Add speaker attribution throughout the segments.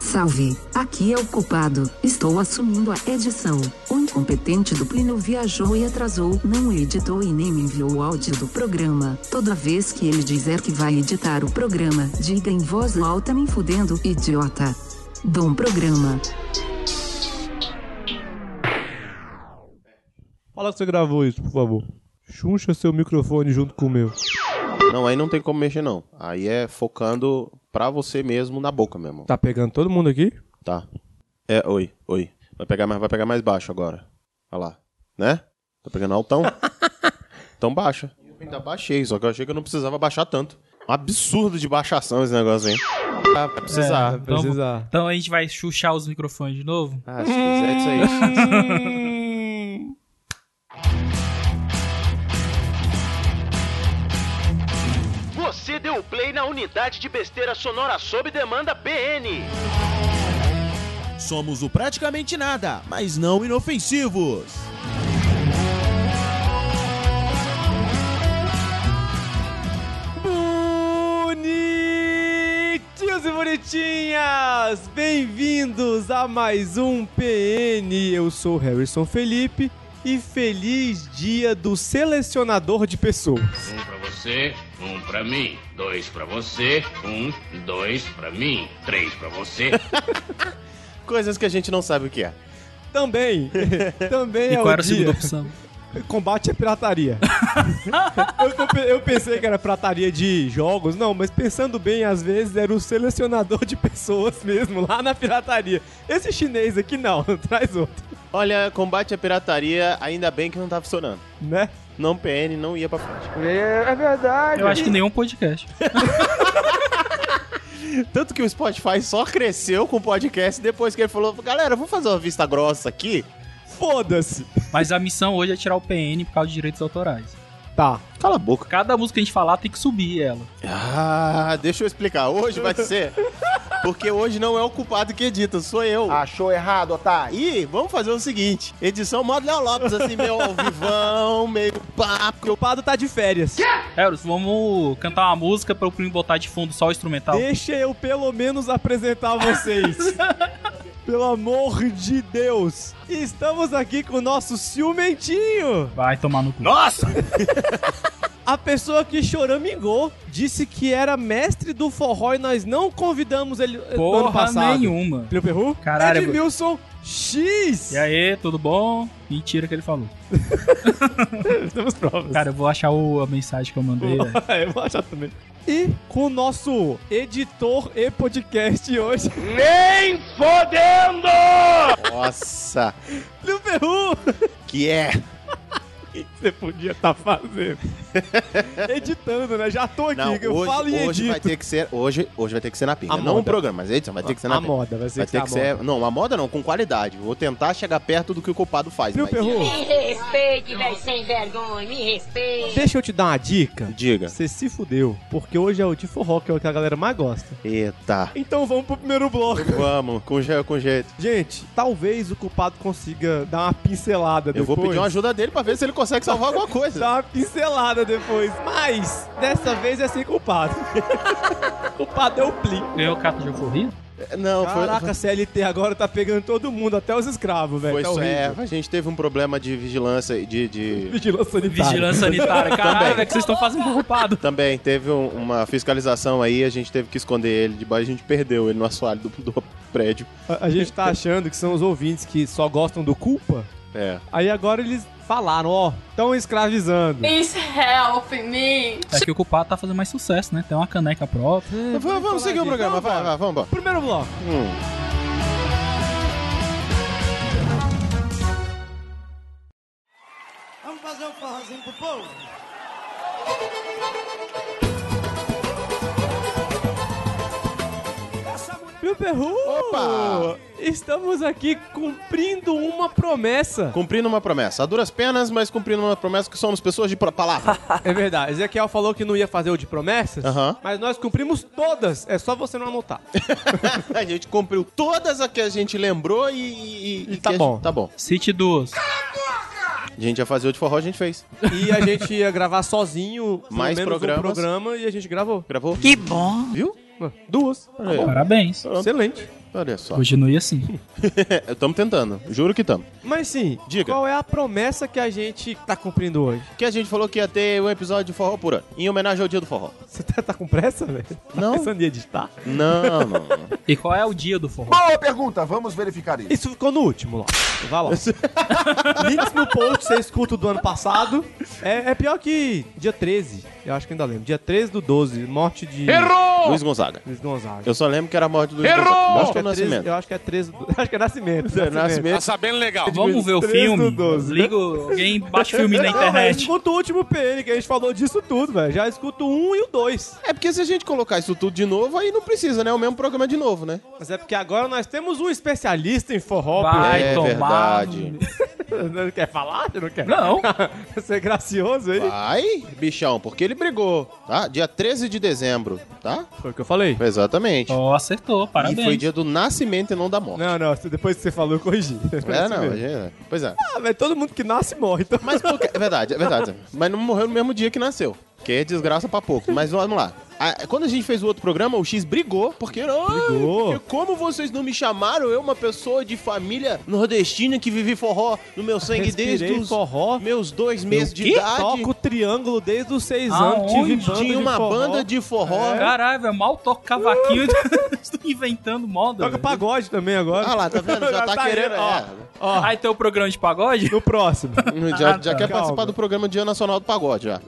Speaker 1: Salve, aqui é o culpado. Estou assumindo a edição. O incompetente do Plínio viajou e atrasou, não editou e nem me enviou o áudio do programa. Toda vez que ele dizer que vai editar o programa, diga em voz alta me fudendo, idiota. Dom programa.
Speaker 2: Fala que você gravou isso, por favor. Xuncha seu microfone junto com o meu.
Speaker 3: Não, aí não tem como mexer, não. Aí é focando pra você mesmo na boca mesmo.
Speaker 2: Tá pegando todo mundo aqui?
Speaker 3: Tá. É, oi, oi. Vai pegar mais, vai pegar mais baixo agora. Olha lá. Né? Tá pegando altão? então baixa. Eu ainda baixei, só que eu achei que eu não precisava baixar tanto. Um absurdo de baixação esse negócio aí. Ah, vai precisar.
Speaker 2: Vai precisar.
Speaker 4: Então a gente vai chuchar os microfones de novo?
Speaker 3: Ah, se quiser, é isso aí.
Speaker 5: Você deu play na unidade de besteira sonora sob demanda BN.
Speaker 6: Somos o praticamente nada, mas não inofensivos.
Speaker 2: Bonitinhos e bonitinhas! Bem-vindos a mais um PN. Eu sou o Harrison Felipe e feliz dia do selecionador de pessoas.
Speaker 7: Um pra você, um pra mim. Dois pra você, um, dois pra mim. Três pra você.
Speaker 3: Coisas que a gente não sabe o que é.
Speaker 2: Também, também
Speaker 4: e
Speaker 2: é
Speaker 4: qual
Speaker 2: o
Speaker 4: era a segunda
Speaker 2: dia.
Speaker 4: opção?
Speaker 2: Combate à pirataria. eu, tô pe- eu pensei que era pirataria de jogos, não, mas pensando bem, às vezes era o selecionador de pessoas mesmo, lá na pirataria. Esse chinês aqui não, traz outro,
Speaker 3: Olha, combate à pirataria, ainda bem que não tá funcionando.
Speaker 2: né?
Speaker 3: Não PN, não ia pra frente.
Speaker 4: Eu acho que nenhum podcast.
Speaker 3: Tanto que o Spotify só cresceu com o podcast depois que ele falou, galera, vamos fazer uma vista grossa aqui?
Speaker 2: Foda-se.
Speaker 4: Mas a missão hoje é tirar o PN por causa de direitos autorais.
Speaker 2: Tá.
Speaker 3: Cala a boca.
Speaker 4: Cada música que a gente falar tem que subir ela.
Speaker 3: Ah, deixa eu explicar. Hoje vai ser. Porque hoje não é o culpado que edita, sou eu.
Speaker 5: Achou errado, otário?
Speaker 3: E vamos fazer o seguinte: edição modo Léo Lopes, assim, meu ao vivão, meio papo.
Speaker 2: O Pado tá de férias.
Speaker 4: Eros, vamos cantar uma música pra o primo botar de fundo só o instrumental.
Speaker 2: Deixa eu pelo menos apresentar vocês. Pelo amor de Deus. Estamos aqui com o nosso ciumentinho.
Speaker 4: Vai tomar no cu.
Speaker 7: Nossa!
Speaker 2: A pessoa que choramingou disse que era mestre do forró e nós não convidamos ele eh, no ano
Speaker 4: Porra
Speaker 2: passado.
Speaker 4: nenhuma.
Speaker 2: Plínio Perru?
Speaker 4: Caralho,
Speaker 2: Edmilson X!
Speaker 4: E aí, tudo bom? Mentira que ele falou.
Speaker 2: Temos provas.
Speaker 4: Cara, eu vou achar o- a mensagem que eu mandei. velho.
Speaker 2: eu vou achar também. E com o nosso editor e podcast hoje,
Speaker 5: Nem fodendo!
Speaker 3: Nossa,
Speaker 2: Plínio Perru!
Speaker 3: que é.
Speaker 2: O que você podia estar fazendo? Editando, né? Já tô aqui,
Speaker 3: Não,
Speaker 2: eu
Speaker 3: hoje,
Speaker 2: falo e edito.
Speaker 3: hoje vai ter que ser. Hoje, hoje vai ter que ser na pinga.
Speaker 2: A
Speaker 3: não
Speaker 2: moda.
Speaker 3: um programa, mas a edição vai ter que ser na
Speaker 2: a
Speaker 3: pinga.
Speaker 2: moda, vai ser
Speaker 3: Vai ter que
Speaker 2: tá a moda.
Speaker 3: ser. Não, a moda não, com qualidade. Vou tentar chegar perto do que o culpado faz.
Speaker 2: Plínio
Speaker 3: mas- é.
Speaker 2: Perru,
Speaker 8: Me respeite, velho, sem vergonha, me respeite.
Speaker 2: deixa eu te dar uma dica.
Speaker 3: Diga.
Speaker 2: Você se fudeu, porque hoje é o de forró, que é o que a galera mais gosta.
Speaker 3: Eita.
Speaker 2: Então vamos pro primeiro bloco.
Speaker 3: Vamos, com, je- com jeito.
Speaker 2: Gente, talvez o culpado consiga dar uma pincelada
Speaker 3: Eu
Speaker 2: depois.
Speaker 3: vou pedir uma ajuda dele pra ver se ele consegue salvar alguma coisa.
Speaker 2: Dar uma pincelada depois. Mas, dessa vez é sem culpado. culpado é o Plim.
Speaker 4: Ganhou carta de alforria?
Speaker 3: É, Não, foi.
Speaker 2: Caraca, CLT agora tá pegando todo mundo, até os escravos, velho.
Speaker 3: Foi
Speaker 2: tá
Speaker 3: isso,
Speaker 2: horrível.
Speaker 3: é, a gente teve um problema de vigilância e de. de-
Speaker 2: Vigilância sanitária.
Speaker 4: Vigilância sanitária.
Speaker 3: Também.
Speaker 4: Caralho, velho, o que vocês estão fazendo um com o roupado?
Speaker 3: Também teve um- uma fiscalização aí, a gente teve que esconder ele debaixo, a gente perdeu ele no assoalho do, do prédio.
Speaker 2: A, a gente tá achando que são os ouvintes que só gostam do culpa.
Speaker 3: É.
Speaker 2: Aí agora eles falaram, ó, estão escravizando.
Speaker 9: é
Speaker 10: Please help me.
Speaker 4: É que o culpado tá fazendo mais sucesso, né? Tem uma caneca própria.
Speaker 3: Vamos, vamos seguir o programa, vai, vai, vamos embora.
Speaker 2: Primeiro bloco.
Speaker 3: Hum.
Speaker 6: Vamos fazer um forrozinho pro povo?
Speaker 2: Meu perru!
Speaker 3: Opa!
Speaker 2: Estamos aqui cumprindo uma promessa.
Speaker 3: Cumprindo uma promessa, a duras penas, mas cumprindo uma promessa que somos pessoas de pra- palavra.
Speaker 2: É verdade, Ezequiel falou que não ia fazer o de promessas,
Speaker 3: Aham.
Speaker 2: mas nós cumprimos todas, é só você não anotar.
Speaker 3: a gente cumpriu todas as que a gente lembrou e. e- e-
Speaker 2: E
Speaker 3: e
Speaker 2: tá
Speaker 3: que a
Speaker 2: bom.
Speaker 3: gente- tá bom.
Speaker 4: City duas.
Speaker 3: A gente ia fazer o de forró, a gente fez.
Speaker 2: E a gente ia gravar sozinho pelo
Speaker 3: Mais
Speaker 2: menos um
Speaker 3: programas.
Speaker 2: programa e a gente gravou.
Speaker 3: Gravou?
Speaker 2: Duas.
Speaker 4: Parabéns.
Speaker 2: Excelente.
Speaker 3: Olha só. É,
Speaker 4: Continue assim.
Speaker 3: Estamos tentando, juro que estamos.
Speaker 2: Mas sim,
Speaker 3: Diga.
Speaker 2: qual é a promessa que a gente tá cumprindo hoje?
Speaker 3: Que a gente falou que ia ter um episódio de forró por ano, em homenagem ao dia do forró.
Speaker 2: Você tá, tá com pressa, velho?
Speaker 3: Não.
Speaker 2: Tá pensando em editar?
Speaker 3: Não, não. não.
Speaker 4: E qual é o dia do forró?
Speaker 11: Boa pergunta, vamos verificar isso.
Speaker 2: Isso ficou no último, lá. Vá lá. Links no post, você escuta o do ano passado. É, é pior que dia 13, eu acho que ainda lembro. Dia 13 do 12, morte de...
Speaker 3: Luiz Gonzaga.
Speaker 2: Luiz Gonzaga.
Speaker 3: Eu só lembro que era a morte do Luiz Gonzaga.
Speaker 2: Eu acho que
Speaker 3: Morte ou
Speaker 2: é 13,
Speaker 3: nascimento?
Speaker 2: eu acho que é 13 do... Acho que é Nascimento.
Speaker 3: É Nascimento.
Speaker 7: sabendo legal.
Speaker 4: Vamos ver o
Speaker 2: 13 do
Speaker 4: filme?
Speaker 2: 12.
Speaker 4: Liga, o- alguém baixa o filme na
Speaker 2: Não, mas
Speaker 4: internet.
Speaker 2: escuta o último PN, que a gente falou disso tudo, velho. Já escuto um e o dois.
Speaker 3: É porque se a gente colocar isso tudo de novo, aí não precisa, né? O mesmo programa de novo, né?
Speaker 2: Mas é porque agora nós temos um especialista em forró.
Speaker 4: Vai
Speaker 3: É
Speaker 4: tomar. um-
Speaker 3: verdade.
Speaker 2: Pedro. Não quer falar? Você não quer?
Speaker 4: Não.
Speaker 2: Você é gracioso, hein?
Speaker 3: Vai, bichão, porque ele brigou, tá? Dia 13 de dezembro, tá?
Speaker 2: Foi o que eu falei.
Speaker 3: Exatamente.
Speaker 4: Ó, acertou,
Speaker 3: e
Speaker 4: parabéns.
Speaker 3: foi dia do nascimento e não da morte.
Speaker 2: Não, não, depois que você falou, eu corrigi.
Speaker 3: É, não, é, pois é.
Speaker 2: Ah, velho, todo mundo que nasce morre. Então...
Speaker 3: Mas por quê? É verdade, é verdade. Mas não morreu no mesmo dia que nasceu. Que é desgraça pra pouco. Mas vamos lá. Ah, Quando a gente fez o outro programa, o X brigou, porque, "Ai,
Speaker 2: Brigou.
Speaker 3: porque como vocês não me chamaram, eu, uma pessoa de família nordestina que vivi forró no meu sangue
Speaker 2: Respirei
Speaker 3: desde os
Speaker 2: forró.
Speaker 3: meus dois meses de
Speaker 2: Que
Speaker 3: idade.
Speaker 2: toco o triângulo desde os seis anos. Tive
Speaker 4: Aonde
Speaker 2: banda
Speaker 3: Tinha
Speaker 2: de
Speaker 3: uma
Speaker 2: forró. É.
Speaker 3: banda de forró.
Speaker 4: Caralho, velho, mal toco cavaquinho.
Speaker 3: Uh!
Speaker 4: Estou inventando moda.
Speaker 2: Toca
Speaker 4: velho.
Speaker 2: pagode também agora.
Speaker 3: Ah lá, tá vendo? Já tá querendo.
Speaker 2: indo, ó.
Speaker 3: é.
Speaker 2: Ó,
Speaker 4: Aí tem o programa de pagode?
Speaker 2: no próximo.
Speaker 3: Já, já
Speaker 2: Calma.
Speaker 3: quer participar do programa Dia Nacional do Pagode, já.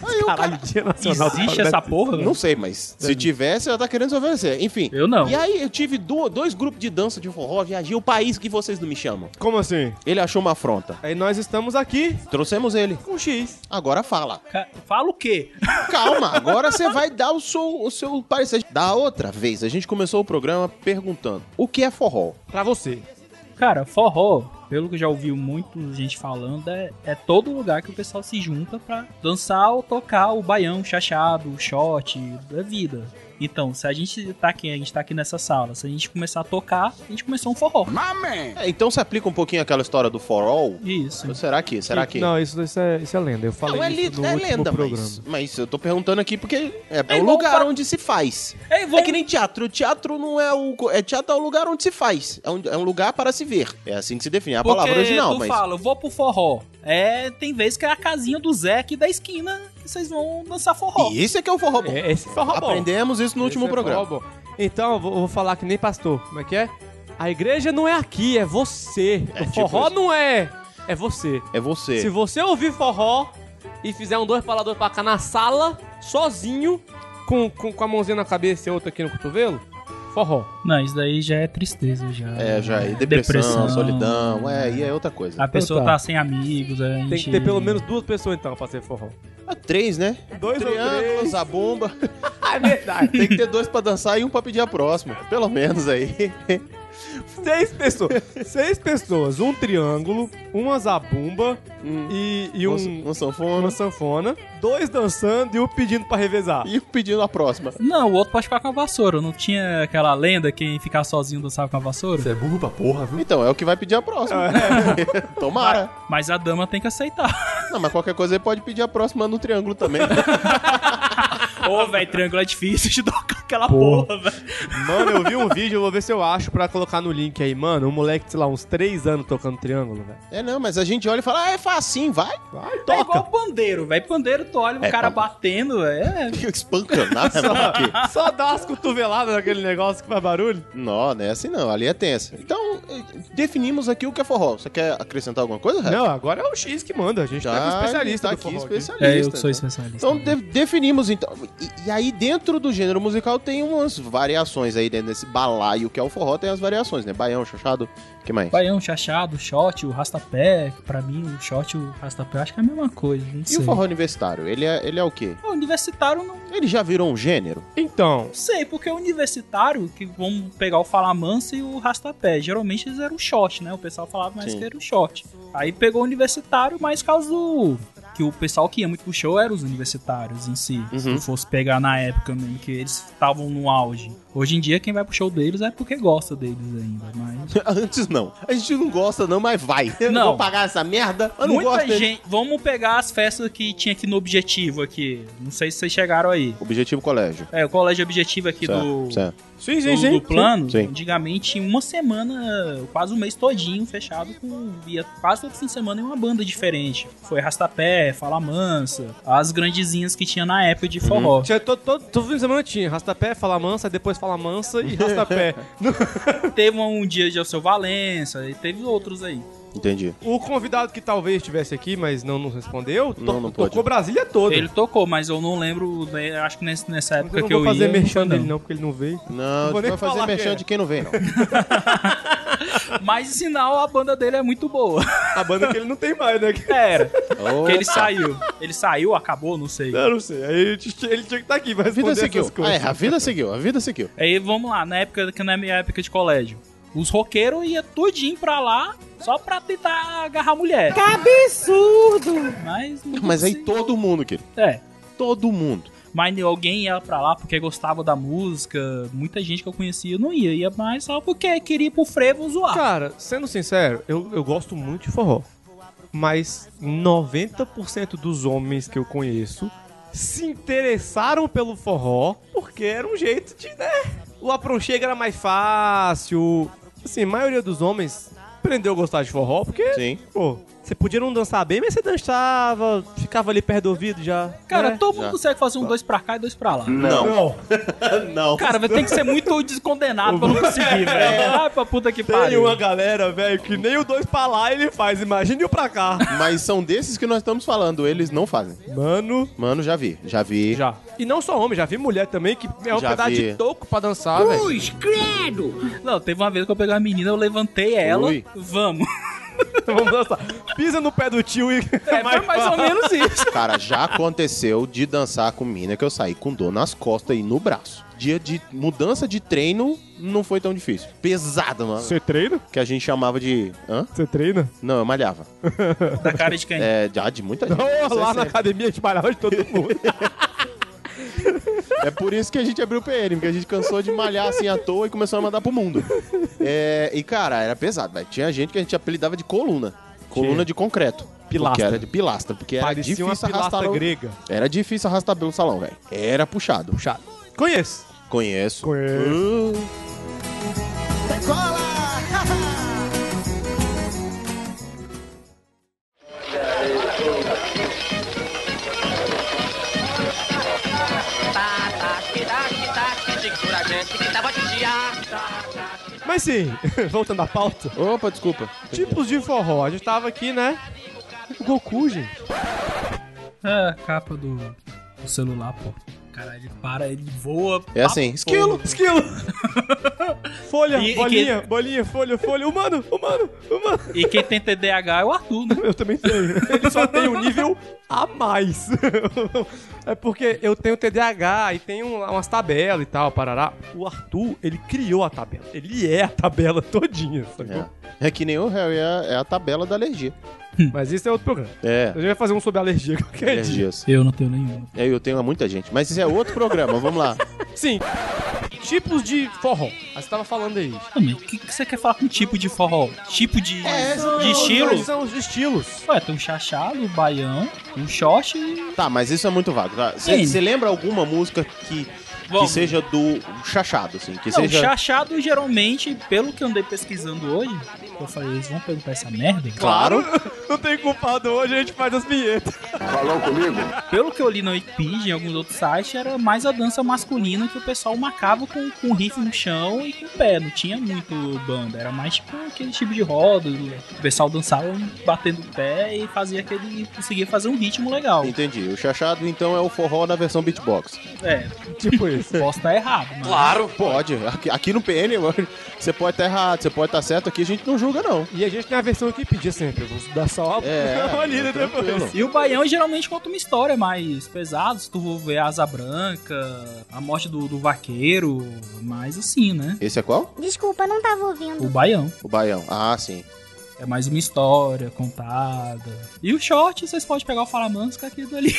Speaker 3: Aí o cara...
Speaker 2: Caralho, dia nacional. do
Speaker 4: Existe
Speaker 2: Pagode.
Speaker 4: essa porra? velho?
Speaker 3: Não sei, mas se tivesse, ela tá querendo se oferecer. Enfim.
Speaker 4: Eu não.
Speaker 3: E aí, eu tive du- dois grupos de dança de forró, viajei o país que vocês não me chamam.
Speaker 2: Como assim?
Speaker 3: Ele achou uma afronta.
Speaker 2: Aí nós estamos aqui
Speaker 3: Trouxemos ele.
Speaker 2: com X.
Speaker 3: Agora fala.
Speaker 4: Ca- Fala o quê?
Speaker 3: Calma, agora você vai dar o seu, o seu parecer. Da outra vez, a gente começou o programa perguntando o que é forró?
Speaker 2: Pra você.
Speaker 4: Cara, forró, pelo que eu já ouvi muito gente falando, é, é todo lugar que o pessoal se junta pra dançar ou tocar o baião, o chachado, o shot da vida. Então, se a gente tá aqui, a gente tá aqui nessa sala, se a gente começar a tocar, a gente começou um forró.
Speaker 3: É, então se aplica um pouquinho aquela história do forró?
Speaker 4: Isso.
Speaker 3: Ou Será que? Será que?
Speaker 2: Não, isso, isso, é, isso é lenda. Eu falei
Speaker 3: Não, é,
Speaker 2: isso
Speaker 3: li-
Speaker 2: no
Speaker 3: é
Speaker 2: último
Speaker 3: lenda,
Speaker 2: programa.
Speaker 3: mas, mas eu tô perguntando aqui porque é, é
Speaker 4: É
Speaker 3: o
Speaker 4: igual
Speaker 3: lugar
Speaker 4: fa-
Speaker 3: onde se faz.
Speaker 4: Ei,
Speaker 3: É
Speaker 4: vamos...
Speaker 3: que nem teatro. O teatro não é o. co- É teatro é o lugar onde se faz. É um, é um lugar para se ver. É assim que se define. É a
Speaker 4: Porque
Speaker 3: palavra original,
Speaker 4: tu
Speaker 3: mas.
Speaker 4: fala, eu vou pro forró. É, tem vezes que é a casinha do Zé aqui da esquina que vocês vão dançar forró.
Speaker 3: E esse é que é o forró bom.
Speaker 2: É, esse foi robô.
Speaker 3: Aprendemos isso no último
Speaker 2: Esse é
Speaker 3: programa.
Speaker 2: forró bom. Então, eu vou, vou falar que nem pastor. Como é que é? A igreja não é aqui, é você.
Speaker 3: É,
Speaker 2: o
Speaker 3: tipo
Speaker 2: forró
Speaker 3: isso.
Speaker 2: não é. É você.
Speaker 3: É você.
Speaker 2: Se você ouvir forró e fizer um dois pra lá, dois pra cá na sala, sozinho, com, com, com a mãozinha na cabeça e outra aqui no cotovelo, forró.
Speaker 4: Não, isso daí já é tristeza, já.
Speaker 3: É, já é depressão,
Speaker 4: Depressão.
Speaker 3: solidão, é, e é outra coisa.
Speaker 4: A pessoa
Speaker 2: tá.
Speaker 4: tá sem amigos, a gente...
Speaker 2: Tem que ter pelo menos duas pessoas então pra ser forró.
Speaker 3: Ah, Três, né?
Speaker 2: Dois ou
Speaker 3: Triângulos,
Speaker 2: É três.
Speaker 3: a bomba.
Speaker 2: É verdade.
Speaker 3: Tem que ter dois pra dançar e um pra pedir a próxima. Pelo menos aí.
Speaker 2: Seis pessoas. Seis pessoas. Um triângulo, uma zabumba
Speaker 3: Hum.
Speaker 2: e, e um,
Speaker 3: um sanfona
Speaker 2: uma sanfona. Dois dançando e um pedindo pra revezar.
Speaker 3: e um pedindo a próxima.
Speaker 4: Não, o outro pode ficar com a vassoura. Não tinha aquela lenda quem ficar sozinho dançava com a vassoura?
Speaker 3: Então, é o que vai pedir a próxima.
Speaker 2: É.
Speaker 3: Tomara.
Speaker 4: Mas a dama tem que aceitar.
Speaker 3: Não, mas qualquer coisa ele pode pedir a próxima no triângulo também.
Speaker 4: Ô, velho, triângulo é difícil de tocar aquela porra, velho.
Speaker 2: Mano, eu vi um vídeo, eu vou ver se eu acho pra colocar no link aí. Mano, um moleque, sei lá, uns três anos tocando triângulo, velho.
Speaker 3: É, não, mas a gente olha e fala, ah, é facinho, vai.
Speaker 2: Vai,
Speaker 4: É
Speaker 2: toca.
Speaker 4: igual pandeiro, velho. Pandeiro, tu olha o
Speaker 3: É,
Speaker 4: cara
Speaker 3: pá.
Speaker 4: batendo, é.
Speaker 3: Espanca nada, mano, aqui.
Speaker 2: Só dá as cotoveladas naquele negócio que faz barulho.
Speaker 3: Não, não é assim não, ali é tensa. Então, eh, definimos aqui o que é forró. Você quer acrescentar alguma coisa, Rafa?
Speaker 2: Não, agora é o X que manda. A gente tá com um especialista
Speaker 3: tá
Speaker 2: do
Speaker 3: aqui,
Speaker 2: forró
Speaker 3: especialista.
Speaker 4: É, eu que sou
Speaker 3: né?
Speaker 4: especialista.
Speaker 3: Então de- definimos então. E, e aí dentro do gênero musical tem umas variações aí dentro desse balaio que é o forró, tem as variações, né? Baião, chachado, que mais?
Speaker 4: Baião, é um chachado, shot, o rastapé. Pra mim, o shot e o rastapé, acho que é a mesma coisa. Não
Speaker 3: E
Speaker 4: sei.
Speaker 3: o forró universitário, ele é, ele é o quê?
Speaker 4: O universitário, não
Speaker 3: Ele já virou um gênero?
Speaker 2: Então,
Speaker 4: sei, porque o universitário, que vamos pegar o Falamansa e o Rastapé, geralmente eles eram shot, né? O pessoal falava mais
Speaker 3: Sim.
Speaker 4: que era o shot. Aí pegou o universitário, mas caso que o pessoal que ia muito pro show eram os universitários em si.
Speaker 3: Uhum.
Speaker 4: Se fosse pegar na época mesmo, que eles estavam no auge. Hoje em dia, quem vai pro show deles é porque gosta deles ainda, mas...
Speaker 3: Antes não. A gente não gosta, não, mas vai. Eu
Speaker 4: Não.
Speaker 3: não vou pagar essa merda. Eu não
Speaker 4: Muita
Speaker 3: gosto. dele.
Speaker 4: gente... Vamos pegar as festas que tinha aqui no Objetivo aqui. Não sei se vocês chegaram aí.
Speaker 3: Objetivo colégio.
Speaker 4: É, o colégio Objetivo aqui
Speaker 3: Certo,
Speaker 4: do...
Speaker 3: certo.
Speaker 2: Sim,
Speaker 4: do, do plano,
Speaker 3: Sim.
Speaker 4: antigamente tinha uma semana, quase um mês todinho fechado com ia quase todo fim de semana em uma banda diferente. Foi Rastapé, Fala Mansa, as grandezinhas que tinha na época de forró.
Speaker 2: Tinha todo, todo, todo fim de semana tinha. Rastapé, fala mansa, depois fala mansa e rastapé.
Speaker 4: Teve um dia de Alceu Valença e teve outros aí.
Speaker 3: Entendi.
Speaker 2: o convidado que talvez estivesse aqui, mas não nos respondeu, to-
Speaker 3: Não, não pode.
Speaker 2: tocou Brasília toda.
Speaker 4: Ele tocou, mas eu não lembro, né, acho que nesse- nessa
Speaker 2: Mas
Speaker 4: época
Speaker 2: eu não
Speaker 4: que eu
Speaker 2: vou fazer
Speaker 4: ia.
Speaker 2: merchan
Speaker 4: não.
Speaker 2: dele não, porque ele não veio.
Speaker 3: Não,
Speaker 2: vou
Speaker 3: a gente
Speaker 2: nem
Speaker 3: vai fazer
Speaker 2: falar
Speaker 3: merchan
Speaker 2: quem é.
Speaker 3: de quem não vem, não.
Speaker 4: Mas sinal a banda dele é muito boa.
Speaker 2: A banda que ele não tem mais, né?
Speaker 4: Era.
Speaker 3: Opa.
Speaker 4: Porque ele saiu. Ele saiu, acabou, não sei.
Speaker 2: Eu não sei. Aí ele, t- ele tinha que estar aqui, vai
Speaker 3: A vida
Speaker 2: responder
Speaker 3: seguiu.
Speaker 2: essas coisas.
Speaker 3: Ah, é, a vida seguiu, a vida seguiu.
Speaker 4: Aí vamos lá, na época que na minha época de colégio. Os roqueiros iam tudinho pra lá só pra tentar agarrar mulher. Que absurdo! Mas, não
Speaker 3: Mas aí
Speaker 4: sei.
Speaker 3: todo mundo, querido.
Speaker 4: É.
Speaker 3: Todo mundo.
Speaker 4: Mas alguém ia pra lá porque gostava da música. Muita gente que eu conhecia não ia, ia mais só porque queria ir pro frevo zoar.
Speaker 2: Cara, sendo sincero, eu, eu gosto muito de forró. Mas 90% dos homens que eu conheço se interessaram pelo forró porque era um jeito de, né? O aprochego era mais fácil. Assim, a maioria dos homens aprendeu a gostar de forró porque,
Speaker 3: Sim.
Speaker 2: pô, você podia não dançar bem, mas você dançava, ficava ali perto do ouvido já.
Speaker 4: Cara,
Speaker 2: né?
Speaker 4: todo mundo consegue fazer um dois pra cá e dois pra lá.
Speaker 3: Não. Não.
Speaker 4: Cara, velho, tem que ser muito descondenado pra não conseguir, velho. Ai, pra puta que
Speaker 2: Tem
Speaker 4: pariu.
Speaker 2: uma galera, velho, que nem o dois pra lá ele faz, imagine o pra cá.
Speaker 3: Mas são desses que nós estamos falando, eles não fazem.
Speaker 2: Mano,
Speaker 3: Mano, já vi, já vi.
Speaker 2: já. E não só homem, já vi mulher também que é um
Speaker 3: Já
Speaker 2: pedaço
Speaker 3: vi.
Speaker 2: de toco pra
Speaker 3: Ah,
Speaker 2: dançar, velho.
Speaker 4: Não, teve uma vez que eu peguei uma menina, eu levantei ela.
Speaker 3: Ui.
Speaker 4: Vamos.
Speaker 2: Vamos dançar. Pisa no pé do tio e.
Speaker 4: É, foi mais ou menos isso.
Speaker 3: Cara, já aconteceu de dançar com mina que eu saí com dor nas costas e no braço. Dia de mudança de treino não foi tão difícil. Pesado, mano.
Speaker 2: Você treina?
Speaker 3: Que a gente chamava de. Hã?
Speaker 2: Você treina?
Speaker 3: Não, eu malhava.
Speaker 4: Da cara de quem?
Speaker 3: É, já de muita gente.
Speaker 2: Oh, lá na
Speaker 3: Isso é
Speaker 2: academia de malhava de todo mundo.
Speaker 3: É por isso que a gente abriu o PN, porque a gente cansou de malhar assim à toa e começou a mandar pro mundo. É, e, cara, era pesado, velho. Tinha gente que a gente apelidava de coluna. Coluna
Speaker 2: Tinha.
Speaker 3: de concreto. Porque
Speaker 2: Pilastra.
Speaker 3: era de pilastra, porque era
Speaker 2: Parecia
Speaker 3: difícil
Speaker 2: uma
Speaker 3: arrastar.
Speaker 2: pilastra
Speaker 3: o-
Speaker 2: grega.
Speaker 3: Era difícil arrastar pelo salão, velho. Era puxado. Puxado.
Speaker 2: Conheço.
Speaker 3: Conheço.
Speaker 2: Conheço.
Speaker 3: Uh,
Speaker 2: Mas sim, voltando à pauta.
Speaker 3: Opa, desculpa.
Speaker 2: Tipos de forró. A gente tava aqui, né? O Goku, gente.
Speaker 4: É, a capa do, do celular, pô. Cara, ele para, ele voa.
Speaker 3: É
Speaker 2: Ah,
Speaker 3: assim. Esquilo.
Speaker 2: Esquilo! Folha,
Speaker 4: E- e
Speaker 2: bolinha, bolinha, folha, folha. Humano, humano, humano.
Speaker 4: E quem tem TDAH é o Arthur, né?
Speaker 2: Eu também tenho. Ele só tem um nível a mais. É porque eu tenho TDAH e tenho umas tabelas e tal, parará. O Arthur, ele criou a tabela. Ele é a tabela todinha, sacou?
Speaker 3: É. É que nem o Harry, é, é a tabela da alergia.
Speaker 2: Mas isso é outro programa.
Speaker 3: É,
Speaker 2: A gente vai fazer um sobre alergia qualquer dia.
Speaker 3: alergias.
Speaker 4: Eu não tenho nenhuma.
Speaker 3: É, Eu tenho a muita gente. Mas isso é outro programa, vamos lá.
Speaker 2: Sim. Tipos de forró. Ah, Você tava falando aí.
Speaker 4: Também, o que, que você quer falar com tipo de forró? Tipo de, de estilo?
Speaker 2: Quais são os estilos?
Speaker 4: Ué, tem um chachado, um baião, um xoxi e...
Speaker 3: Tá, mas isso é muito vago.
Speaker 4: Sim.
Speaker 3: Você lembra alguma música que, que
Speaker 4: Vamos.
Speaker 3: seja do chachado, assim? Que
Speaker 4: Não,
Speaker 3: seja.
Speaker 4: chachado geralmente, pelo que eu andei pesquisando hoje, eu falei, eles vão perguntar essa merda?
Speaker 3: Claro.
Speaker 2: Não tem culpado hoje, a gente faz as vinhetas.
Speaker 11: Falou comigo?
Speaker 4: Pelo que eu li na Wikipedia e em alguns outros sites, era mais a dança masculina que o pessoal macava com, com riff no chão e com o pé. Não tinha muito banda. Era mais tipo aquele tipo de roda. O pessoal dançava batendo o pé e fazia aquele. conseguia fazer um ritmo legal.
Speaker 3: Entendi. O chachado, então, é o forró na versão beatbox.
Speaker 4: É,
Speaker 2: Tipo isso.
Speaker 4: posso estar errado, mas.
Speaker 3: Claro. Pode. Aqui, aqui no PN, você pode estar errado, você pode estar certo. Aqui a gente não julga, não.
Speaker 2: E a gente tem a versão que pedia sempre. Vamos dar só uma
Speaker 3: É,
Speaker 2: uma olhada
Speaker 3: tranquilo.
Speaker 2: depois.
Speaker 4: E o Baião geralmente conta uma história mais pesada. Se tu for ver a Asa Branca, a morte do, do vaqueiro, mais assim, né?
Speaker 3: Esse é qual?
Speaker 12: Desculpa, não tava ouvindo.
Speaker 4: O Baião.
Speaker 3: O Baião. Ah, sim.
Speaker 4: É mais uma história contada. E o short, vocês podem pegar o Falamansa, que é aquilo ali.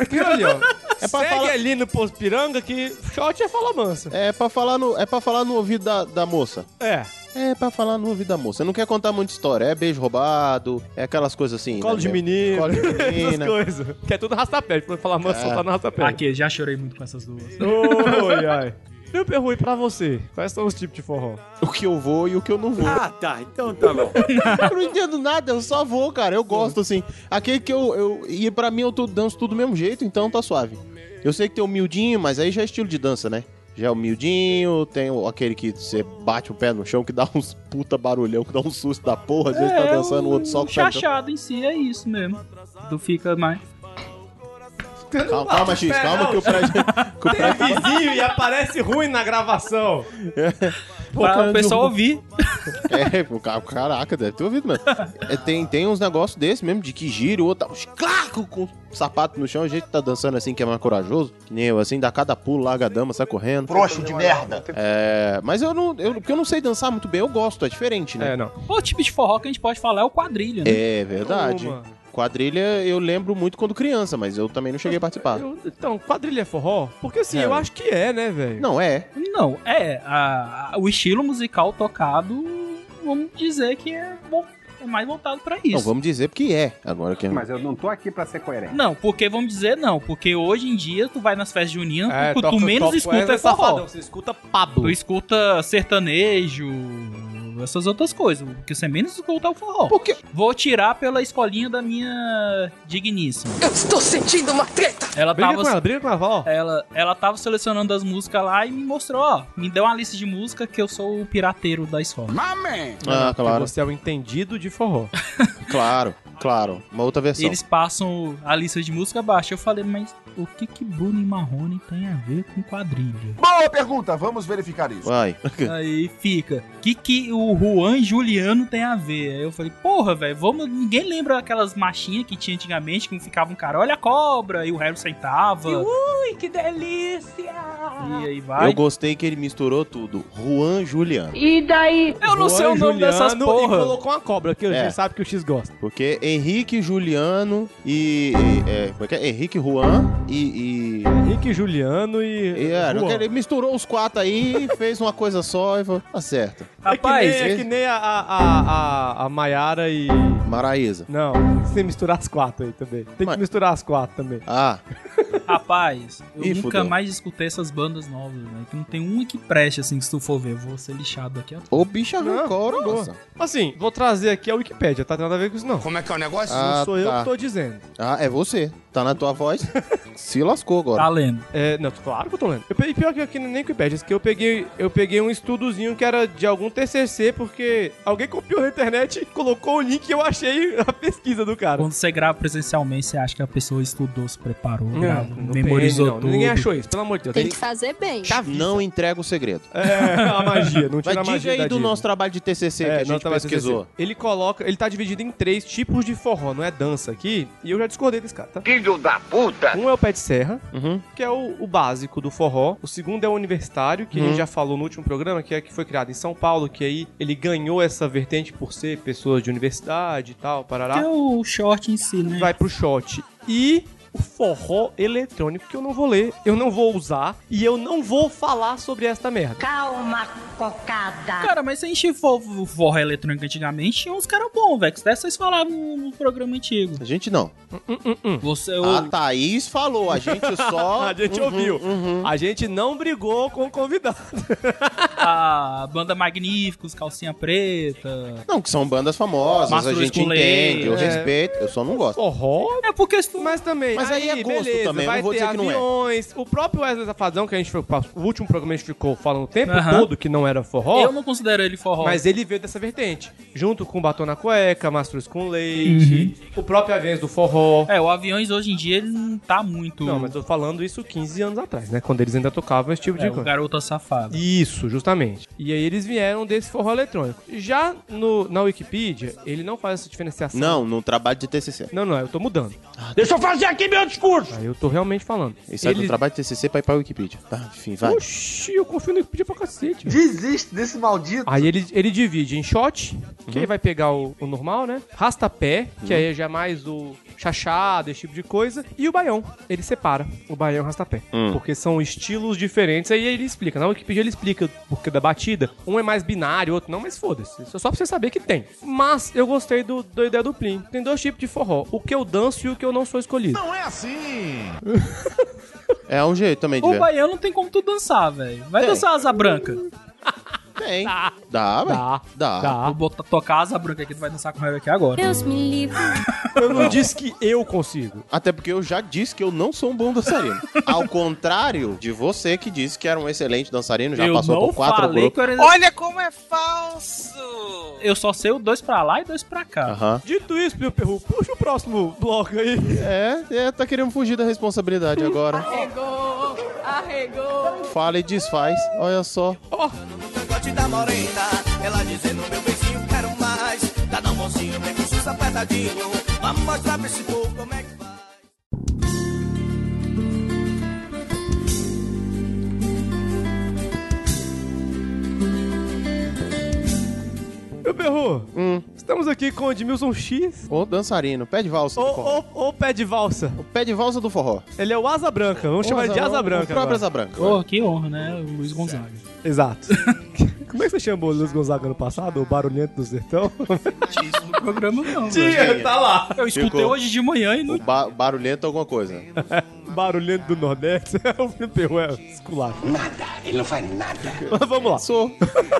Speaker 2: Aquilo ali, ó.
Speaker 3: É pra
Speaker 2: Segue
Speaker 3: falar-
Speaker 2: ali no Poço Piranga que shot é fala mansa.
Speaker 3: É pra falar no, é pra falar no ouvido da, da moça.
Speaker 2: É.
Speaker 3: É pra falar no ouvido da moça. Não quer contar muita história. É beijo roubado, é aquelas coisas assim.
Speaker 2: Colo
Speaker 3: né,
Speaker 2: de
Speaker 3: mesmo?
Speaker 2: menino.
Speaker 3: Colo de
Speaker 2: Essas
Speaker 3: menina.
Speaker 2: coisas. Que é tudo rastapé. Pra falar mansa, só tá no rastapé.
Speaker 4: Aqui, já chorei muito com essas duas.
Speaker 2: Oi, ai. Meu perrui, pra você, quais são os tipos de forró?
Speaker 3: o que eu vou e o que eu não vou.
Speaker 12: Ah, tá. Então tá bom.
Speaker 3: eu não entendo nada, eu só vou, cara. Eu gosto, assim. Aquele que eu. eu e pra mim eu tô, danço tudo do mesmo jeito, então tá suave. Eu sei que tem o miudinho, mas aí já é estilo de dança, né? Já é o miudinho, tem o- aquele que você bate o pé no chão, que dá uns puta barulhão, que dá um susto da porra, às
Speaker 12: É,
Speaker 3: vezes tá dançando, o
Speaker 12: um
Speaker 3: outro
Speaker 4: só
Speaker 3: só
Speaker 4: O
Speaker 3: com o pé no chão.
Speaker 4: É um chachado em si é isso mesmo. Tu fica mais.
Speaker 3: Calma, calma, X, calma que o prédio. Que o
Speaker 2: Tem
Speaker 3: prédio
Speaker 2: É vizinho e aparece ruim na gravação.
Speaker 4: Pra o pessoal ouvir.
Speaker 3: É, o ca- caraca, deve ter ouvido mesmo. É, tem, tem uns negócios desse mesmo, de que gira o outro, tá, uns claco com o sapato no chão, o jeito que tá dançando assim, que é mais corajoso, que nem eu, assim, dá cada pulo, larga a dama, sai correndo.
Speaker 11: Frouxo de merda.
Speaker 3: É, mas eu não, eu, porque eu não sei dançar muito bem, eu gosto, é diferente, né?
Speaker 2: É, não.
Speaker 4: O tipo de forró que a gente pode falar é o quadrilha, né?
Speaker 3: É, verdade.
Speaker 2: Uma.
Speaker 3: Quadrilha eu lembro muito quando criança, mas eu também não cheguei a participar.
Speaker 2: Eu- então, quadrilha é forró? Porque assim,
Speaker 3: É.
Speaker 2: eu acho que é, né, velho?
Speaker 3: Não, é.
Speaker 4: Não, é. a- a- o estilo musical tocado, vamos dizer que é, vo- é mais voltado pra isso.
Speaker 3: Não, vamos dizer porque é. Agora que
Speaker 13: Mas eu não tô aqui pra ser coerente.
Speaker 4: Não, porque vamos dizer não, porque hoje em dia tu vai nas festas juninas,
Speaker 2: É,
Speaker 4: o que
Speaker 2: toca-
Speaker 4: tu menos
Speaker 2: toca-
Speaker 4: escuta é,
Speaker 2: é
Speaker 4: forró.
Speaker 2: safadão, você escuta Pablo.
Speaker 4: Tu escuta sertanejo, essas outras coisas. O que você menos escuta é o forró.
Speaker 3: Porque
Speaker 4: Vou tirar pela escolinha da minha digníssima.
Speaker 8: Eu estou sentindo uma treta!
Speaker 4: Ela
Speaker 2: Briga
Speaker 4: tava,
Speaker 2: com ela, briga com ela, fala, ó.
Speaker 4: ela, ela tava selecionando as músicas lá e me mostrou, ó, me deu uma lista de música que eu sou o pirateiro da escola.
Speaker 3: Ah,
Speaker 2: Porque
Speaker 3: claro,
Speaker 2: Você é o entendido de forró.
Speaker 3: claro, claro. Uma outra versão.
Speaker 4: Eles passam a lista de música abaixo. Eu falei, mas o que que Bruno e Marrone tem a ver com quadrilha?
Speaker 11: Boa pergunta, vamos verificar isso.
Speaker 3: Vai.
Speaker 4: Aí fica, o que que o Juan Juliano tem a ver? Aí eu falei, porra, velho, vamos. Ninguém lembra aquelas marchinhas que tinha antigamente que um ficava um cara, olha a cobra, e o Harry sentava. E,
Speaker 8: Ui, que delícia!
Speaker 4: aí vai.
Speaker 3: Eu gostei que ele misturou tudo. Juan Juliano.
Speaker 8: E daí?
Speaker 4: Eu não sei o
Speaker 2: Juan
Speaker 4: nome dessas
Speaker 2: Juliano E
Speaker 4: porra.
Speaker 2: colocou uma cobra, que a
Speaker 3: É.
Speaker 2: gente sabe que o X gosta.
Speaker 3: Porque Henrique Juliano e. e- é, como é que é? Henrique Juan e. e...
Speaker 2: Henrique Juliano e.
Speaker 3: e é,
Speaker 2: Juan.
Speaker 3: ele misturou os quatro aí, fez uma coisa só e falou: tá certo.
Speaker 4: Rapaz,
Speaker 2: é que nem, é
Speaker 3: esse-
Speaker 2: que nem a, a, a, a- a Maiara e.
Speaker 3: Maraísa.
Speaker 2: Não, tem que misturar as quatro aí também. Tem
Speaker 3: Mas-
Speaker 2: que misturar as quatro também.
Speaker 3: Ah,
Speaker 4: Rapaz, eu
Speaker 3: Ih,
Speaker 4: nunca
Speaker 3: fudeu.
Speaker 4: mais escutei essas bandas novas, né? Que não tem uma que preste, assim, que se tu for ver, eu vou ser lixado aqui.
Speaker 3: o bicho é arrancou,
Speaker 2: Não,
Speaker 3: nossa.
Speaker 2: Assim, vou trazer aqui a Wikipédia, tá? Tem nada a ver com isso, não.
Speaker 13: Como é que é o negócio?
Speaker 3: Ah,
Speaker 2: não sou eu
Speaker 3: tá.
Speaker 2: que tô dizendo.
Speaker 3: Ah, é você. Tá na tua voz. Se lascou agora.
Speaker 4: Tá lendo.
Speaker 2: É, não, claro que eu tô lendo. Eu peguei pior que aqui é nem Wikipédia, isso que eu peguei, eu peguei um estudozinho que era de algum TCC, porque alguém copiou na internet, colocou o link e eu achei a pesquisa do cara.
Speaker 4: Quando você grava presencialmente, você acha que a pessoa estudou, se preparou,
Speaker 2: Não,
Speaker 4: gravou,
Speaker 2: não
Speaker 4: memorizou
Speaker 2: tem, não.
Speaker 4: tudo.
Speaker 2: Ninguém achou isso, pelo amor de Deus. tá
Speaker 14: Tem que fazer bem.
Speaker 9: Tá.
Speaker 3: não entrega o segredo.
Speaker 2: É, a magia, não
Speaker 3: um Mas
Speaker 2: tira a magia
Speaker 3: diga aí
Speaker 2: da
Speaker 3: do
Speaker 2: Disney.
Speaker 3: nosso trabalho de TCC que a
Speaker 2: É, não
Speaker 3: gente
Speaker 2: tava
Speaker 3: pesquisou.
Speaker 2: TCC. Ele coloca, ele tá dividido em três tipos de forró, não é dança aqui, e eu já discordei desse cara, tá?
Speaker 7: Filho da puta!
Speaker 2: Um é o pé de serra,
Speaker 3: Uhum.
Speaker 2: que é o, o básico do forró. O segundo é o universitário, que a
Speaker 3: Uhum.
Speaker 2: gente já falou no último programa, que é que foi criado em São Paulo, que aí ele ganhou essa vertente por ser pessoas de universidade e tal,
Speaker 4: Que é
Speaker 2: parará.
Speaker 4: o short em si, né?
Speaker 2: Vai pro shot. E o forró eletrônico, que eu não vou ler, eu não vou usar e eu não vou falar sobre esta merda.
Speaker 8: Calma, cocada!
Speaker 4: Cara, mas se a gente for for forró eletrônico antigamente, tinha uns caras bons, velho. Que dessa vocês falavam no programa antigo.
Speaker 3: A gente não. Hum.
Speaker 4: Você, o-
Speaker 3: A Thaís falou, a gente só.
Speaker 2: A gente
Speaker 3: Uhum,
Speaker 2: ouviu.
Speaker 3: uhum.
Speaker 2: A gente não brigou com o convidado.
Speaker 4: a banda Magníficos, Calcinha Preta.
Speaker 3: Não, que são bandas famosas,
Speaker 4: Mastros
Speaker 3: a gente
Speaker 4: com Lei,
Speaker 3: entende, eu
Speaker 2: é.
Speaker 3: respeito, eu só não gosto.
Speaker 2: Forró
Speaker 4: É porque se tu
Speaker 2: Mas também.
Speaker 3: Mas aí é gosto também,
Speaker 2: vai
Speaker 3: não vou
Speaker 2: ter
Speaker 3: dizer que não é.
Speaker 2: aviões. O próprio Wesley Safadão, que a gente foi. O último programa que a gente ficou falando o tempo
Speaker 4: Aham.
Speaker 2: todo que não era
Speaker 3: Oh.
Speaker 2: forró.
Speaker 4: eu não considero ele forró.
Speaker 2: Mas ele veio dessa vertente. Junto com Batom na Cueca, Mastros com Leite, o próprio Aviões do Forró.
Speaker 4: É, o Aviões hoje em dia ele não tá muito.
Speaker 2: É. Não, mas eu tô falando isso 15 anos atrás, né? Quando eles ainda tocavam esse tipo
Speaker 4: É,
Speaker 2: de
Speaker 4: o
Speaker 2: coisa.
Speaker 4: Garota Safada.
Speaker 2: Isso, Exatamente. E aí eles vieram desse forró eletrônico. Já no, na Wikipedia, ele não faz essa diferenciação.
Speaker 3: Não, no trabalho de TCC.
Speaker 2: Não, não, eu tô mudando.
Speaker 5: Deixa eu fazer aqui meu discurso. é
Speaker 2: Aí eu tô realmente falando.
Speaker 3: Ele sai do
Speaker 2: Ele-
Speaker 3: trabalho de TCC pra ir pra Wikipedia. Tá, enfim, vai.
Speaker 2: Oxi, eu confio no Wikipedia pra cacete. velho.
Speaker 12: Desiste desse maldito.
Speaker 2: Aí ele, ele divide em shot, que aí vai pegar o, o normal, né? Rastapé, que aí é já mais o chachado, esse tipo de coisa. E o baião. Ele separa o baião e o rastapé.
Speaker 3: Hum.
Speaker 2: Porque são estilos diferentes. Aí ele explica. Na Wikipedia ele explica porque da batida. Um é mais binário, outro não, mas foda-se. Isso é só pra você saber que tem. Mas eu gostei do, da ideia do Plim. Tem dois tipos de forró. O que eu danço e o que eu não sou escolhido.
Speaker 6: Não é assim!
Speaker 3: É um jeito também de
Speaker 4: O
Speaker 3: ver.
Speaker 4: baiano não tem como tu dançar, velho. Vai
Speaker 3: Tem.
Speaker 4: dançar asa branca.
Speaker 3: Tem. Tá. Dá, ué.
Speaker 2: Dá.
Speaker 3: Dá.
Speaker 2: Dá.
Speaker 4: Vou botar, tocar asa branca aqui, tu vai dançar com o Harry aqui agora.
Speaker 13: Deus me livre.
Speaker 12: é
Speaker 2: Eu não disse que eu consigo.
Speaker 3: Até porque eu já disse que eu não sou um bom dançarino. Ao contrário de você que disse que era um excelente dançarino, já
Speaker 4: eu
Speaker 3: passou
Speaker 4: não
Speaker 3: por quatro
Speaker 4: falei
Speaker 3: grupos.
Speaker 4: que eu era...
Speaker 12: Olha como é falso!
Speaker 4: Eu só sei o dois pra lá e dois pra cá.
Speaker 3: Aham.
Speaker 2: Dito isso, meu perru, puxa o próximo bloco aí.
Speaker 3: É, é, tá querendo fugir da responsabilidade agora.
Speaker 10: Arregou, arregou.
Speaker 3: Fala e desfaz. Olha só.
Speaker 14: Gote da morena, ela dizendo meu beijinho quero mais. Dá não mocinho, vem com isso apertadinho. Vamos mostrar pra esse povo como é que faz.
Speaker 2: Meu perru,
Speaker 3: Hum.
Speaker 2: estamos aqui com o Edmilson X.
Speaker 3: O dançarino, pé de valsa.
Speaker 2: Ô,
Speaker 3: do forró.
Speaker 2: ô, ô, pé de valsa.
Speaker 3: O pé de valsa do forró.
Speaker 2: Ele é o Asa Branca, vamos chamar ele de Asa
Speaker 3: O
Speaker 2: Branca.
Speaker 3: próprio
Speaker 2: agora.
Speaker 3: asa branca.
Speaker 4: Porra, que honra, né? O Luiz Gonzaga.
Speaker 2: Exato. Como é que você chamou o Luiz Gonzaga ano passado? O Barulhento do Sertão?
Speaker 4: No programa não, velho.
Speaker 2: Tinha, tá lá.
Speaker 4: Eu escutei
Speaker 3: Ficou.
Speaker 4: hoje de manhã e
Speaker 3: O
Speaker 4: não...
Speaker 3: ba- barulhento é alguma coisa.
Speaker 2: Barulhento do Nordeste. o perru é esculacho.
Speaker 5: Ele não faz nada.
Speaker 2: Mas vamos lá.
Speaker 3: Sou.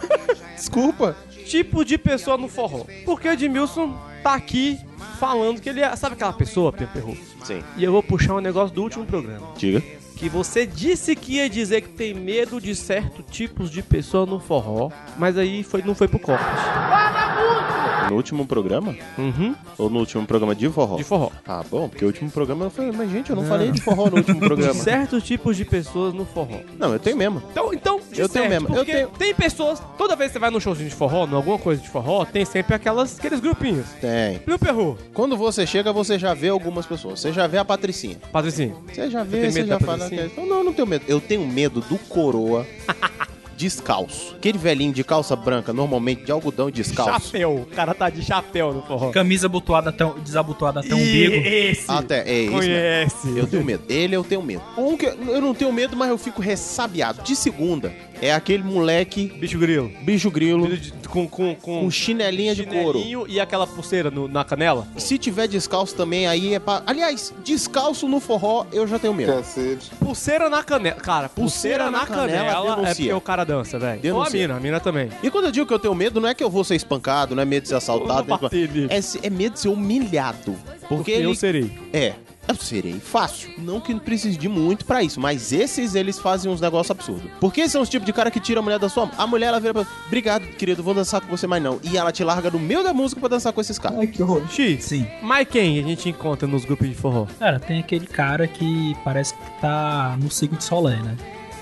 Speaker 3: Desculpa.
Speaker 2: tipo de pessoa no forró. Porque o Edmilson tá aqui falando que ele é. Sabe aquela pessoa, Pedro Perro?
Speaker 3: Sim.
Speaker 2: E eu vou puxar um negócio do último programa.
Speaker 3: Diga.
Speaker 2: Que você disse que ia dizer que tem medo de certo tipos de pessoa no forró, mas aí foi, não foi pro Corpus.
Speaker 3: No último programa?
Speaker 2: Uhum.
Speaker 3: Ou no último programa de forró?
Speaker 2: De forró.
Speaker 3: Ah, bom, porque o último programa eu falei, mas gente, eu não, falei de forró no último
Speaker 2: De
Speaker 3: programa.
Speaker 2: certos tipos de pessoas no forró.
Speaker 3: Não, eu tenho mesmo.
Speaker 2: Então, então de
Speaker 3: Eu tenho
Speaker 2: certo,
Speaker 3: mesmo, eu
Speaker 2: porque
Speaker 3: tenho.
Speaker 2: tem pessoas, toda vez que você vai num showzinho de forró, em alguma coisa de forró, tem sempre aquelas, aqueles grupinhos.
Speaker 3: Tem.
Speaker 2: Meu perro,
Speaker 3: Quando você chega, você já vê algumas pessoas. Você já vê a Patricinha.
Speaker 2: Patricinho,
Speaker 3: Você já
Speaker 2: tem
Speaker 3: vê, você
Speaker 2: medo
Speaker 3: já
Speaker 2: da
Speaker 3: fala. é-
Speaker 2: Patricinha?
Speaker 3: Não, não, eu não tenho medo. Eu tenho medo do coroa descalço. Aquele velhinho de calça branca, normalmente de algodão e descalço.
Speaker 2: chapéu. O cara tá de chapéu no forró.
Speaker 4: Camisa abotoada até, o- desabotoada até o
Speaker 2: Ih,
Speaker 4: umbigo.
Speaker 2: Esse.
Speaker 3: Até, é isso. mesmo.
Speaker 2: Conhece.
Speaker 3: Eu tenho medo. Ele eu tenho medo. Um que eu não tenho medo, mas eu fico ressabiado. De segunda, é aquele moleque
Speaker 2: Bicho grilo.
Speaker 3: bicho grilo
Speaker 2: Filho de- Com, com, com,
Speaker 3: com chinelinha de couro.
Speaker 2: chinelinho e aquela pulseira no- na canela.
Speaker 3: Se tiver descalço também, aí é pra... Aliás, descalço no forró, eu já tenho medo.
Speaker 12: Cacete.
Speaker 2: Pulseira na canela. Cara, pulseira,
Speaker 3: Pulseira
Speaker 2: na
Speaker 3: na
Speaker 2: canela,
Speaker 3: canela
Speaker 2: é
Speaker 3: denuncia.
Speaker 2: porque o cara dança, velho. Ou a
Speaker 3: Denuncia.
Speaker 2: mina, a mina também.
Speaker 3: E quando eu digo que eu tenho medo, não é que eu vou ser espancado, não é medo de ser assaltado.
Speaker 2: Eu vou bater
Speaker 3: nem-
Speaker 2: nele.
Speaker 3: É, se- é medo de ser humilhado. Porque, ele...
Speaker 2: eu serei.
Speaker 3: É, eu serei fácil. Não que precise de muito pra isso, mas esses eles fazem uns negócios absurdos. Porque esses são os tipos de cara que tira a mulher da sua mão. A mulher ela vira pra. Obrigado, querido, vou dançar com você, mas não. E ela te larga no meio da música pra dançar com esses caras.
Speaker 12: é- Ai, que horror.
Speaker 2: X,
Speaker 4: Sim.
Speaker 2: mas quem a gente encontra nos grupos de forró?
Speaker 4: Cara, tem aquele cara que parece que tá no signo de Solé, né?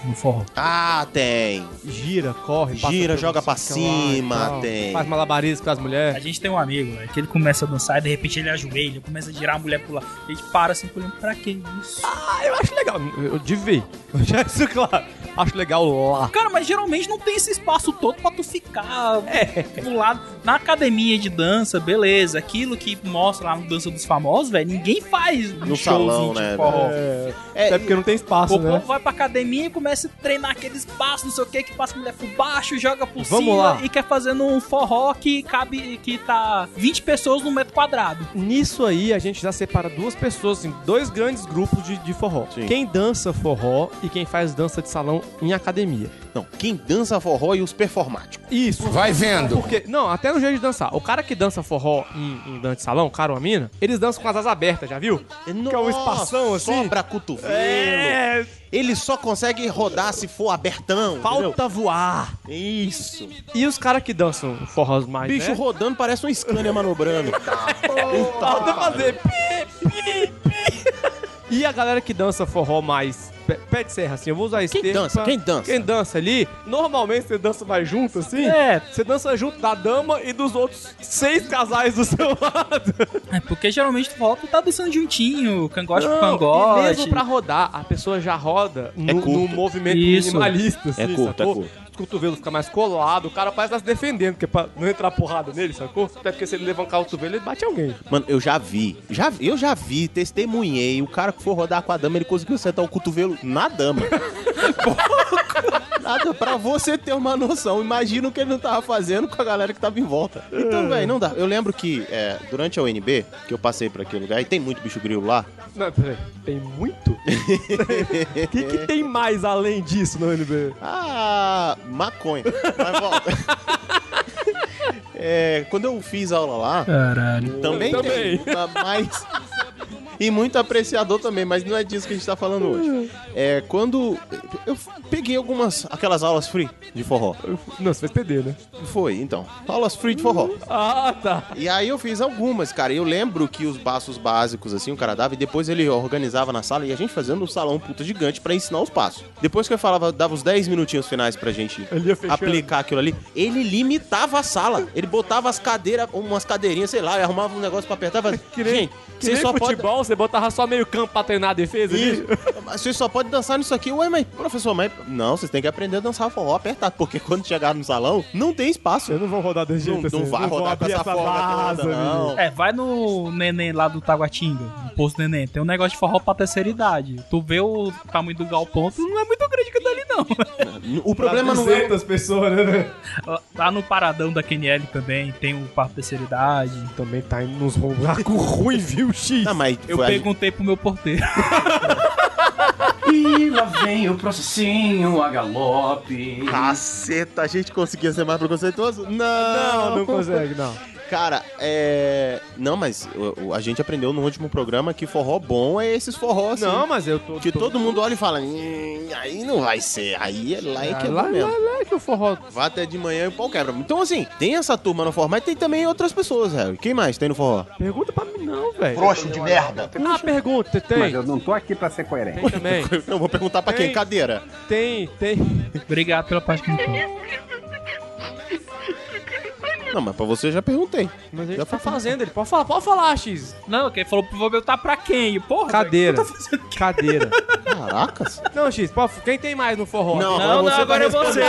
Speaker 4: No forró.
Speaker 3: Ah, tem.
Speaker 2: Gira, corre, passa
Speaker 3: Gira,
Speaker 2: pelo-
Speaker 3: joga pra
Speaker 2: fica lá e
Speaker 3: cima,
Speaker 2: tal.
Speaker 3: tem.
Speaker 2: Faz malabarismo com as
Speaker 4: A
Speaker 2: mulheres.
Speaker 4: gente tem um amigo, velho, que ele começa a dançar e de repente ele ajoelha, começa a girar a mulher pro lado. A gente para assim, olhando pra que isso?
Speaker 2: Ah, eu acho legal. Eu devia. Já isso, claro. Acho legal lá.
Speaker 4: Cara, mas geralmente não tem esse espaço todo pra tu ficar
Speaker 12: É.
Speaker 4: do lado. Na academia de dança, beleza. Aquilo que mostra lá no Dança dos Famosos, velho, ninguém faz
Speaker 3: No
Speaker 4: no
Speaker 3: salão,
Speaker 4: showzinho
Speaker 3: né,
Speaker 4: de forró.
Speaker 2: É,
Speaker 3: É,
Speaker 2: até porque não tem espaço,
Speaker 4: O
Speaker 2: né?
Speaker 4: povo vai pra academia e começa a treinar aqueles passos, não sei o que, que passa a mulher por baixo, joga por
Speaker 2: Vamos
Speaker 4: cima
Speaker 2: lá.
Speaker 4: e quer fazendo um forró que cabe, que tá 20 pessoas no metro quadrado.
Speaker 2: Nisso aí, a gente já separa duas pessoas, assim, dois grandes grupos de, de forró.
Speaker 3: Sim.
Speaker 2: Quem dança forró e quem faz dança de salão em academia.
Speaker 3: Não, quem dança forró e os performáticos.
Speaker 2: Isso. Vai vendo. Porque, não, até no jeito de dançar. O cara que dança forró em, em dança de salão, o cara ou a mina, eles dançam com as asas abertas, já viu? Que é um espação, assim.
Speaker 3: Sobra cotovelo.
Speaker 2: É,
Speaker 3: Ele só consegue rodar se for abertão. entendeu?
Speaker 2: falta né? voar.
Speaker 3: Isso.
Speaker 2: E os caras que dançam forrós mais,
Speaker 3: Bicho
Speaker 2: né?
Speaker 3: rodando parece um Scania manobrando.
Speaker 2: Falta fazer pi, pi, pi. E a galera que dança forró mais pé, pé de serra, assim. Eu vou usar esteira.
Speaker 3: dança? Quem dança?
Speaker 2: Quem dança ali, normalmente você dança mais junto, assim.
Speaker 4: É.
Speaker 2: Você dança junto da dama e dos outros seis casais do seu lado.
Speaker 4: É porque geralmente tu volta e tá dançando juntinho, cangote
Speaker 2: Não,
Speaker 4: com
Speaker 2: e
Speaker 4: cangote.
Speaker 2: mesmo pra rodar, a pessoa já
Speaker 3: É
Speaker 2: roda no,
Speaker 4: curto.
Speaker 2: no movimento
Speaker 4: Isso.
Speaker 2: minimalista, assim,
Speaker 4: É curto,
Speaker 2: sacou?
Speaker 4: é
Speaker 2: O cotovelo fica mais colado, o cara parece tá se defendendo, que é pra não entrar porrada nele, sacou? Até porque se ele levantar o cotovelo, ele bate alguém.
Speaker 3: Mano, eu já vi. Já, eu já vi, testemunhei. O cara que foi rodar com a dama, ele conseguiu sentar o cotovelo na dama. Nada, pra você ter uma noção, imagina o que ele não tava fazendo com a galera que tava em volta.
Speaker 2: É.
Speaker 3: Então, velho, não dá. Eu lembro que é, durante a UNB, que eu passei pra aquele lugar, e tem muito bicho grilo lá.
Speaker 2: Não, peraí, tem muito? O que, que tem mais além disso no NB?
Speaker 3: Ah, maconha. Mas volta. É, quando eu fiz aula lá,
Speaker 4: Caralho.
Speaker 3: também, tem, ma- mas e muito apreciador também, mas não é disso que a gente tá falando hoje. É, quando eu peguei algumas aquelas aulas free de forró.
Speaker 2: Não, você fez PD, né?
Speaker 3: Foi, então. Aulas free de forró.
Speaker 2: Ah, tá.
Speaker 3: E aí eu fiz algumas, cara. Eu lembro que os passos básicos, assim, o cara dava e depois ele organizava na sala e a gente fazia num salão puta gigante pra ensinar os passos. Depois que eu falava, dava os 10 minutinhos finais pra gente
Speaker 2: Ele ia fechando.
Speaker 3: aplicar aquilo ali, ele limitava a sala. Ele botava as cadeiras, umas cadeirinhas, sei lá, e arrumava um negócio pra apertar e fazia, gente,
Speaker 2: Que
Speaker 3: vocês
Speaker 2: nem
Speaker 3: só podem...
Speaker 2: futebol, você botava só meio campo pra treinar a defesa né? ali?
Speaker 3: Vocês só podem dançar nisso aqui. Ué, mas, professor, mas. Não, vocês têm que aprender a dançar forró apertado, porque quando chegar no salão, não tem espaço. Vocês
Speaker 2: não vão rodar desse
Speaker 3: não,
Speaker 2: jeito
Speaker 3: Não
Speaker 2: assim,
Speaker 3: vai
Speaker 2: não vão
Speaker 3: rodar com
Speaker 2: abrir
Speaker 3: essa
Speaker 2: essa
Speaker 3: forma
Speaker 2: vaza,
Speaker 3: toda, não.
Speaker 4: É, vai no neném lá do Taguatinga, no posto neném. Tem um negócio de forró pra terceira idade. Tu vê o tamanho do galpão, tu não é muito grande que tá ali, não.
Speaker 3: O problema não é.
Speaker 2: pessoas, né?
Speaker 4: Lá no Paradão da KNL também tem o parto da terceira idade.
Speaker 2: Também tá indo nos buracos ruim, viu, X?
Speaker 3: Não, mas
Speaker 4: Eu
Speaker 3: foi a-
Speaker 4: perguntei pro meu porteiro.
Speaker 13: E lá vem o processinho a galope.
Speaker 3: um Caceta, a gente conseguia ser mais preconceituoso? Não,
Speaker 2: Não, não consegue, não.
Speaker 3: Cara, é. Não, mas o- o- a gente aprendeu no último programa que forró bom é esses forró assim.
Speaker 2: Não, mas eu tô.
Speaker 3: Que todo mundo olha e fala, "Hum, aí não vai ser, aí é lá é que é
Speaker 2: lá,
Speaker 3: bom mesmo.
Speaker 2: lá, lá é que o forró.
Speaker 3: Vá até de manhã e o pau quebra. Então, assim, tem essa turma no forró, mas tem também outras pessoas, Harry. Quem mais tem no forró?
Speaker 2: Pergunta pra mim, não, velho.
Speaker 11: Frouxo de merda.
Speaker 2: Ah, pergunta, tem.
Speaker 3: Mas
Speaker 2: eu não tô aqui pra ser coerente. Tem também.
Speaker 3: Eu vou perguntar pra quem?
Speaker 2: Tem.
Speaker 3: Cadeira.
Speaker 2: Tem, tem.
Speaker 4: Obrigado pela parte que me falou.
Speaker 3: Não, mas pra você eu já perguntei.
Speaker 2: Mas
Speaker 3: ele
Speaker 2: Ele tá fazendo, ele pode falar, pode falar, X.
Speaker 4: Não, quem falou pro Voveu tá pra quem? Porra,
Speaker 2: Cadeira.
Speaker 4: velho, o que tu tá fazendo?
Speaker 2: Cadeira.
Speaker 3: Caracas.
Speaker 2: Não, X, pode- quem tem mais no forró?
Speaker 3: Não,
Speaker 4: Não, não, agora é
Speaker 3: vai
Speaker 4: você.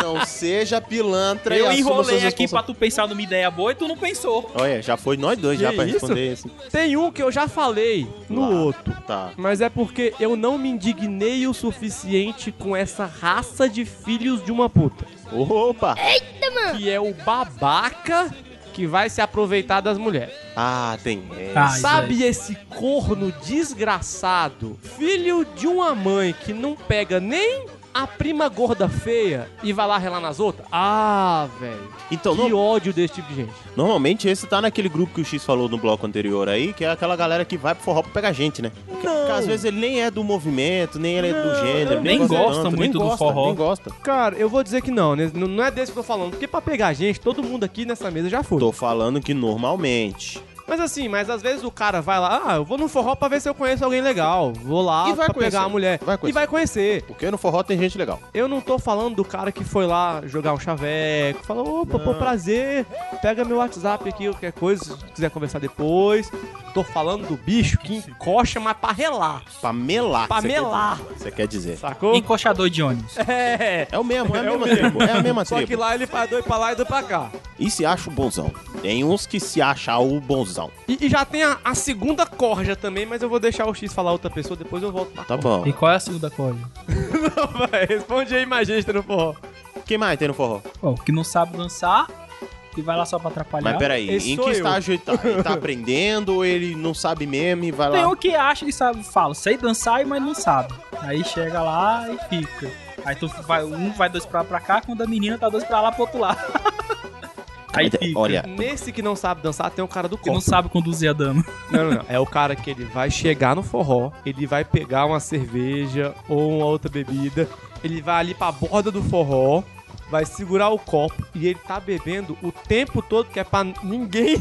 Speaker 3: Não seja pilantra e
Speaker 4: Eu
Speaker 3: assuma
Speaker 4: enrolei
Speaker 3: suas
Speaker 4: aqui pra tu pensar numa ideia boa e tu não pensou.
Speaker 3: Olha, já foi nós dois já
Speaker 2: Que
Speaker 3: pra
Speaker 2: isso?
Speaker 3: responder esse.
Speaker 2: Tem um que eu já falei no outro.
Speaker 3: Tá.
Speaker 2: Mas é porque eu não me indignei o suficiente com essa raça de filhos de uma puta.
Speaker 3: Opa!
Speaker 2: Eita, mano! Que é o babaca que vai se aproveitar das mulheres.
Speaker 3: Ah, tem.
Speaker 2: Ah, Sabe esse corno desgraçado, filho de uma mãe que não pega nem a prima gorda feia e vai lá relar nas outras? Ah, velho.
Speaker 3: Então,
Speaker 2: que ódio desse tipo de gente.
Speaker 3: Normalmente esse tá naquele grupo que o X falou no bloco anterior aí, que é aquela galera que vai pro forró pra pegar gente, né? Porque, porque às vezes ele nem é do movimento, nem ele é do gênero,
Speaker 4: nem gosta
Speaker 3: tanto,
Speaker 4: muito
Speaker 3: nem
Speaker 4: do
Speaker 3: gosta,
Speaker 4: forró.
Speaker 3: Nem gosta.
Speaker 2: Cara, eu vou dizer que não, né? N- Não é desse que eu tô falando, porque pra pegar gente, todo mundo aqui nessa mesa já foi.
Speaker 3: Tô falando que normalmente.
Speaker 2: Mas assim, mas às vezes o cara vai lá, ah, eu vou no forró pra ver se eu conheço alguém legal. Vou lá
Speaker 3: E vai
Speaker 2: pra
Speaker 3: conhecer.
Speaker 2: pegar a mulher.
Speaker 3: Vai
Speaker 2: e vai conhecer.
Speaker 3: Porque no forró tem gente legal.
Speaker 2: Eu não tô falando do cara que foi lá jogar um chaveco, falou, opa, pô, prazer, pega meu WhatsApp aqui, qualquer coisa, se quiser conversar depois. Tô falando do bicho que encoxa, mas pra relar.
Speaker 3: Pra melar.
Speaker 2: Pra
Speaker 3: você
Speaker 2: melar.
Speaker 3: quer dizer. Você quer dizer.
Speaker 2: Sacou?
Speaker 4: Encoxador de ônibus.
Speaker 2: É.
Speaker 3: É o mesmo, é a mesma tribo, é a mesma
Speaker 2: Só
Speaker 3: tribo.
Speaker 2: que lá ele faz dois pra lá e dois pra cá.
Speaker 3: E se acha o bonzão. Tem uns que se acham o bonzão.
Speaker 2: E, e já tem a, a segunda corja também, mas eu vou deixar o X falar outra pessoa, depois eu volto pra
Speaker 3: Tá bom.
Speaker 4: E qual é a segunda corda?
Speaker 2: Não, vai, responde aí, Magista no forró.
Speaker 3: Quem mais tem no forró?
Speaker 4: Bom, que não sabe dançar e vai lá só pra atrapalhar.
Speaker 3: Mas peraí, em que estágio ele tá? Ele tá aprendendo ou ele não sabe mesmo e vai
Speaker 4: Tem
Speaker 3: lá?
Speaker 4: um que acha que sabe, fala, sei dançar, mas não sabe. Aí chega lá e fica. Aí tu vai, um vai dois pra lá pra cá, quando a menina tá dois pra lá pro outro lado. Aí fica.
Speaker 3: é, Olha,
Speaker 2: Nesse que não sabe dançar, tem o cara do
Speaker 4: Que
Speaker 2: copo.
Speaker 4: não sabe conduzir a dama.
Speaker 2: Não, não, não. É o cara que ele vai chegar no forró, ele vai pegar uma cerveja ou uma outra bebida, ele vai ali pra borda do forró, vai segurar o copo e ele tá bebendo o tempo todo que é pra ninguém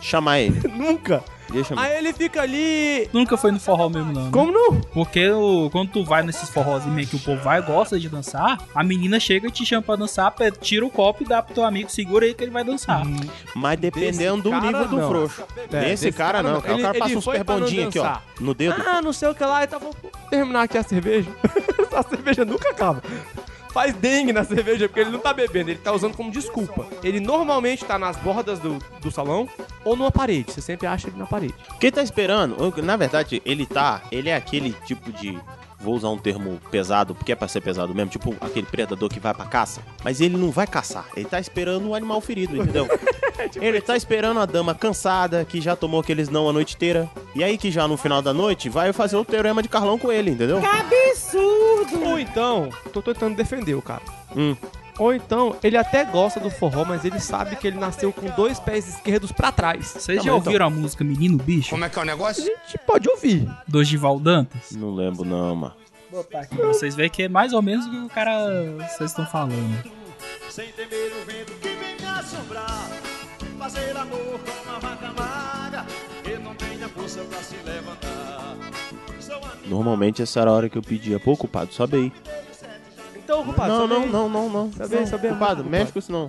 Speaker 3: chamar ele.
Speaker 2: nunca
Speaker 3: Deixa
Speaker 2: Aí ele fica ali.
Speaker 4: Nunca foi no forró mesmo, não. né?
Speaker 2: Como não?
Speaker 4: Porque o- quando tu vai nesses forrozinhos meio que o povo vai e gosta de dançar, a menina chega e te chama pra dançar, pe- tira o copo e dá pro teu amigo, segura aí que ele vai dançar.
Speaker 3: Mas dependendo do nível do frouxo. É, desse, cara, não, cara. o cara passa um super bondinho aqui, ó. No dedo.
Speaker 2: Ah, não sei o que lá. E tá, vou terminar aqui a cerveja. a cerveja nunca acaba. Faz dengue na cerveja, porque ele não tá bebendo, ele tá usando como desculpa. Ele normalmente tá nas bordas do, do salão ou numa parede. Você sempre acha ele na parede.
Speaker 3: Quem tá esperando, na verdade, ele tá. Ele é aquele tipo de. Vou usar um termo pesado, porque é pra ser pesado mesmo, tipo aquele predador que vai pra caça. Mas ele não vai caçar, ele tá esperando o animal ferido, entendeu? ele tá esperando a dama cansada, que já tomou aqueles não a noite inteira. E aí que já no final da noite vai fazer o teorema de Carlão com ele, entendeu?
Speaker 2: absurdo! Ou então, tô tentando defender o cara.
Speaker 3: Hum.
Speaker 2: Ou então, ele até gosta do forró, mas ele sabe que ele nasceu com dois pés esquerdos pra trás.
Speaker 4: Vocês já ouviram a música Menino Bicho?
Speaker 2: Como é que é o negócio? A gente pode ouvir.
Speaker 4: Do Gival Dantas?
Speaker 3: Não lembro, não, mano.
Speaker 4: Vou botar aqui pra vocês verem que é mais ou menos o que o cara. Vocês estão falando.
Speaker 14: Sem temer o vento que vem me assombrar Fazer amor com uma vaca magra Eu não tenho a força pra se levantar Sou a
Speaker 3: Normalmente essa era a hora que eu pedia. Pô, culpado, sobe aí.
Speaker 2: Então, culpado,
Speaker 3: Não,
Speaker 2: sobe
Speaker 3: não,
Speaker 2: aí.
Speaker 3: não, não, não.
Speaker 2: Sobe aí,
Speaker 3: Não,
Speaker 2: sobe aí,
Speaker 3: culpado,
Speaker 2: culpado.
Speaker 3: mexe com isso não.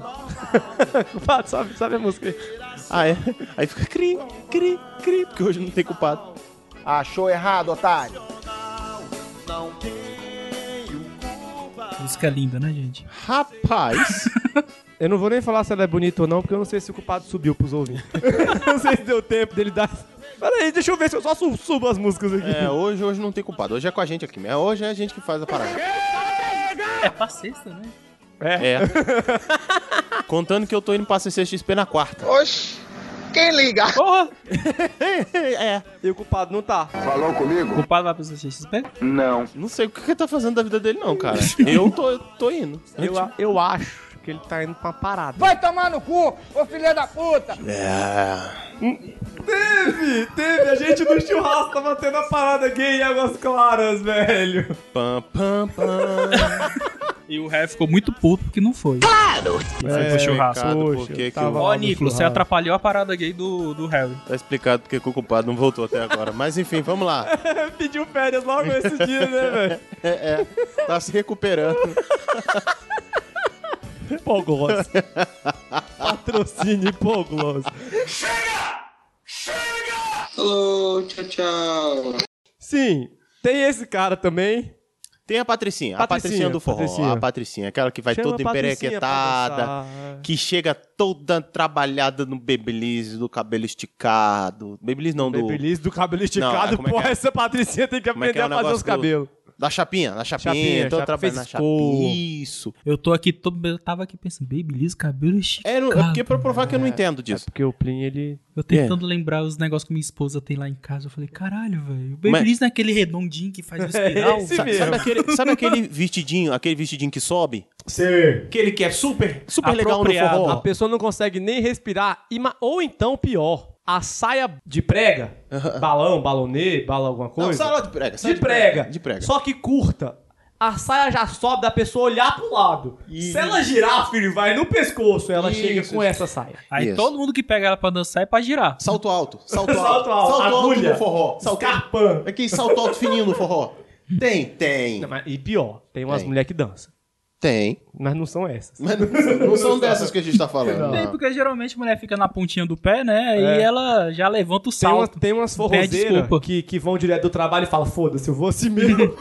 Speaker 2: culpado, sobe, sobe a música. aí.
Speaker 3: Ah, é? Aí fica cri, cri, cri, porque hoje não tem culpado.
Speaker 11: Achou errado, otário.
Speaker 4: Música linda, né, gente?
Speaker 3: Rapaz!
Speaker 2: eu não vou nem falar se ela é bonita ou não, porque eu não sei se o culpado subiu pros ouvintes. Eu não sei se deu tempo dele dar. Pera aí, deixa eu ver se eu só su- subo as músicas aqui.
Speaker 3: É, hoje, hoje não tem culpado. Hoje é com a gente aqui. mesmo. Hoje é a gente que faz a parada.
Speaker 4: É pra sexta, né?
Speaker 3: É. Contando que eu tô indo pra CCXP na quarta.
Speaker 14: Oxi, quem liga?
Speaker 4: Porra!
Speaker 3: é.
Speaker 2: E o culpado não tá.
Speaker 11: Falou comigo?
Speaker 4: O culpado vai pra CCXP?
Speaker 11: Não.
Speaker 3: Não sei o que que ele tá fazendo da vida dele, não, cara. Eu tô, eu tô indo.
Speaker 2: Eu, a- eu acho que ele tá indo pra uma parada.
Speaker 14: Vai tomar no cu, ô filha da puta!
Speaker 3: É.
Speaker 2: Teve, teve. A gente no churrasco tava tendo a parada gay em Águas Claras, velho.
Speaker 3: Pam, pam, pam.
Speaker 4: E o Ré ficou muito puto porque não foi. Claro! Não foi
Speaker 3: É,
Speaker 4: pro churrasco.
Speaker 3: Ricardo, por Poxa, que que tava o-
Speaker 4: Ó,
Speaker 3: lá no
Speaker 4: Nicolas, você
Speaker 3: churrasco.
Speaker 4: atrapalhou a parada gay do, do Harry.
Speaker 3: Tá explicado porque que o culpado não voltou até agora. Mas enfim, vamos lá.
Speaker 2: Pediu férias logo esse dia, né, velho?
Speaker 3: É, é. Tá se recuperando.
Speaker 2: Pogloss. Patrocine Pogloss.
Speaker 14: Alô, tchau, tchau.
Speaker 2: Sim, tem esse cara também.
Speaker 3: Tem a Patricinha, a Patricinha do forró. A Patricinha, aquela que vai
Speaker 2: Chama
Speaker 3: toda
Speaker 2: a Patricinha pra
Speaker 3: emperequetada,
Speaker 2: dançar.
Speaker 3: que chega toda trabalhada no Babyliss, do cabelo esticado. Babyliss não, do...
Speaker 2: Babyliss do cabelo
Speaker 3: Não, é,
Speaker 2: esticado,
Speaker 3: como é que
Speaker 2: porra,
Speaker 3: é?
Speaker 2: essa Patricinha tem que
Speaker 3: Como é
Speaker 2: aprender
Speaker 3: que é o
Speaker 2: a fazer
Speaker 3: negócio
Speaker 2: os
Speaker 3: do-
Speaker 2: cabelos.
Speaker 3: Da chapinha, da chapinha,
Speaker 2: Chapinha,
Speaker 3: toda
Speaker 2: chapa-
Speaker 3: trabalhando na
Speaker 2: frescou.
Speaker 3: chapinha. Isso.
Speaker 4: Eu tô aqui todo. Eu tava aqui pensando, baby, liso, cabelo esticado.
Speaker 3: É, não- é porque pra provar que eu não entendo disso.
Speaker 2: Porque o Plin, ele...
Speaker 4: Eu tentando
Speaker 2: É.
Speaker 4: lembrar os negócios que minha esposa tem lá em casa. Eu falei, caralho, velho. O Babyliss
Speaker 3: Mas-
Speaker 4: não é aquele redondinho que
Speaker 2: É
Speaker 4: faz o espiral.
Speaker 3: Sa- sabe, aquele, sabe aquele vestidinho, aquele vestidinho que sobe?
Speaker 2: Sim.
Speaker 3: Aquele que é super, super legal no
Speaker 2: Apropriado.
Speaker 3: forró.
Speaker 2: é A pessoa não consegue nem respirar. e ma- Ou então, pior, a saia de prega, balão, balonê, bala alguma coisa.
Speaker 3: saia de prega, saia
Speaker 2: De
Speaker 3: de
Speaker 2: prega.
Speaker 3: prega, de prega.
Speaker 2: Só que curta. A saia já sobe da pessoa olhar pro lado. Se ela girar, filho, vai no pescoço. Ela
Speaker 3: Isso,
Speaker 2: chega
Speaker 3: isso,
Speaker 2: com essa saia.
Speaker 4: Aí
Speaker 3: Isso.
Speaker 4: todo mundo que pega ela pra dançar é pra girar.
Speaker 3: Salto alto, salto alto.
Speaker 2: Salto alto,
Speaker 3: salto alto
Speaker 2: agulha,
Speaker 3: no forró. Salto
Speaker 2: escarpão.
Speaker 3: Aquele salto alto fininho no forró. Tem, tem.
Speaker 2: Não, mas- e pior, tem umas mulheres que dançam.
Speaker 3: Tem.
Speaker 2: Mas não são essas.
Speaker 3: Mas não, não são dessas que a gente tá falando.
Speaker 4: Tem,
Speaker 3: não.
Speaker 4: porque geralmente a mulher fica na pontinha do pé, né?
Speaker 2: Ah. É.
Speaker 4: E ela já levanta o
Speaker 2: Tem, umas-
Speaker 4: salto.
Speaker 2: tem umas forrozeiras
Speaker 4: desculpa.
Speaker 2: que, que vão direto do trabalho e falam, foda-se, eu vou assim mesmo.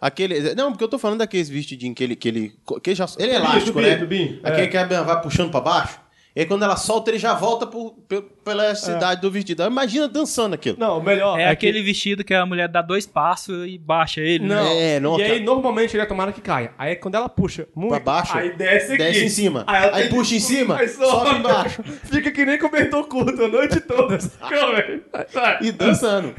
Speaker 3: Aquele, não, porque eu tô falando daqueles vestidinhos que ele. Que ele, que ele, já, ele é
Speaker 2: Tubinho,
Speaker 3: elástico,
Speaker 2: tubinho,
Speaker 3: né?
Speaker 2: tubinho, é.
Speaker 3: Aquele que a Bia vai puxando pra baixo. E aí quando ela solta, ele já volta por- pe- pela elasticidade do vestido. Aí Imagina dançando aquilo.
Speaker 2: Não, melhor.
Speaker 4: É aquele vestido que a mulher dá dois passos e baixa ele.
Speaker 2: Não.
Speaker 4: Né?
Speaker 3: É, não,
Speaker 2: e aí,
Speaker 3: cara.
Speaker 2: normalmente, ele é tomara que caia. Aí, quando ela puxa muito...
Speaker 3: Pra baixo,
Speaker 2: Aí desce aqui.
Speaker 3: desce em cima.
Speaker 2: ela
Speaker 3: Aí
Speaker 2: tem que-
Speaker 3: puxa em cima,
Speaker 2: Aí
Speaker 3: sobe embaixo.
Speaker 2: Fica que nem cobertor curto a noite toda. Calma aí. Vai.
Speaker 3: E dançando.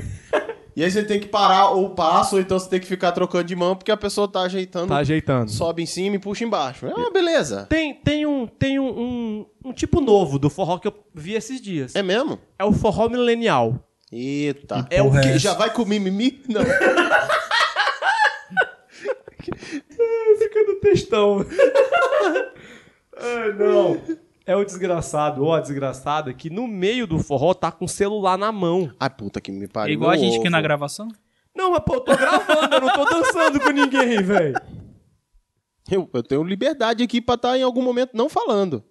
Speaker 3: E aí você tem que parar ou passo, ou então você tem que ficar trocando de mão, porque a pessoa tá ajeitando.
Speaker 2: Tá ajeitando.
Speaker 3: Sobe em cima e puxa embaixo. É uma beleza.
Speaker 2: Tem, tem, um, tem um, um, um tipo novo do forró que eu vi esses dias.
Speaker 3: É mesmo?
Speaker 2: É o forró milenial.
Speaker 3: Eita.
Speaker 2: É o
Speaker 3: Que
Speaker 2: que
Speaker 3: já vai com mimimi? Não.
Speaker 2: Fica no textão. Ai, não. é o desgraçado ou a desgraçada que no meio do forró tá com o celular na mão.
Speaker 3: Ah, puta que me pariu.
Speaker 4: É igual a
Speaker 3: meu
Speaker 4: gente que
Speaker 3: ovo.
Speaker 4: na gravação.
Speaker 2: Não, mas pô, eu tô gravando, eu não tô dançando com ninguém, velho.
Speaker 3: Eu, eu tenho liberdade aqui pra estar em algum momento não falando.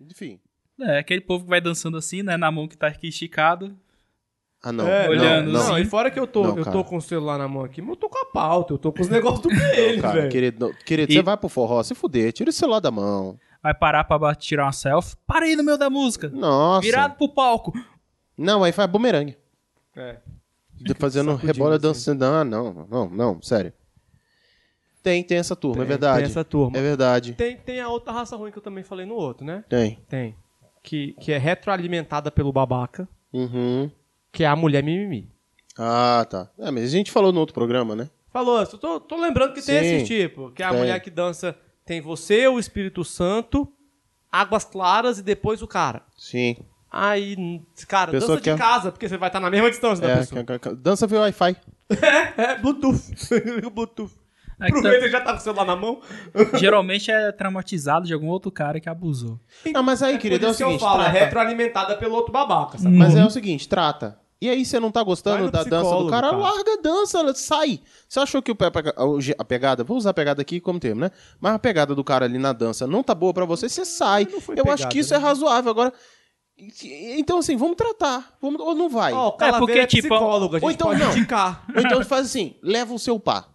Speaker 3: Enfim.
Speaker 4: É, aquele povo que vai dançando assim, né? Na mão que tá aqui esticado.
Speaker 3: Ah, não.
Speaker 2: É,
Speaker 3: olhando, assim.
Speaker 2: não,
Speaker 3: não,
Speaker 2: não, e fora que eu tô,
Speaker 3: Não,
Speaker 2: eu tô
Speaker 3: cara.
Speaker 2: com o celular na mão aqui, mas eu tô com a pauta, eu tô com os negócios do ele,
Speaker 3: Cara,
Speaker 2: velho.
Speaker 3: querido, não, querido,
Speaker 4: E-
Speaker 3: você vai pro forró, se fuder, tira o celular da mão.
Speaker 4: Vai parar pra ba- tirar uma selfie. Para aí no meio da música.
Speaker 3: Nossa.
Speaker 4: Virado pro palco.
Speaker 3: Não, aí faz bumerangue.
Speaker 2: É.
Speaker 3: De- Fazendo rebola dançando. Ah, não, não, não, sério. Tem, tem essa turma,
Speaker 2: Tem-
Speaker 3: é verdade.
Speaker 2: tem essa turma.
Speaker 3: É verdade.
Speaker 2: Tem, tem a outra raça ruim que eu também falei no outro, né?
Speaker 3: Tem.
Speaker 2: Tem. Que, que é retroalimentada pelo babaca,
Speaker 3: Uhum.
Speaker 2: que é a mulher mimimi.
Speaker 3: Ah, tá. É, mas a gente falou no outro programa, né?
Speaker 2: Falou, eu tô, tô lembrando que tem
Speaker 3: Sim,
Speaker 2: esse tipo, que é a
Speaker 3: tem.
Speaker 2: mulher que dança, tem você, o Espírito Santo, Águas Claras e depois o cara.
Speaker 3: Sim.
Speaker 2: Aí, n- cara,
Speaker 3: Pessoa
Speaker 2: dança de
Speaker 3: que é-
Speaker 2: casa, porque você vai estar na mesma distância da
Speaker 3: É,
Speaker 2: pessoa.
Speaker 3: ca- ca- dança via Wi-Fi.
Speaker 2: É, Bluetooth. Bluetooth.
Speaker 4: É que
Speaker 2: Aproveita
Speaker 4: tá-
Speaker 2: e já tá com o celular na mão.
Speaker 4: Geralmente é traumatizado de algum outro cara que abusou.
Speaker 3: Não, mas aí, querido,
Speaker 2: Por
Speaker 3: é o
Speaker 2: isso que eu
Speaker 3: seguinte,
Speaker 2: falo, é
Speaker 3: trata.
Speaker 2: retroalimentada pelo outro babaca, sabe?
Speaker 3: Mas é o seguinte, trata. E aí, você não tá
Speaker 2: Uhum. Vai
Speaker 3: gostando
Speaker 2: no
Speaker 3: da dança do
Speaker 2: psicólogo,
Speaker 3: cara?
Speaker 2: cara.
Speaker 3: Larga a dança, ela- sai. Você achou que o pé é pega- o ge- a pegada, vou usar a pegada aqui como termo, né? Mas a pegada do cara ali na dança não tá boa pra você, você sai. Eu
Speaker 2: pegada,
Speaker 3: acho que isso é
Speaker 2: né?
Speaker 3: razoável. Agora, e- e- então assim, vamos tratar. Vamos, ou não vai.
Speaker 2: Ó, o Calaveira
Speaker 4: porque,
Speaker 2: é
Speaker 4: tipo,
Speaker 2: psicólogo, a gente
Speaker 3: ou então
Speaker 2: pode
Speaker 3: não.
Speaker 2: indicar.
Speaker 3: Ou então faz assim, leva o seu par,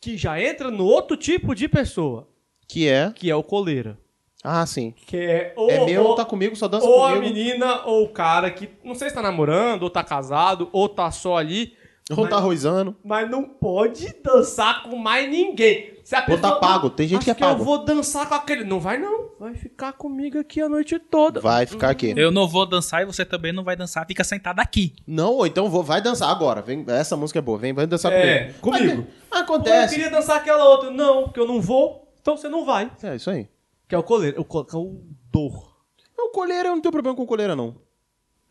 Speaker 2: Que já entra no outro tipo de pessoa,
Speaker 3: que é...
Speaker 2: que é o coleira.
Speaker 3: Ah, sim.
Speaker 2: Que é ou,
Speaker 3: é meu,
Speaker 2: ou-
Speaker 3: tá comigo, só dança
Speaker 2: ou a
Speaker 3: comigo.
Speaker 2: menina ou o cara que não sei se tá namorando, ou tá casado, ou tá só ali.
Speaker 3: Ou tá arrozando.
Speaker 2: Mas não pode dançar com mais ninguém. Se a
Speaker 3: Ou tá
Speaker 2: pessoa-
Speaker 3: pago, tem gente
Speaker 2: Acho
Speaker 3: que é pago.
Speaker 2: eu vou dançar com aquele. Não vai, não. Vai ficar comigo aqui a noite toda.
Speaker 3: Vai ficar aqui.
Speaker 4: Eu não vou dançar e você também não vai dançar. Fica sentado aqui.
Speaker 3: Não, ou então vou, vai dançar agora. Vem, essa música é boa, vem, vai dançar
Speaker 2: É,
Speaker 3: comigo.
Speaker 2: comigo.
Speaker 3: Mas,
Speaker 2: Eu
Speaker 3: acontece.
Speaker 2: queria dançar aquela outra. Não, porque eu não vou. Então você não vai.
Speaker 3: É isso aí.
Speaker 2: Que é o coleiro. O, co- que é o dor.
Speaker 3: Não, coleira, eu não tenho problema com coleira, não.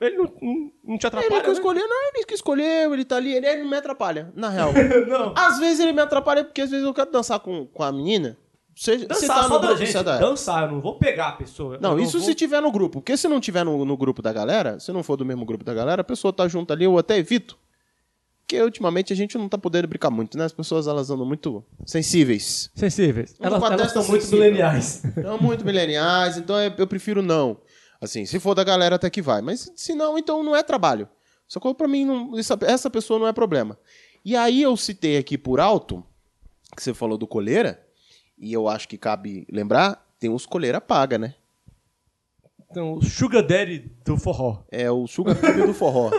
Speaker 2: Ele não, não, não te atrapalha,
Speaker 3: Ele que
Speaker 2: né?
Speaker 3: escolheu, não, ele que escolheu, ele tá ali, ele, ele não me atrapalha, na real.
Speaker 2: Não.
Speaker 3: às vezes ele me atrapalha porque às vezes eu quero dançar com, com a menina. Se, se
Speaker 2: Dançar
Speaker 3: tá
Speaker 2: só
Speaker 3: no
Speaker 2: da
Speaker 3: grupo,
Speaker 2: gente.
Speaker 3: você dá.
Speaker 2: Dançar, eu não vou pegar a pessoa. Eu
Speaker 3: Não, isso
Speaker 2: vou-
Speaker 3: se tiver no grupo. Porque se não tiver no, no grupo da galera, se não for do mesmo grupo da galera, a pessoa tá junto ali, eu até evito. Porque ultimamente a gente não tá podendo brincar muito, né? As pessoas elas andam muito sensíveis.
Speaker 2: Sensíveis.
Speaker 3: Andam
Speaker 2: Elas,
Speaker 3: com a
Speaker 2: elas
Speaker 3: testa
Speaker 2: são muito
Speaker 3: sensível.
Speaker 2: mileniais.
Speaker 3: Não muito mileniais, então é- eu prefiro não. Assim, se for da galera até que vai. Mas se não, então não é trabalho. Só que pra mim, não- essa, essa pessoa não é problema. E aí eu citei aqui por alto, que você falou do coleira, e eu acho que cabe lembrar, tem os coleira paga, né?
Speaker 2: Então, o Sugar Daddy do forró.
Speaker 3: É o sugar baby do forró.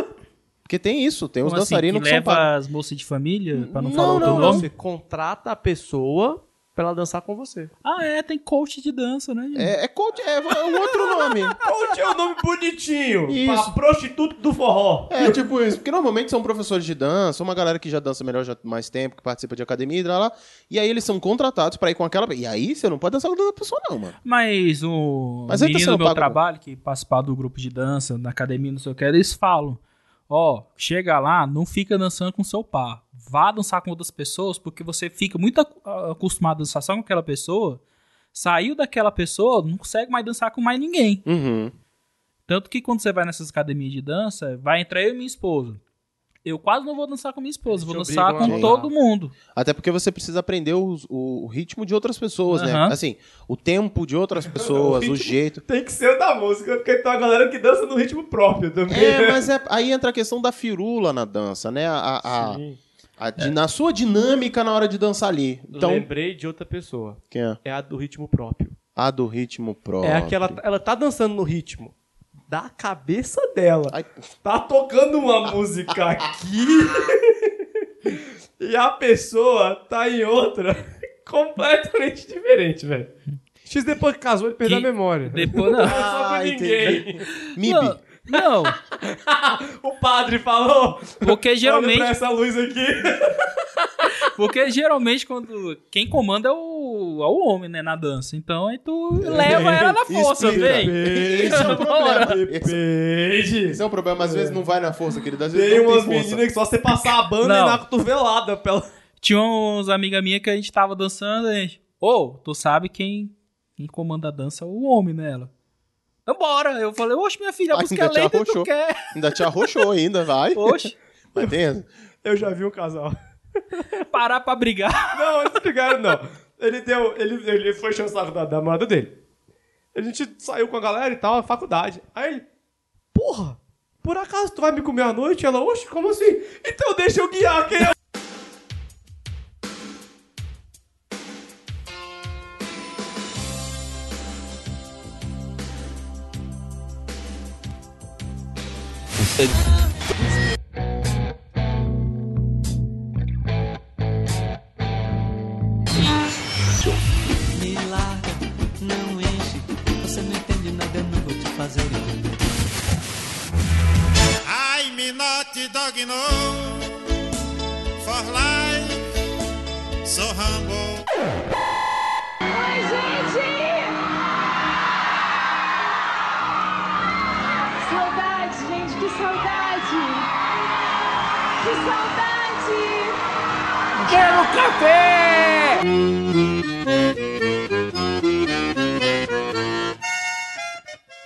Speaker 3: Porque tem isso, tem os
Speaker 4: Como assim,
Speaker 3: dançarinos
Speaker 4: que
Speaker 3: que são pagos.
Speaker 4: leva as moças de família, pra não,
Speaker 3: Não,
Speaker 4: falar outro
Speaker 3: não,
Speaker 4: nome.
Speaker 2: Então, Você contrata a pessoa pra ela dançar com você.
Speaker 4: Ah, é, tem coach de dança, né? gente?
Speaker 3: É, é, coach- é um outro nome.
Speaker 2: Coach é um nome bonitinho.
Speaker 3: Isso.
Speaker 2: Pra prostituta do forró.
Speaker 3: É, tipo isso. Porque normalmente são professores de dança, uma galera que já dança melhor já há mais tempo, que participa de academia e lá, lá. E aí eles são contratados pra ir com aquela. E aí você não pode dançar com outra pessoa, não, mano.
Speaker 4: Mas o
Speaker 3: Mas aí tá
Speaker 4: menino
Speaker 3: sendo
Speaker 4: do meu
Speaker 3: pago.
Speaker 4: trabalho, que participava do grupo de dança, na academia, não sei o que, eles falam: Ó, chega lá, não fica dançando com seu par. Vá dançar com outras pessoas, porque você fica muito ac- acostumado a dançar só com aquela pessoa. Saiu daquela pessoa, não consegue mais dançar com mais ninguém.
Speaker 3: Uhum.
Speaker 4: Tanto que quando você vai nessas academias de dança, vai entrar eu e minha esposa. Eu quase não vou dançar com minha esposa, vou
Speaker 2: te
Speaker 4: dançar
Speaker 2: obrigam a
Speaker 4: com
Speaker 3: dançar.
Speaker 4: todo mundo.
Speaker 3: Até porque você precisa aprender os- o, o ritmo de outras pessoas, né?
Speaker 4: Aham.
Speaker 3: Assim, o tempo de outras pessoas, o,
Speaker 2: ritmo.
Speaker 3: jeito.
Speaker 2: Tem que ser o da música, porque tem uma galera que dança no ritmo próprio também. né?
Speaker 3: É, mas é- aí entra a questão da firula na dança, né? A, a- a-
Speaker 2: Sim.
Speaker 3: a di- Na sua dinâmica na hora de dançar ali. Então,
Speaker 2: Lembrei de outra pessoa.
Speaker 3: quem é?
Speaker 2: É a do ritmo próprio.
Speaker 3: A do ritmo próprio.
Speaker 2: É aquela. Ela tá dançando no ritmo da cabeça dela.
Speaker 3: Ai,
Speaker 2: Tá tocando uma música aqui. e a pessoa tá em outra completamente diferente, velho. X depois que casou, ele perdeu
Speaker 4: Que-
Speaker 2: a memória.
Speaker 4: Depois, não.
Speaker 2: Não dançou com
Speaker 3: Ah,
Speaker 2: ninguém.
Speaker 3: Mib.
Speaker 4: Não, não,
Speaker 2: o padre falou.
Speaker 4: porque
Speaker 2: Geralmente... Olha
Speaker 4: geralmente
Speaker 2: pra essa luz aqui.
Speaker 4: Porque geralmente quando quem comanda é o, é o homem, né, na dança. Então aí tu leva ela na força,
Speaker 3: Explica.
Speaker 4: vem.
Speaker 3: Esse é o problema. Esse-
Speaker 2: Depende.
Speaker 3: Esse é o problema, às vezes não vai na força, querido. Às vezes
Speaker 2: Tem
Speaker 3: não tem
Speaker 2: umas
Speaker 3: força.
Speaker 2: meninas que só você passar a banda
Speaker 4: Não.
Speaker 2: e na cotovelada pela.
Speaker 4: Tinha uns amigas minhas que a gente tava dançando, a gente, ô, tu sabe quem Quem comanda a dança é o homem, né? Ela. Vambora! Eu falei, oxe, minha filha, a música é lenta e tu quer.
Speaker 3: Ainda te arrochou ainda, vai.
Speaker 4: Oxe.
Speaker 3: Mas tem...
Speaker 2: Eu já vi um casal.
Speaker 4: Parar pra brigar.
Speaker 2: Não, eles não brigaram, não. Ele deu. Ele, ele foi chancelado da, da namorada dele. A gente saiu com a galera e tal, na faculdade. Aí ele. Porra! Por acaso tu vai me comer à noite? Ela, oxe, como assim? Então deixa eu guiar quem é.
Speaker 15: Me larga, não enche. Você não entende nada, eu não vou te fazer entender.
Speaker 16: I'm not dog no for life. So humble.
Speaker 10: Oi, gente! Saudade, gente, que saudade! Que saudade! Quero café!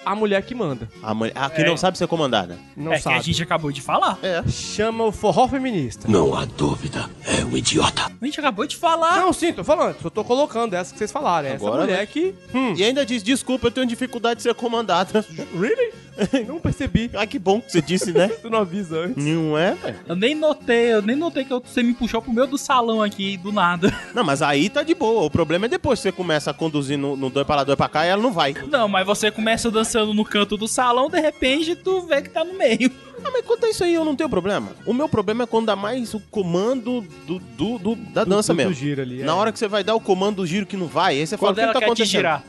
Speaker 2: A mulher que manda.
Speaker 3: A mulher. Ah, quem não sabe ser comandada.
Speaker 2: Não
Speaker 4: é
Speaker 2: sabe.
Speaker 4: que a gente acabou de falar.
Speaker 3: É.
Speaker 2: Chama o forró feminista.
Speaker 3: Não há dúvida, é um idiota.
Speaker 4: A gente acabou de falar.
Speaker 2: Não, sim, tô falando. Só tô colocando essa que vocês falaram. Essa
Speaker 3: Agora,
Speaker 2: mulher
Speaker 3: né?
Speaker 2: que.
Speaker 3: E ainda diz, desculpa, eu tenho dificuldade de ser comandada.
Speaker 2: Really? Não percebi.
Speaker 3: ah, que bom que você disse, né?
Speaker 2: Tu não avisa antes.
Speaker 3: Não é, velho?
Speaker 4: Eu nem notei, eu nem notei que eu- você me puxou pro meio do salão aqui, do nada.
Speaker 3: Não, mas aí tá de boa. O problema é depois que você começa a conduzir no, no dois para lá, dois pra cá e ela não vai.
Speaker 4: Não, mas você começa dançando no canto do salão, de repente tu vê que tá no meio.
Speaker 3: Ah, mas quanto a isso aí, eu não tenho problema. O meu problema é quando dá mais o comando do, do- do- da dança
Speaker 2: do- do
Speaker 3: mesmo.
Speaker 2: giro ali, é.
Speaker 3: Na hora que você vai dar o comando do giro que não vai, aí você
Speaker 4: Quando
Speaker 3: fala, o
Speaker 4: ela
Speaker 3: que, que tá
Speaker 4: quer te
Speaker 3: acontecendo?
Speaker 4: girar.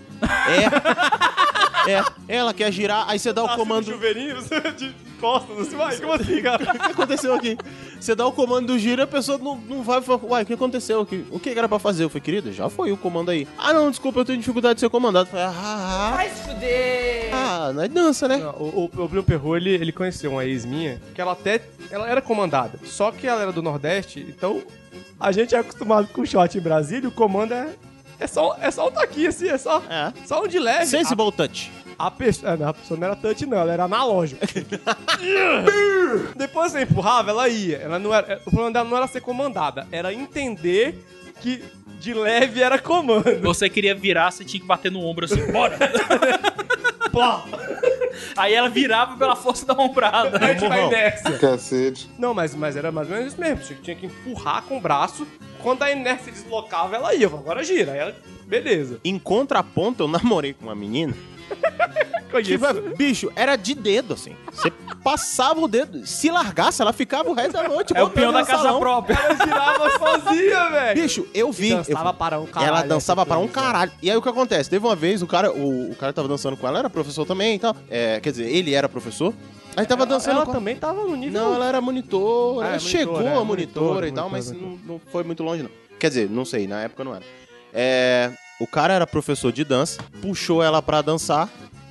Speaker 3: É, ela quer girar, aí você dá o comando...
Speaker 2: Chuveirinho, você de costas, assim, vai, como assim, cara?
Speaker 3: O que aconteceu aqui? Você dá o comando do giro e a pessoa não, não vai falar, uai, o que aconteceu aqui? O que era pra fazer? Eu falei, querida, já foi o comando aí. Ah, não, desculpa, eu tenho dificuldade de ser comandado. Eu falei, ah, ah,
Speaker 10: Vai se fuder!
Speaker 3: ah, não é dança, né?
Speaker 2: O, o, o Bruno Perro, ele, ele conheceu uma ex minha, que ela até ela era comandada, só que ela era do Nordeste, então a gente é acostumado com shot em Brasília, e o comando é, é só é só um toquinho assim, é só,
Speaker 3: É.
Speaker 2: só um de leve.
Speaker 3: Sensible touch.
Speaker 2: A, a, pessoa, ah, não, a pessoa não era touch não, ela era analógica. Depois você empurrava, ela ia. Ela não era, o problema dela não era ser comandada, era entender que de leve era comando.
Speaker 4: Você queria virar, você tinha que bater no ombro assim, bora!
Speaker 2: Plá!
Speaker 4: Aí ela virava pela força da ombrada.
Speaker 2: A gente vai nessa.
Speaker 17: Cacete.
Speaker 2: Não, mas, mas era mais ou menos isso mesmo. Tinha, tinha que empurrar com o braço. Quando a inércia deslocava, ela ia. Eu falava, Agora gira. Aí ela, beleza.
Speaker 3: Em contraponto, eu namorei com uma menina. Que, velho, bicho, era de dedo, assim. Você passava o dedo. Se largasse, ela ficava o resto da noite.
Speaker 4: É o
Speaker 3: rodando
Speaker 4: peão da
Speaker 3: no
Speaker 4: casa
Speaker 3: salão.
Speaker 4: própria.
Speaker 2: Ela girava sozinha, velho.
Speaker 3: Bicho, eu vi.
Speaker 2: E
Speaker 3: eu
Speaker 2: É. dançava
Speaker 3: vi.
Speaker 2: para um caralho,
Speaker 3: Ela
Speaker 2: né?
Speaker 3: dançava para um caralho. E aí o que acontece? Teve uma vez, o cara, o, o cara tava dançando com ela, era professor também e tal. É, quer dizer, ele era professor. Aí tava dançando
Speaker 2: Ela
Speaker 3: com
Speaker 2: também tava no nível...
Speaker 3: Não, ela era monitora.
Speaker 2: Ah, é monitora,
Speaker 3: ela chegou
Speaker 2: é,
Speaker 3: a monitora
Speaker 2: monitora,
Speaker 3: e tal, mas
Speaker 2: monitora,
Speaker 3: não, não foi muito longe, não. Quer dizer, não sei, na época não era. É, o cara era professor de dança, puxou ela pra dançar.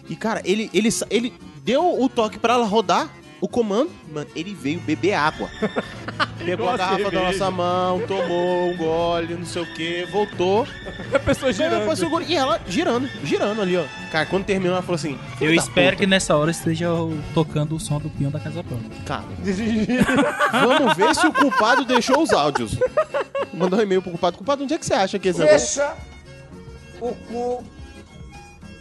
Speaker 3: E, cara, ele, ele, sa- ele deu o toque pra ela rodar o comando. Mano, ele veio beber água. Pegou
Speaker 2: Igual
Speaker 3: a
Speaker 2: a
Speaker 3: garrafa da
Speaker 2: cerveja.
Speaker 3: nossa mão, tomou um gole, não sei o que, voltou.
Speaker 2: A pessoa
Speaker 3: Ela foi
Speaker 2: girando.
Speaker 3: segura- E ela girando, girando ali, ó. Cara, quando terminou, ela falou assim:
Speaker 4: Eu
Speaker 3: "Filho da
Speaker 4: espero
Speaker 3: puta,
Speaker 4: que nessa hora esteja o- tocando o som do peão da casa própria.
Speaker 3: Cara, Vamos ver se o culpado deixou os áudios. Mandou um e-mail pro culpado. Culpado, onde é que você acha que esse negócio?
Speaker 11: Fecha o cu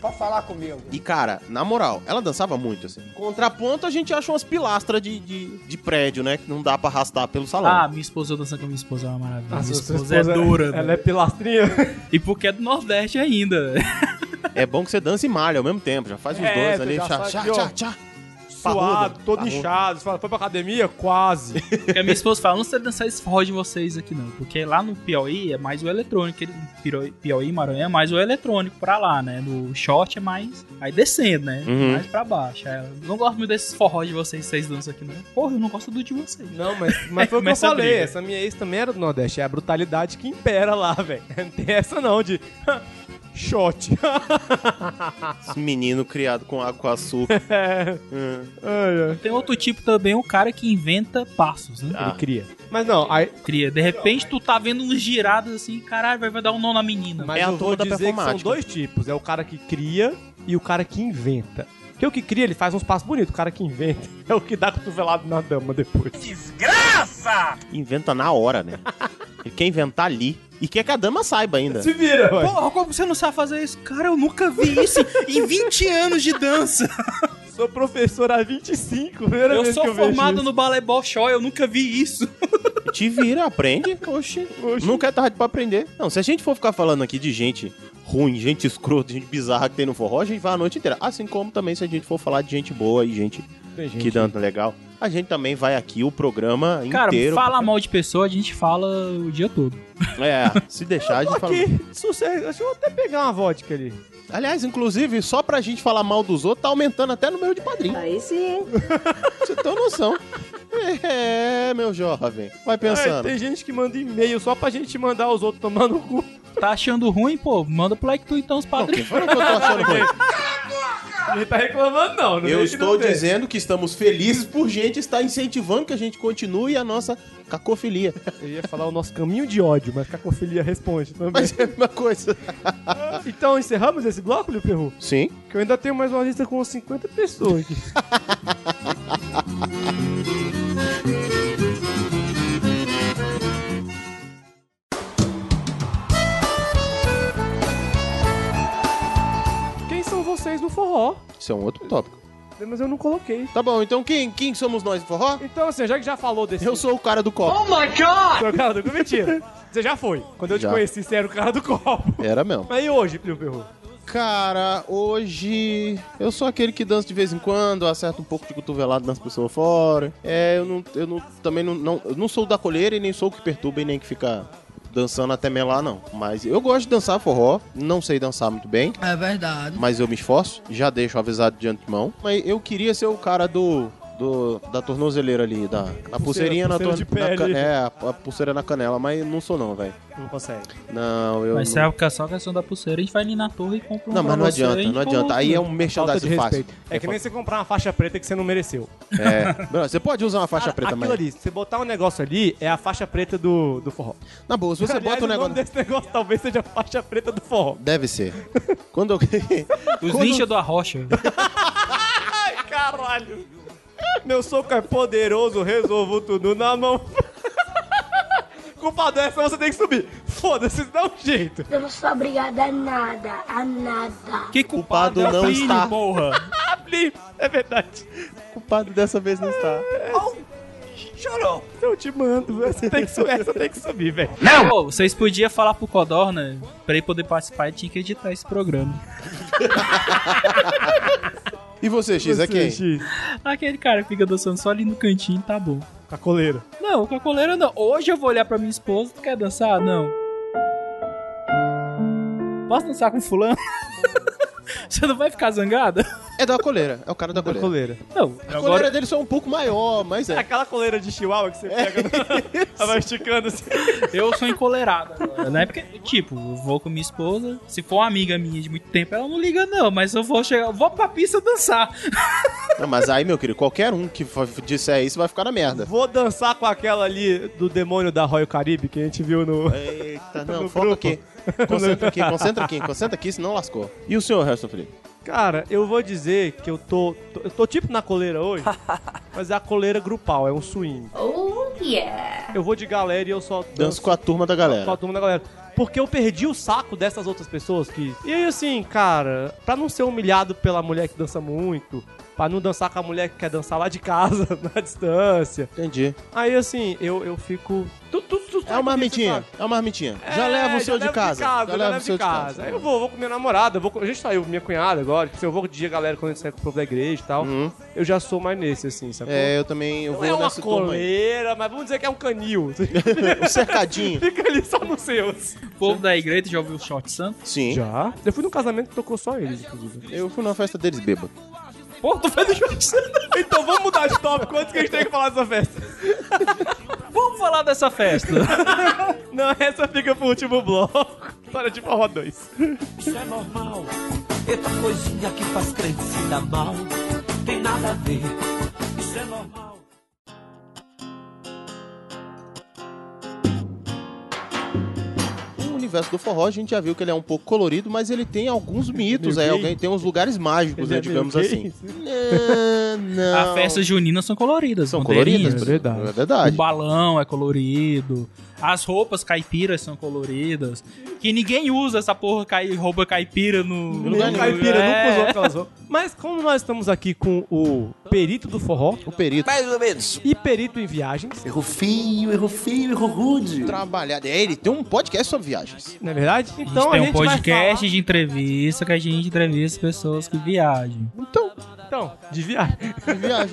Speaker 11: pra falar comigo.
Speaker 3: E, cara, na moral, ela dançava muito, assim. Contraponto, a gente acha umas pilastras de, de, de prédio, né? Que não dá pra arrastar pelo salão.
Speaker 4: Ah, minha esposa dançando com minha esposa é uma maravilha.
Speaker 2: Nossa,
Speaker 4: minha
Speaker 2: sua
Speaker 4: esposa, é dura.
Speaker 2: Ela
Speaker 4: velho.
Speaker 2: é pilastrinha.
Speaker 4: E porque é do Nordeste ainda.
Speaker 3: É bom que você dança e malha ao mesmo tempo. Já faz os
Speaker 2: É,
Speaker 3: dois
Speaker 2: tu
Speaker 3: ali.
Speaker 2: já
Speaker 3: Tchá,
Speaker 2: sai
Speaker 3: tchá,
Speaker 2: aqui, ó.
Speaker 3: tchá, tchá.
Speaker 2: Suado,
Speaker 3: Parrudo,
Speaker 2: todo
Speaker 3: parrudo.
Speaker 2: inchado. Você fala, foi pra academia? Quase.
Speaker 4: Porque a minha esposa fala, não sei dançar esse forró de vocês aqui não. Porque lá no Piauí é mais o eletrônico. ele- Piauí- Piauí, Maranhão é mais o eletrônico pra lá, né? No short é mais... Aí descendo, né?
Speaker 3: Uhum.
Speaker 4: Mais pra baixo. Aí ela, não gosto muito desses forró de vocês, vocês dançam aqui não. Porra, eu não gosto do de vocês.
Speaker 2: Não, mas, mas foi o que eu
Speaker 4: Começa a
Speaker 2: falei.
Speaker 4: briga.
Speaker 2: Essa é minha ex também era do Nordeste. É a brutalidade que impera lá, velho. Não tem essa não de... shot.
Speaker 3: Esse menino criado com água com açúcar.
Speaker 2: É. Ai, ai.
Speaker 4: Tem outro tipo também, o cara que inventa passos, né?
Speaker 2: Ele cria. Mas não, aí.
Speaker 4: Cria. De repente tu tá vendo uns girados assim, caralho, vai- vai dar um nó na menina.
Speaker 2: Mas eu vou dizer que são dois tipos. É o cara que cria e o cara que inventa. Porque o que cria, ele faz uns passos bonitos. O cara que inventa é o que dá cotovelado na dama depois.
Speaker 3: Desgraça! Inventa na hora, né? Ele quer inventar ali. E quer que a dama saiba ainda.
Speaker 2: Se vira, ué.
Speaker 4: Porra, como você não sabe fazer isso? Cara, eu nunca vi isso em 20 anos de dança.
Speaker 2: Sou professor há 25, primeira
Speaker 4: eu
Speaker 2: vez
Speaker 4: sou
Speaker 2: que eu vejo
Speaker 4: formado
Speaker 2: isso.
Speaker 4: no balé Bolshoi, eu nunca vi isso.
Speaker 3: Te vira, aprende. Oxi. Nunca é tarde pra aprender. Não, se a gente for ficar falando aqui de gente ruim, gente escrota, gente bizarra que tem no forró, a gente vai a noite inteira. Assim como também se a gente for falar de gente boa e gente,
Speaker 2: Tem gente.
Speaker 3: que dança legal. A gente também vai aqui o programa
Speaker 4: Cara,
Speaker 3: inteiro.
Speaker 4: fala mal de pessoa, a gente fala o dia todo.
Speaker 3: É, se deixar, a gente fala.
Speaker 2: Aqui, sucesso. Deixa eu até pegar uma vodka ali.
Speaker 3: Aliás, inclusive, só pra gente falar mal dos outros, tá aumentando até o número de padrinho.
Speaker 8: Aí sim.
Speaker 3: Você tem noção. É, meu jovem. Vai
Speaker 2: Ai,
Speaker 3: pensando.
Speaker 2: tem gente que manda e-mail só pra gente mandar os outros tomar no cu.
Speaker 4: Tá achando ruim, pô? Manda pro like tu então os padrinhos.
Speaker 3: Olha o que eu tô achando ruim.
Speaker 2: Ele tá reclamando, não. não
Speaker 3: Eu
Speaker 2: vem que não
Speaker 3: estou
Speaker 2: tem.
Speaker 3: dizendo que estamos felizes por gente estar incentivando que a gente continue a nossa cacofilia.
Speaker 2: Eu ia falar o nosso caminho de ódio, mas cacofilia responde também.
Speaker 3: Mas é a mesma coisa.
Speaker 2: Então encerramos esse bloco, Liu Perru?
Speaker 3: Sim.
Speaker 2: Que eu ainda tenho mais uma lista com 50 pessoas aqui. Quem são vocês no forró?
Speaker 3: Isso é um outro tópico.
Speaker 2: Mas eu não coloquei.
Speaker 3: Tá bom, então quem, quem somos nós, forró?
Speaker 2: Então, assim, já que já falou desse.
Speaker 3: Eu sou o cara do copo.
Speaker 10: my god!
Speaker 2: Sou o cara do copo. Mentira. Você já foi. Quando eu
Speaker 3: Já.
Speaker 2: te conheci, você era o cara do copo.
Speaker 3: Era mesmo.
Speaker 2: Mas e hoje, Liu Perru?
Speaker 3: Cara, hoje eu sou aquele que dança de vez em quando, acerta um pouco de cotovelado nas pessoas fora. É, eu não, eu não também não, não, eu não sou da colheira e nem sou o que perturba e nem que fica dançando até melar não. Mas eu gosto de dançar forró, não sei dançar muito bem.
Speaker 17: É verdade.
Speaker 3: mas eu me esforço, já deixo avisado de antemão. Mas eu queria ser o cara do. do- da tornozeleira ali, da a pulseirinha
Speaker 2: pulseira
Speaker 3: na, torne-
Speaker 2: de
Speaker 3: na
Speaker 2: pele.
Speaker 3: can- É, a, a pulseira na canela, mas não sou não, velho.
Speaker 2: Não consegue.
Speaker 3: Não, eu.
Speaker 4: Mas
Speaker 3: não...
Speaker 4: será que é só a questão da pulseira, a gente vai ali na torre e compra um
Speaker 3: Não,
Speaker 4: pra
Speaker 3: mas não
Speaker 4: você,
Speaker 3: adianta,
Speaker 4: hein,
Speaker 3: não
Speaker 4: pô.
Speaker 3: adianta. Aí é um
Speaker 2: Falta de
Speaker 3: merchandising fácil.
Speaker 2: respeito. É que nem você comprar uma faixa preta que você não mereceu.
Speaker 3: É. Bruno, Você pode usar uma faixa preta, mas.
Speaker 2: Aquilo ali, se você botar um negócio ali, é a faixa preta do, do forró.
Speaker 3: Na boa, se você
Speaker 2: Aliás,
Speaker 3: bota um
Speaker 2: o nome
Speaker 3: negócio.
Speaker 2: desse negócio talvez seja a faixa preta do forró.
Speaker 3: Deve ser. Quando eu.
Speaker 4: Os
Speaker 3: Quando-
Speaker 4: ninja do Arrocha.
Speaker 2: Ai, caralho. Meu soco é poderoso, resolvo tudo na mão. Culpa dessa, você tem que subir. Foda-se, dá um jeito.
Speaker 8: Eu não sou obrigada a nada, a nada.
Speaker 4: Que né?
Speaker 3: culpado não
Speaker 4: Plínio,
Speaker 3: está.
Speaker 4: porra.
Speaker 2: Blim, é verdade.
Speaker 3: Culpado dessa vez não está.
Speaker 2: Chorou. Eu te mando, você tem que subir, essa tem que subir, velho.
Speaker 4: Não! Pô, vocês podiam falar pro Codorna, né? pra ele poder participar, ele tinha que editar esse programa.
Speaker 3: E você, X, é quem?
Speaker 4: Aquele cara que fica dançando só ali no cantinho, tá bom.
Speaker 2: Com a coleira.
Speaker 4: Não, com a coleira não. Hoje eu vou olhar pra minha esposa, tu quer dançar? Não. Posso dançar com fulano? Você não vai ficar zangada?
Speaker 3: É da coleira. É o cara da coleira.
Speaker 2: coleira.
Speaker 4: Não,
Speaker 3: A
Speaker 4: agora
Speaker 3: coleira dele só é um pouco maior, mas é.
Speaker 2: Aquela coleira de chihuahua que você pega, ela vai esticando assim.
Speaker 4: eu sou encoleirado agora, né? Porque, tipo, eu vou com minha esposa, se for uma amiga minha de muito tempo, ela não liga não, mas eu vou chegar, eu vou pra pista dançar.
Speaker 3: Não, mas aí, meu querido, qualquer um que fa- disser isso vai ficar na merda.
Speaker 2: Vou dançar com aquela ali do demônio da Royal Caribe que a gente viu no.
Speaker 3: Eita, não,
Speaker 2: No
Speaker 3: foca
Speaker 2: grupo.
Speaker 3: aqui. Concentra aqui, concentra aqui, concentra aqui, senão lascou. E o senhor, Harrison Felipe?
Speaker 2: Cara, eu vou dizer que eu tô. tô- eu tô tipo na coleira hoje, mas é a coleira grupal, é um swing.
Speaker 8: Oh,
Speaker 9: é?
Speaker 8: yeah.
Speaker 2: Eu vou de galera e eu só
Speaker 3: Danço
Speaker 2: danço
Speaker 3: com a turma da
Speaker 2: com a
Speaker 3: galera.
Speaker 2: turma da galera. Porque eu perdi o saco dessas outras pessoas que. E aí, assim, cara, pra não ser humilhado pela mulher que dança muito, pra não dançar com a mulher que quer dançar lá de casa, na distância.
Speaker 3: Entendi.
Speaker 2: Aí, assim, eu, eu fico. Tu, tu, tu,
Speaker 3: É uma marmitinha, é uma marmitinha. Já
Speaker 2: É,
Speaker 3: leva o
Speaker 2: já
Speaker 3: seu de
Speaker 2: levo
Speaker 3: casa. Já leva o seu de casa. É um
Speaker 2: Aí eu vou, vou com minha namorada, vou com- a gente saiu, minha cunhada agora, tipo, assim, eu vou de dia, galera, quando a gente sai com o povo da igreja e tal.
Speaker 3: Uhum.
Speaker 2: Eu já sou mais nesse, assim, sacou?
Speaker 3: É, eu também eu
Speaker 2: Não é
Speaker 3: vou
Speaker 2: uma
Speaker 3: nessa turma aí.
Speaker 2: coleira, mas vamos dizer que é um canil.
Speaker 3: O cercadinho.
Speaker 2: Fica ali só nos seus.
Speaker 4: O povo da igreja já ouviu o Shot Santo?
Speaker 3: Sim.
Speaker 2: Já? Eu fui num casamento que tocou só eles, inclusive.
Speaker 3: Eu fui numa festa deles bêbado.
Speaker 4: Pô, tu fez o Shot Santo?
Speaker 2: Então vamos mudar de tópico antes que a gente tenha que falar dessa festa.
Speaker 4: Vamos falar dessa festa.
Speaker 2: Não, essa fica pro último bloco. História de Forró 2.
Speaker 15: Isso é normal. Eita coisinha que faz crente se dar mal. Tem nada a ver. Isso é normal.
Speaker 3: O universo do forró, a gente já viu que ele é um pouco colorido, mas ele tem alguns mitos aí. Alguém tem uns lugares mágicos, né, digamos assim. É, não.
Speaker 4: As festas juninas são coloridas.
Speaker 3: São coloridas,
Speaker 4: bandeirinhas.
Speaker 3: por exemplo. é verdade.
Speaker 4: O balão é colorido. As roupas caipiras são coloridas. Que ninguém usa essa porra cai, roupa caipira no.
Speaker 2: No lugar
Speaker 4: no-
Speaker 2: caipira,
Speaker 4: é.
Speaker 2: nunca usou aquelas roupas. Mas como nós estamos aqui com o perito do forró. O
Speaker 3: perito.
Speaker 2: Mais ou menos. E perito em viagens.
Speaker 3: Erro feio, erro feio, erro rude. Trabalhado. É, ele tem um podcast sobre viagens.
Speaker 2: Não é verdade? Então
Speaker 4: Tem
Speaker 2: a
Speaker 4: um
Speaker 2: gente vai
Speaker 4: podcast de entrevista que a gente entrevista pessoas que viajam.
Speaker 2: Então, de viagem.
Speaker 3: De viagem.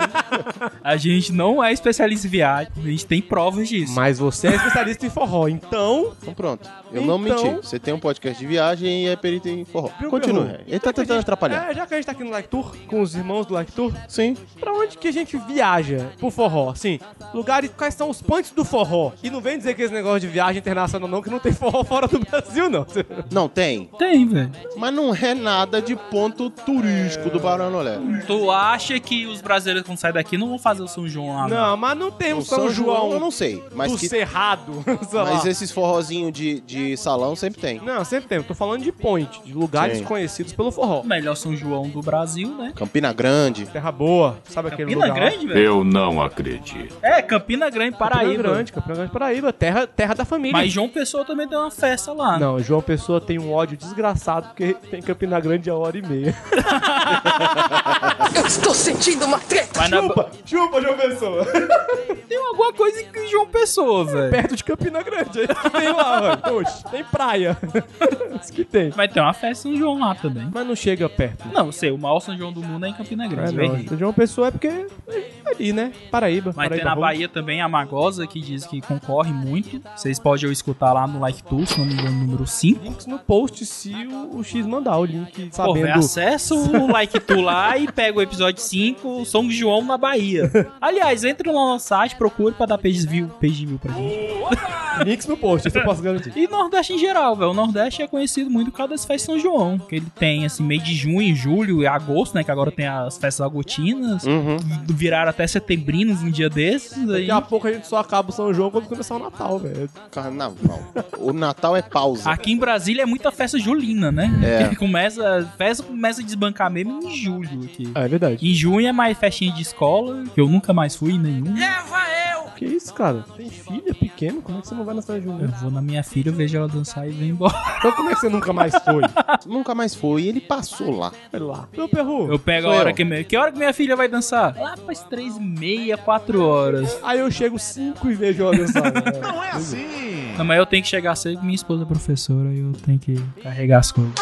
Speaker 4: A gente não é especialista em viagem, a gente tem provas disso.
Speaker 2: Mas você é especialista em forró, então.
Speaker 3: Então pronto. Eu não
Speaker 2: Então-
Speaker 3: menti. Você tem um podcast de viagem e é perito em forró. Continua.
Speaker 2: Perru?
Speaker 3: Ele tá tentando atrapalhar.
Speaker 2: É, já que a gente tá aqui no Like Tour, com os irmãos do Like Tour.
Speaker 3: Sim.
Speaker 2: Pra onde que a gente viaja pro forró? Assim, lugares, quais são os pontos do forró? E não vem dizer que esse negócio de viagem internacional não, que não tem forró fora do Brasil, não.
Speaker 3: Não, tem.
Speaker 4: Tem, velho.
Speaker 3: Mas não é nada de ponto turístico do Baranolé.
Speaker 4: Tu acha que os brasileiros quando saem daqui não vão fazer o São João lá?
Speaker 2: Não, mas não tem um
Speaker 3: O
Speaker 2: São, João,
Speaker 3: eu não sei. Mas
Speaker 2: do
Speaker 3: que-
Speaker 2: Cerrado. sei
Speaker 3: Mas
Speaker 2: lá.
Speaker 3: esses forrozinhos de, de salão sempre tem.
Speaker 2: Não, sempre tem. Eu tô falando de point, de lugares
Speaker 3: Sim.
Speaker 2: conhecidos pelo forró.
Speaker 4: Melhor São João do Brasil, né?
Speaker 3: Campina Grande.
Speaker 2: Terra Boa, sabe aquele
Speaker 4: Campina
Speaker 2: lugar? lá?
Speaker 4: Grande, velho? Eu
Speaker 7: não acredito.
Speaker 4: É, Campina Grande, Paraíba.
Speaker 2: Campina Grande, Campina Grande, Paraíba. Terra, terra da família.
Speaker 4: Mas João Pessoa também tem uma festa lá. né?
Speaker 2: Não, João Pessoa tem um ódio desgraçado porque tem Campina Grande a hora e meia.
Speaker 10: Eu estou sentindo uma treta.
Speaker 2: chupa, chupa, João Pessoa.
Speaker 4: É. Tem alguma coisa que João Pessoa, velho.
Speaker 2: Perto de Campina Grande, aí que tem lá, velho. Poxa, tem praia. Isso que tem.
Speaker 4: Mas tem uma festa em São João lá também.
Speaker 2: Mas não chega perto.
Speaker 4: Não, eu sei, o maior São João do mundo é em Campina
Speaker 2: É,
Speaker 4: Grande. eu
Speaker 2: não.
Speaker 4: errei.
Speaker 2: João Pessoa é porque é ali, né? Paraíba.
Speaker 4: Mas tem
Speaker 2: Paraíba
Speaker 4: na
Speaker 2: Road.
Speaker 4: Bahia também a Magosa, que diz que concorre muito. Vocês podem escutar lá no Like Tour, se não me engano, número 5.
Speaker 2: Links no post se o, o X mandar o link
Speaker 4: Pô,
Speaker 2: Tá sabendo.
Speaker 4: velho, acessa o Like Tour lá e pega o episódio 5, São João na Bahia. Aliás, entre lá no site, procure pra dar page view, page view pra gente.
Speaker 2: Links no post, isso eu posso garantir.
Speaker 4: E Nordeste em geral, velho. O Nordeste é conhecido muito por causa das festas de São João. Que ele tem, assim, meio de junho, julho e agosto, né? Que agora tem as festas agotinas.
Speaker 2: Uhum.
Speaker 4: Viraram até setembrinos um dia desses. Aí.
Speaker 2: Hum. Daqui a pouco a gente só acaba o São João quando começar o Natal, velho.
Speaker 3: Carnaval. o Natal é pausa.
Speaker 4: Aqui em Brasília é muita festa julina, né?
Speaker 3: É.
Speaker 4: Começa, a festa começa a desbancar mesmo em julho aqui.
Speaker 2: É verdade.
Speaker 4: Em junho é mais festinha de escola, que eu nunca mais fui em nenhum.
Speaker 2: Que isso, cara? Tem filha pequena? Como é que você não vai na festa
Speaker 4: Eu
Speaker 2: junina?
Speaker 4: vou na minha filha, eu vejo ela dançar e vou embora.
Speaker 2: Então como é que você nunca mais foi?
Speaker 3: Nunca mais foi. Ele passou lá.
Speaker 2: Vai lá. Meu perru.
Speaker 4: Eu pego a
Speaker 3: Sou
Speaker 4: hora
Speaker 3: eu.
Speaker 4: que... me- Que hora que minha filha vai dançar? Lá faz três e meia, quatro horas.
Speaker 2: Aí eu chego 5 e vejo né? ela dançar.
Speaker 16: Não é assim.
Speaker 4: Não, mas eu tenho que chegar cedo, minha esposa é professora e eu tenho que carregar as coisas.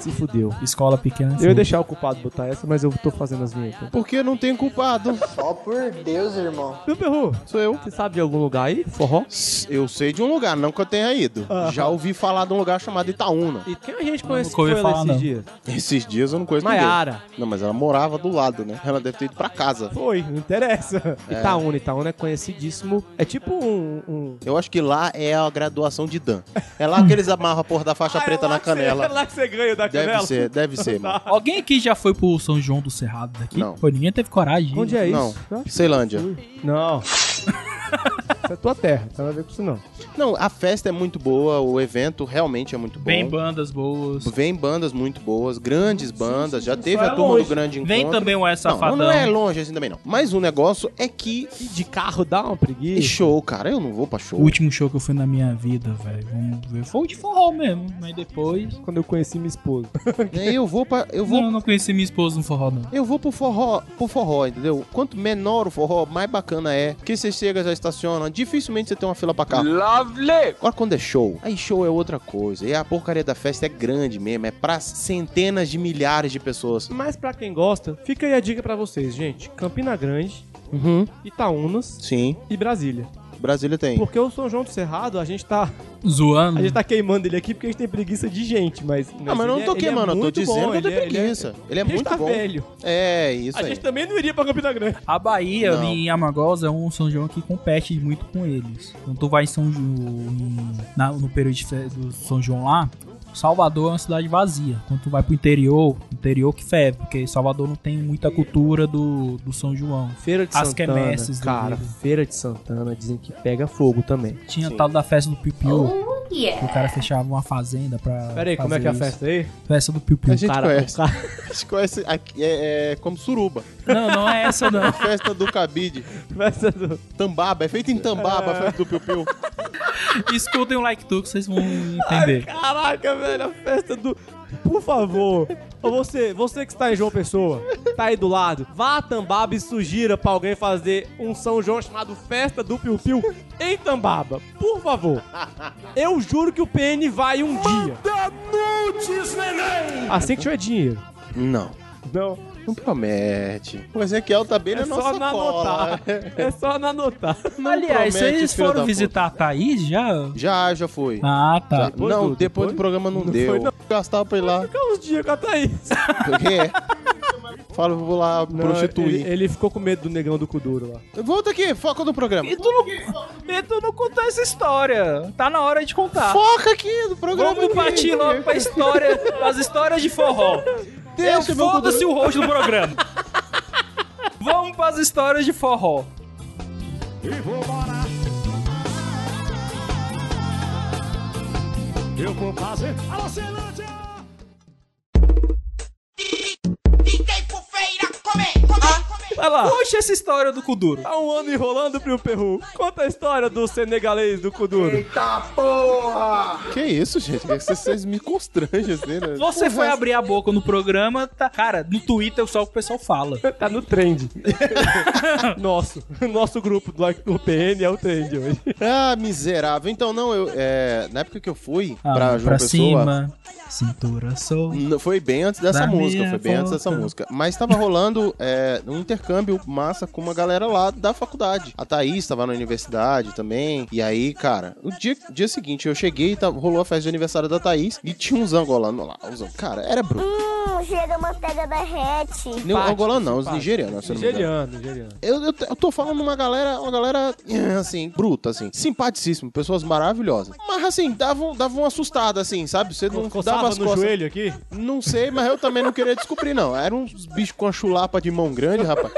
Speaker 2: Se fudeu.
Speaker 4: Escola pequena.
Speaker 2: Eu ia
Speaker 4: assim.
Speaker 2: deixar o culpado botar essa, mas eu tô fazendo as vinhetas.
Speaker 3: Porque não tem culpado.
Speaker 11: Só por Deus, irmão.
Speaker 2: Meu perru,
Speaker 3: Sou eu.
Speaker 2: você sabe de algum lugar aí? Forró?
Speaker 3: Eu sei de um lugar, não que eu tenha ido.
Speaker 2: Aham.
Speaker 3: Já ouvi falar de um lugar chamado Itaúna.
Speaker 2: E quem a gente conhece que
Speaker 4: nunca
Speaker 2: foi
Speaker 4: ouvi
Speaker 2: lá
Speaker 4: falar,
Speaker 2: esses
Speaker 4: não.
Speaker 2: dias?
Speaker 3: Esses dias eu não conheço
Speaker 2: Maiara.
Speaker 3: ninguém. Não, mas ela morava do lado, né? Ela deve ter ido pra casa.
Speaker 2: Foi, não interessa. Itaúna, Itaúna é conhecidíssimo. É tipo um. um...
Speaker 3: Eu acho que lá é a graduação de Dan. É lá que eles amarram a porra da faixa preta na canela.
Speaker 2: É lá que você ganha da
Speaker 3: Deve
Speaker 2: canela.
Speaker 3: ser, deve ser, mano.
Speaker 4: Alguém aqui já foi pro São João do Cerrado daqui?
Speaker 3: Não.
Speaker 4: Pô, ninguém teve coragem. de ir.
Speaker 2: Onde é isso?
Speaker 3: Não.
Speaker 2: Eu acho que
Speaker 3: Ceilândia.
Speaker 2: eu fui. Não. Isso é tua terra, não tem nada a ver com isso não.
Speaker 3: Não, a festa é muito boa, o evento realmente é muito bom.
Speaker 4: Vem bandas boas.
Speaker 3: Vem bandas muito boas, grandes bandas. Já teve
Speaker 2: Só
Speaker 3: a
Speaker 2: é
Speaker 3: turma
Speaker 2: longe.
Speaker 3: do grande encontro.
Speaker 4: Vem também o É
Speaker 3: não,
Speaker 4: Safadão.
Speaker 3: não, não é longe assim também não. Mas o negócio é que
Speaker 2: E de carro dá uma
Speaker 3: é
Speaker 2: preguiça.
Speaker 3: show, cara. Eu não vou pra
Speaker 4: O
Speaker 3: show.
Speaker 4: último show que eu fui na minha vida, velho. Vamos ver. Foi o de forró mesmo. Mas depois.
Speaker 2: Quando eu conheci minha esposa.
Speaker 3: É, Eu vou para eu vou
Speaker 4: Não, eu não conheci minha esposa no forró, não.
Speaker 3: Eu vou pro forró, pro forró, entendeu? Quanto menor o forró, mais bacana é. Porque você chega, já estaciona, dificilmente você tem uma fila pra carro.
Speaker 13: Lovely!
Speaker 3: Agora quando é show, aí show é outra coisa. E a porcaria da festa é grande mesmo, é pra centenas de milhares de pessoas.
Speaker 2: Mas pra quem gosta, fica aí a dica pra vocês, gente. Campina Grande,
Speaker 3: Uhum.
Speaker 2: Itaúnas
Speaker 3: Sim.
Speaker 2: e Brasília.
Speaker 3: Brasília tem.
Speaker 2: Porque o São João do Cerrado, a gente tá.
Speaker 4: Zoando.
Speaker 2: A gente tá queimando ele aqui porque a gente tem preguiça de gente, mas.
Speaker 3: Não, Ah, mas eu não
Speaker 2: ele
Speaker 3: tô
Speaker 2: é- ele é
Speaker 3: queimando, eu tô
Speaker 2: muito
Speaker 3: dizendo
Speaker 2: bom,
Speaker 3: que eu tenho
Speaker 2: ele é- ele é-
Speaker 3: preguiça. Ele é,
Speaker 2: a gente
Speaker 3: muito
Speaker 2: tá
Speaker 3: bom.
Speaker 2: velho.
Speaker 3: É, isso
Speaker 2: a
Speaker 3: aí.
Speaker 2: gente também não iria pra Campina Grande.
Speaker 4: A Bahia,
Speaker 3: Não.
Speaker 4: ali em Amagosa, é um São João que compete muito com eles. Então tu vai em São João, em- na- no período de fe- do São João lá, Salvador é uma cidade vazia. Quando tu vai pro interior, interior que ferve, porque Salvador não tem muita cultura do, do São João.
Speaker 2: Feira de
Speaker 4: As
Speaker 2: Santana.
Speaker 4: quermesses do
Speaker 2: cara,
Speaker 4: meio.
Speaker 2: Feira de Santana dizem que pega fogo também.
Speaker 4: Tinha tal da festa do Piu-Piu.
Speaker 2: Oh, yeah.
Speaker 4: que O cara fechava uma fazenda pra.
Speaker 2: Pera aí, como
Speaker 4: fazer
Speaker 2: é que é a
Speaker 4: isso.
Speaker 2: festa aí?
Speaker 4: Festa do Piu-Piu.
Speaker 3: A gente
Speaker 4: Cara,
Speaker 3: conhece.
Speaker 2: tá-
Speaker 3: A gente conhece aqui, é, é como suruba.
Speaker 4: Não, não é essa, não.
Speaker 3: É festa do cabide.
Speaker 2: Festa do...
Speaker 3: Tambaba, é feito em Tambaba, a festa do piu-piu.
Speaker 4: Escutem o like tu que vocês vão entender.
Speaker 2: Caraca, velho, a festa do. Por favor, Ô, você, você que está em João Pessoa, tá aí do lado, vá a Tambaba e sugira pra alguém fazer um São João chamado Festa do Piu Piu em Tambaba. Por favor. Eu juro que o PN vai um dia. Assim que tiver dinheiro.
Speaker 3: Não.
Speaker 2: Não.
Speaker 3: Não promete. O Ezequiel tá bem
Speaker 2: É
Speaker 3: na
Speaker 2: só
Speaker 3: nossa
Speaker 2: na
Speaker 3: cola.
Speaker 2: É só na anotar.
Speaker 4: Aliás,
Speaker 3: promete,
Speaker 4: vocês
Speaker 3: filho
Speaker 4: foram
Speaker 3: da
Speaker 4: visitar a Thaís já?
Speaker 3: Já, já foi.
Speaker 4: Ah, tá.
Speaker 3: Já- não, depois do programa não, deu.
Speaker 2: foi, não.
Speaker 3: Gastava pra ir lá.
Speaker 2: Ficar uns dias com a Thaís.
Speaker 3: Porque é. Fala, vou lá
Speaker 2: Não,
Speaker 3: prostituir.
Speaker 2: Ele, ele ficou com medo do negão do Kuduro lá.
Speaker 3: Volta aqui, foca no programa.
Speaker 4: E tu não, e tu não contou essa história. Tá na hora de contar.
Speaker 3: Foca aqui no programa.
Speaker 4: Vamos partir logo pra história, as histórias de forró. Eu
Speaker 3: Deixa, é meu
Speaker 4: foda-se
Speaker 3: Kuduro.
Speaker 4: o rosto do programa. Vamos pras histórias de forró.
Speaker 14: E vou morar. Eu vou fazer Alacelândia.
Speaker 4: Vai lá.
Speaker 2: Puxa
Speaker 4: essa história do Kuduro.
Speaker 2: Tá um ano enrolando, Pio Perru. Conta a história do senegalês do Kuduro.
Speaker 3: Eita porra! Que isso, gente? Que Vocês vocês me constrangem assim, né?
Speaker 4: Você
Speaker 3: Porra,
Speaker 4: foi abrir a boca no programa, tá, cara, no Twitter é só o que o pessoal fala.
Speaker 2: Tá no trend. Nosso. Nosso grupo do Like do PN é o trend hoje.
Speaker 3: Ah, miserável. Então, não, eu. é, na época que eu fui
Speaker 4: Ah,
Speaker 3: pra João
Speaker 4: pra
Speaker 3: Pessoa.
Speaker 4: cima, cintura solta.
Speaker 3: Não, Foi bem antes dessa
Speaker 4: Da
Speaker 3: música,
Speaker 4: minha
Speaker 3: foi bem antes dessa
Speaker 4: boca.
Speaker 3: música. Mas tava rolando é, um intercâmbio massa com uma galera lá da faculdade. A Thaís tava na universidade também. E aí, cara, no dia, dia seguinte eu cheguei e tava- rolou a festa de aniversário da Thaís e tinha uns angolanos lá. Os, cara, era bruto.
Speaker 17: Hum, cheira a manteiga derrete.
Speaker 3: Não, angolano não, os nigerianos. se
Speaker 4: É
Speaker 3: eu não me engano.
Speaker 2: nigeriano.
Speaker 3: Eu, eu, te- eu tô falando uma galera, uma galera assim, bruta, assim, simpaticíssima, pessoas maravilhosas. Mas assim, davam, davam uma assustada, assim, sabe? Você não
Speaker 2: Coçava
Speaker 3: dava as
Speaker 2: no
Speaker 3: costas.
Speaker 2: joelho aqui?
Speaker 3: Não sei, mas eu também não queria descobrir, não. Era uns bichos com a chulapa de mão grande, rapaz.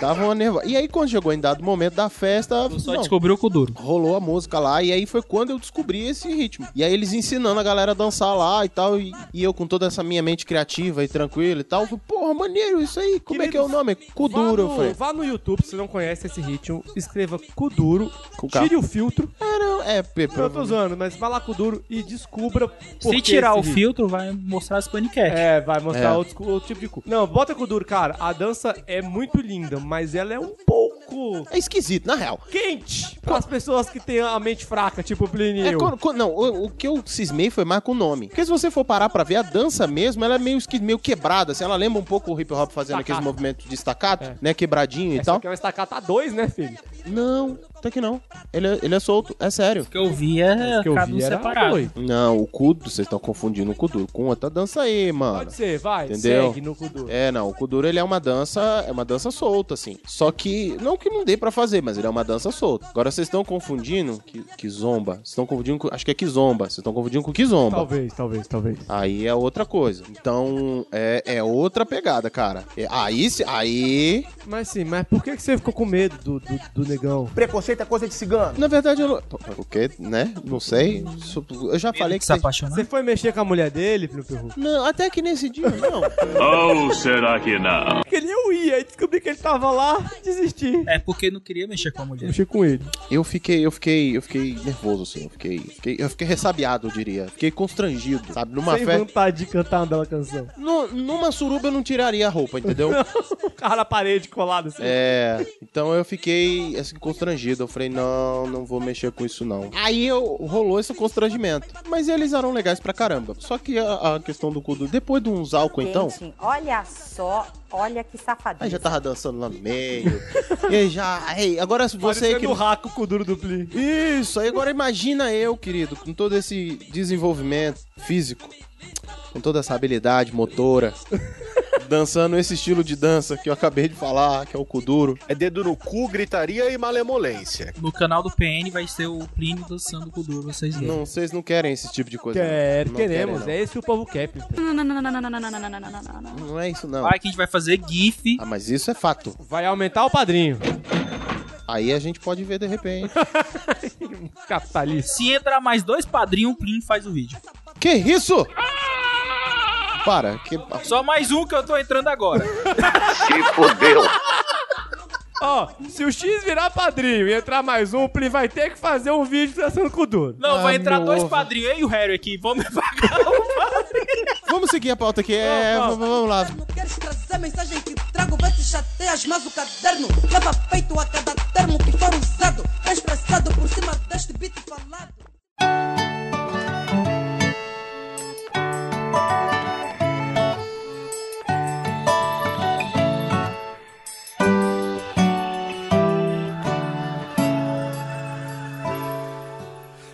Speaker 3: Dava uma nervosa. E aí, quando chegou em dado momento da festa.
Speaker 4: Só descobriu com o duro.
Speaker 3: Rolou a música lá, e aí foi quando eu descobri esse ritmo. E aí eles ensinando a galera a dançar lá e tal, e, e eu com toda essa minha mente criativa e tranquila e tal, falei, porra, maneiro isso aí, como é que é o nome? Kuduro, eu
Speaker 2: vá
Speaker 3: falei.
Speaker 2: no, vá no YouTube, se não conhece esse ritmo, escreva Kuduro,
Speaker 3: K.
Speaker 2: tire o filtro.
Speaker 3: É, não, é, Pepe.
Speaker 2: Eu tô usando, mas vá lá Kuduro e descubra por
Speaker 4: Se
Speaker 2: que
Speaker 4: tirar o
Speaker 2: esse ritmo.
Speaker 4: filtro, vai mostrar as paniquetes.
Speaker 2: É, vai mostrar
Speaker 4: É.
Speaker 2: outros cu- Outro, tipo de cu. Não, bota Kuduro, cara. A dança é muito linda, mas ela é um pouco
Speaker 3: É esquisito, na real.
Speaker 2: quente para as pessoas que têm a mente fraca, tipo o Plínio.
Speaker 3: É, quando- quando- não, o, o que eu cismei foi mais com o nome. Porque se você for parar pra ver, a dança mesmo, ela é meio, esqui- meio quebrada, assim, ela lembra um pouco o hip hop fazendo aqueles
Speaker 2: Staccato.
Speaker 3: movimentos de staccato, né, quebradinho e
Speaker 2: É, só
Speaker 3: tal.
Speaker 2: que é um estacata 2, né, filho?
Speaker 3: Não, até que não. Ele, é- ele é solto, é sério.
Speaker 4: que eu vi é
Speaker 2: que eu
Speaker 4: cada um
Speaker 2: vi era
Speaker 4: separado.
Speaker 2: doido.
Speaker 3: Não, o Kuduro, vocês estão confundindo o Kuduro com outra dança aí, mano.
Speaker 2: Pode ser, vai.
Speaker 3: Entendeu?
Speaker 2: Segue no Kuduro.
Speaker 3: É, não, o Kuduro ele é uma dança, é uma dança solta, assim. Só que, não que não dê pra fazer, mas ele é uma dança solta. Agora vocês estão confundindo que, que zomba. Vocês estão confundindo com, acho que é que zomba. Vocês estão confundindo com que zomba.
Speaker 2: Talvez, talvez, talvez.
Speaker 3: Aí é outra coisa. Então, é, é outra pegada, cara. É, aí, se- aí...
Speaker 2: Mas sim, mas por que, que você ficou com medo do, do, do negão?
Speaker 11: Preconceito é coisa de cigano.
Speaker 3: Na verdade, eu não... O quê, né? Não sei. Su- Eu já falei que...
Speaker 4: Se
Speaker 3: vocês-
Speaker 4: apaixonar.
Speaker 2: Você foi mexer com a mulher dele, Plínio Perru?
Speaker 3: Não, até que nesse dia, não.
Speaker 18: Ou será que não?
Speaker 2: Porque ele eu ia, aí descobri que ele tava lá, desisti.
Speaker 4: É porque não queria mexer com a mulher.
Speaker 2: Mexer com ele.
Speaker 3: Eu fiquei, eu fiquei, eu fiquei nervoso, assim. Eu fiquei, fiquei- eu fiquei ressabiado, eu diria. Fiquei constrangido, sabe? Numa
Speaker 2: Sem
Speaker 3: festa...
Speaker 2: vontade de cantar uma bela canção.
Speaker 3: Nu- numa suruba eu não tiraria a roupa, entendeu?
Speaker 2: O carro na parede colado assim.
Speaker 3: É, então eu fiquei assim, constrangido. Eu falei, não, não vou mexer com isso não. Aí eu, rolou esse constrangimento. Mas eles eram legais pra caramba. Só que a, a questão do cu do... Depois de uns álcool, então...
Speaker 19: Gente, olha só, olha que safadinho.
Speaker 3: Aí já tava dançando lá no meio. e aí já. Aí, agora é você
Speaker 2: Parecendo
Speaker 3: que.
Speaker 2: o Raco com o duro do Pli.
Speaker 3: Isso, aí agora imagina eu, querido, com todo esse desenvolvimento físico, com toda essa habilidade motora. Dançando esse estilo de dança que eu acabei de falar, que é o Kuduro.
Speaker 20: É dedo no cu, gritaria e malemolência.
Speaker 4: No canal do PN vai ser o Plínio dançando com o Duro, vocês verem.
Speaker 3: Não, vocês não querem esse tipo de coisa.
Speaker 2: Quer,
Speaker 3: não. Não
Speaker 2: queremos,
Speaker 3: querem,
Speaker 2: é esse que o povo quer. Peter.
Speaker 19: Não, não, não, não, não, não, não, não, não, não, não, não, não.
Speaker 3: não. Não é isso, não.
Speaker 4: Vai que a gente vai fazer GIF.
Speaker 3: Ah, mas isso é fato.
Speaker 2: Vai aumentar o padrinho.
Speaker 3: Aí a gente pode ver de repente.
Speaker 2: Capitalista.
Speaker 4: Se entrar mais dois padrinhos, o Plínio faz o vídeo.
Speaker 3: Que isso? Para, que.
Speaker 4: Só mais um que eu tô entrando agora.
Speaker 20: Se fudeu.
Speaker 2: Ó, se o X virar padrinho e entrar mais um, o Plim vai ter que fazer um vídeo dançando com o Duro.
Speaker 4: Não, vai
Speaker 3: Ah,
Speaker 4: entrar
Speaker 3: meu
Speaker 4: dois
Speaker 3: ovo.
Speaker 4: padrinhos. Eu e o Harry aqui. Vamos pagar o padrinho.
Speaker 3: Vamos seguir a pauta aqui. É, v-
Speaker 4: Vamos,
Speaker 3: v- vamos lá.
Speaker 10: Não queres trazer a mensagem que trago, vai te chateias, mas o caderno leva peito a cada termo que for usado. É expressado por cima deste beat falado.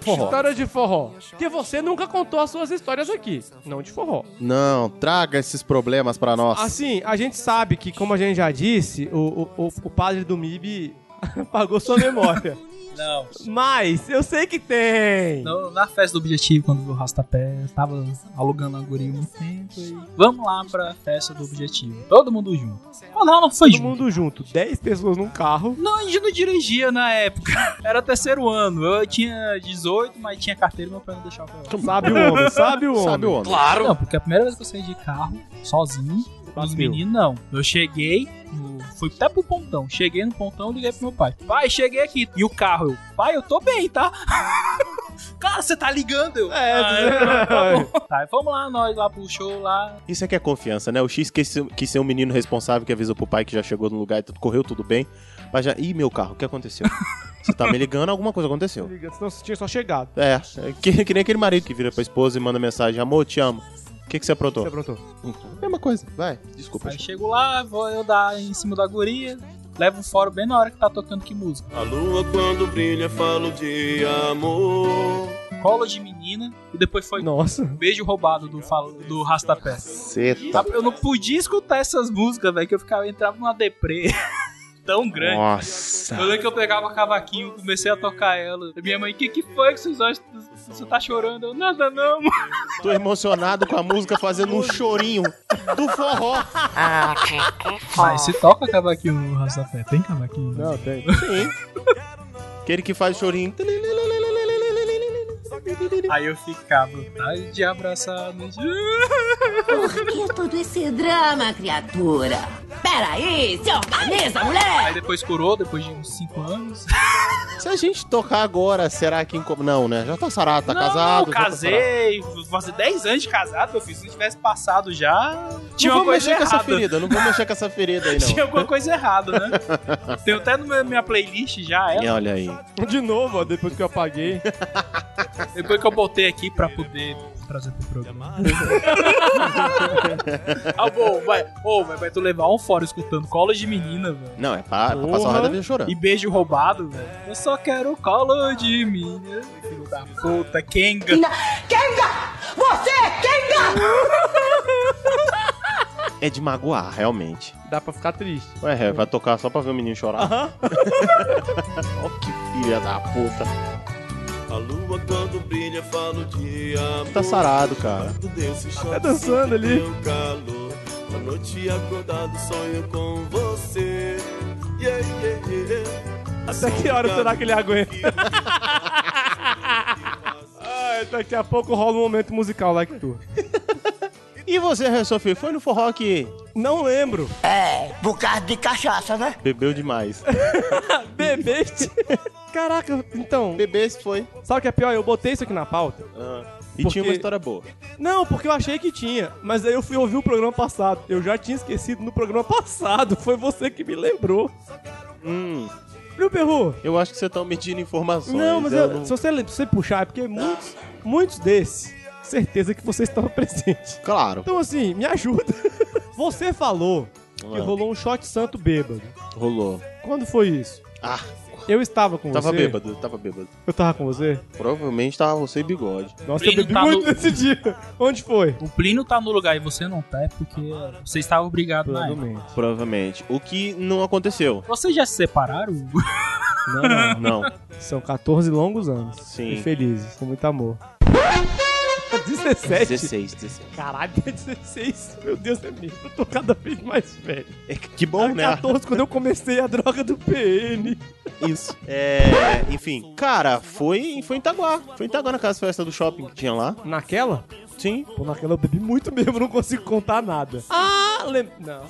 Speaker 2: História de forró. Que você nunca contou as suas histórias aqui. Não de forró.
Speaker 3: Não, traga esses problemas pra nós.
Speaker 2: Assim, a gente sabe que, como a gente já disse, o, o, o, o padre do MIB apagou sua memória.
Speaker 4: Não.
Speaker 2: Mas eu sei que tem.
Speaker 4: No- na festa do objetivo, quando o Rastapé tava alugando a guria há muito tempo. E... Vamos lá pra festa do objetivo. Todo mundo junto. Ah, não, não foi
Speaker 2: Todo
Speaker 4: junto.
Speaker 2: mundo junto. 10 pessoas num carro.
Speaker 4: Não, a gente não dirigia na época. Era terceiro ano. Eu tinha 18, mas tinha carteira e meu pai não deixava eu pegar.
Speaker 2: Sabe o homem, sabe o homem.
Speaker 3: Sabe o homem.
Speaker 4: Não, porque a primeira vez que eu saí de carro, sozinho, com os
Speaker 2: Bateu.
Speaker 4: meninos, não. Eu cheguei, no- fui até pro pontão. Cheguei no pontão, liguei pro meu pai. Pai, cheguei aqui. E o carro, eu, pai, eu tô bem, tá? Cara, você tá ligando? Eu,
Speaker 2: É,
Speaker 4: ah, tá bom. Tá, vamos lá, nós lá pro show lá.
Speaker 3: Isso é que é confiança, né? O X quis ser, quis ser um menino responsável que avisou pro pai que já chegou no lugar e tudo, correu tudo bem. Mas já. Ih, meu carro, o que aconteceu? Você tá me ligando, alguma coisa aconteceu.
Speaker 2: Liga, senão você tinha só chegado.
Speaker 3: É, é que, que nem aquele marido que vira pra esposa e manda mensagem: amor, te amo. O que, que você aprontou?
Speaker 2: Você aprontou.
Speaker 3: Mesma coisa, vai, desculpa.
Speaker 4: Aí chego lá, vou eu dar em cima da guria. Levo um fórum bem na hora que tá tocando que música.
Speaker 15: A lua quando brilha, falo de amor.
Speaker 4: Colo de menina e depois foi um
Speaker 2: Nossa.
Speaker 4: beijo roubado do, falo- do Rastapé.
Speaker 3: Caceta.
Speaker 4: Sabe, Eu não podia escutar essas músicas, velho, que eu ficava, eu entrava numa deprê tão grande.
Speaker 3: Nossa.
Speaker 4: Eu lembro que eu pegava cavaquinho, comecei a tocar ela. Minha mãe, que que foi que vocês acham? Você tá chorando? Eu, nada não, mano.
Speaker 3: Tô emocionado com a música fazendo um chorinho do forró.
Speaker 4: Mas Ah, se toca cavaquinho, Rastapé, tem cavaquinho?
Speaker 3: Tá
Speaker 2: Não, tem.
Speaker 3: Sim. Aquele que faz chorinho.
Speaker 4: Aí eu ficava, ai, de né?" abraçado.
Speaker 19: Por que é todo esse drama, criatura? Peraí, seu camisa, mulher!
Speaker 4: Aí depois curou, depois de uns 5 anos.
Speaker 3: Se a gente tocar agora, será que. inco- Não, né? Já tá sarado, tá
Speaker 4: Não,
Speaker 3: casado. já tá sarado.
Speaker 4: casei, vou fazer 10 anos de casado, meu filho. Se não tivesse passado já, tinha
Speaker 3: não
Speaker 4: uma
Speaker 3: vou
Speaker 4: coisa
Speaker 3: mexer
Speaker 4: errada.
Speaker 3: com essa ferida, não vou mexer com essa ferida aí,
Speaker 4: Tinha
Speaker 3: não.
Speaker 4: alguma coisa errada, né? Tem até na minha playlist já ela.
Speaker 3: E olha aí.
Speaker 2: De novo, ó, depois que eu apaguei.
Speaker 4: Depois que eu botei aqui pra poder trazer pro programa. ah, bom, vai. Ô, mas vai tu levar um fora escutando colo de menina, velho.
Speaker 3: Não, é pra, é pra
Speaker 2: Porra.
Speaker 3: passar o resto da vida chorando.
Speaker 4: E beijo roubado, velho. Eu só quero colo de menina. Filho da puta, Kenga.
Speaker 10: Kenga! Você é Kenga!
Speaker 3: É de magoar, realmente.
Speaker 2: Dá pra ficar triste.
Speaker 3: Ué, é, vai tocar só pra ver o menino chorar.
Speaker 2: Aham.
Speaker 3: Ó, que filha da puta.
Speaker 15: A lua quando brilha, falo de amor.
Speaker 3: Tá sarado, cara.
Speaker 15: Quando desse
Speaker 2: Tá dançando ali.
Speaker 15: teu calor. A noite acordado, sonho com você. Yeah, yeah, yeah.
Speaker 2: Até que hora será que ele aguenta? Ai, daqui a pouco rola um momento musical like tu.
Speaker 3: E você, Rei Sofia, foi no forró que
Speaker 2: Não lembro.
Speaker 10: É, por causa de cachaça, né?
Speaker 3: bebeu demais.
Speaker 2: Bebeste. Caraca, então.
Speaker 3: Bebê, se foi.
Speaker 2: Sabe o que é pior? Eu botei isso aqui na pauta.
Speaker 3: Ah, e
Speaker 2: Porque-
Speaker 3: tinha uma história boa.
Speaker 2: Não, porque eu achei que tinha. Mas aí eu fui ouvir o programa passado. Eu já tinha esquecido no programa passado. Foi você que me lembrou.
Speaker 3: Hum,
Speaker 2: Viu, Perru?
Speaker 3: Eu acho que você tá omitindo informações.
Speaker 2: Não, mas eu-
Speaker 3: não-
Speaker 2: se você, se você puxar, é porque muitos, muitos desses, certeza que você estava presente.
Speaker 3: Claro.
Speaker 2: Então, assim, me ajuda. Você falou que
Speaker 3: Ah.
Speaker 2: rolou um shot santo bêbado.
Speaker 3: Rolou.
Speaker 2: Quando foi isso?
Speaker 3: Ah.
Speaker 2: Eu estava com
Speaker 3: Tava
Speaker 2: você.
Speaker 3: bêbado, tava bêbado.
Speaker 2: Eu tava com você?
Speaker 3: Provavelmente tava você e bigode.
Speaker 2: Nossa,
Speaker 4: Plínio
Speaker 2: eu bebi
Speaker 4: tá
Speaker 2: muito
Speaker 4: no-
Speaker 2: nesse dia. Onde foi?
Speaker 4: O Plínio tá no lugar e você não tá, é porque você estava obrigado na época.
Speaker 3: Provavelmente. O que não aconteceu.
Speaker 4: Vocês já se separaram?
Speaker 2: Não,
Speaker 3: não.
Speaker 2: São 14 longos anos.
Speaker 3: Sim.
Speaker 2: E felizes, com muito amor. 17?
Speaker 3: 16, 16.
Speaker 2: Tá Caralho, é 16. Meu Deus, é mesmo. Eu tô cada vez mais velho.
Speaker 3: Que bom, né?
Speaker 2: 14, Tá quando eu comecei a droga do PN.
Speaker 3: Isso. É, enfim, cara, foi, foi em Itaguá. Foi em Itaguá na casa de festa do shopping que tinha lá.
Speaker 2: Naquela?
Speaker 3: Sim.
Speaker 2: Pô, naquela eu bebi muito mesmo, não consigo contar nada. Ah, lem... Não.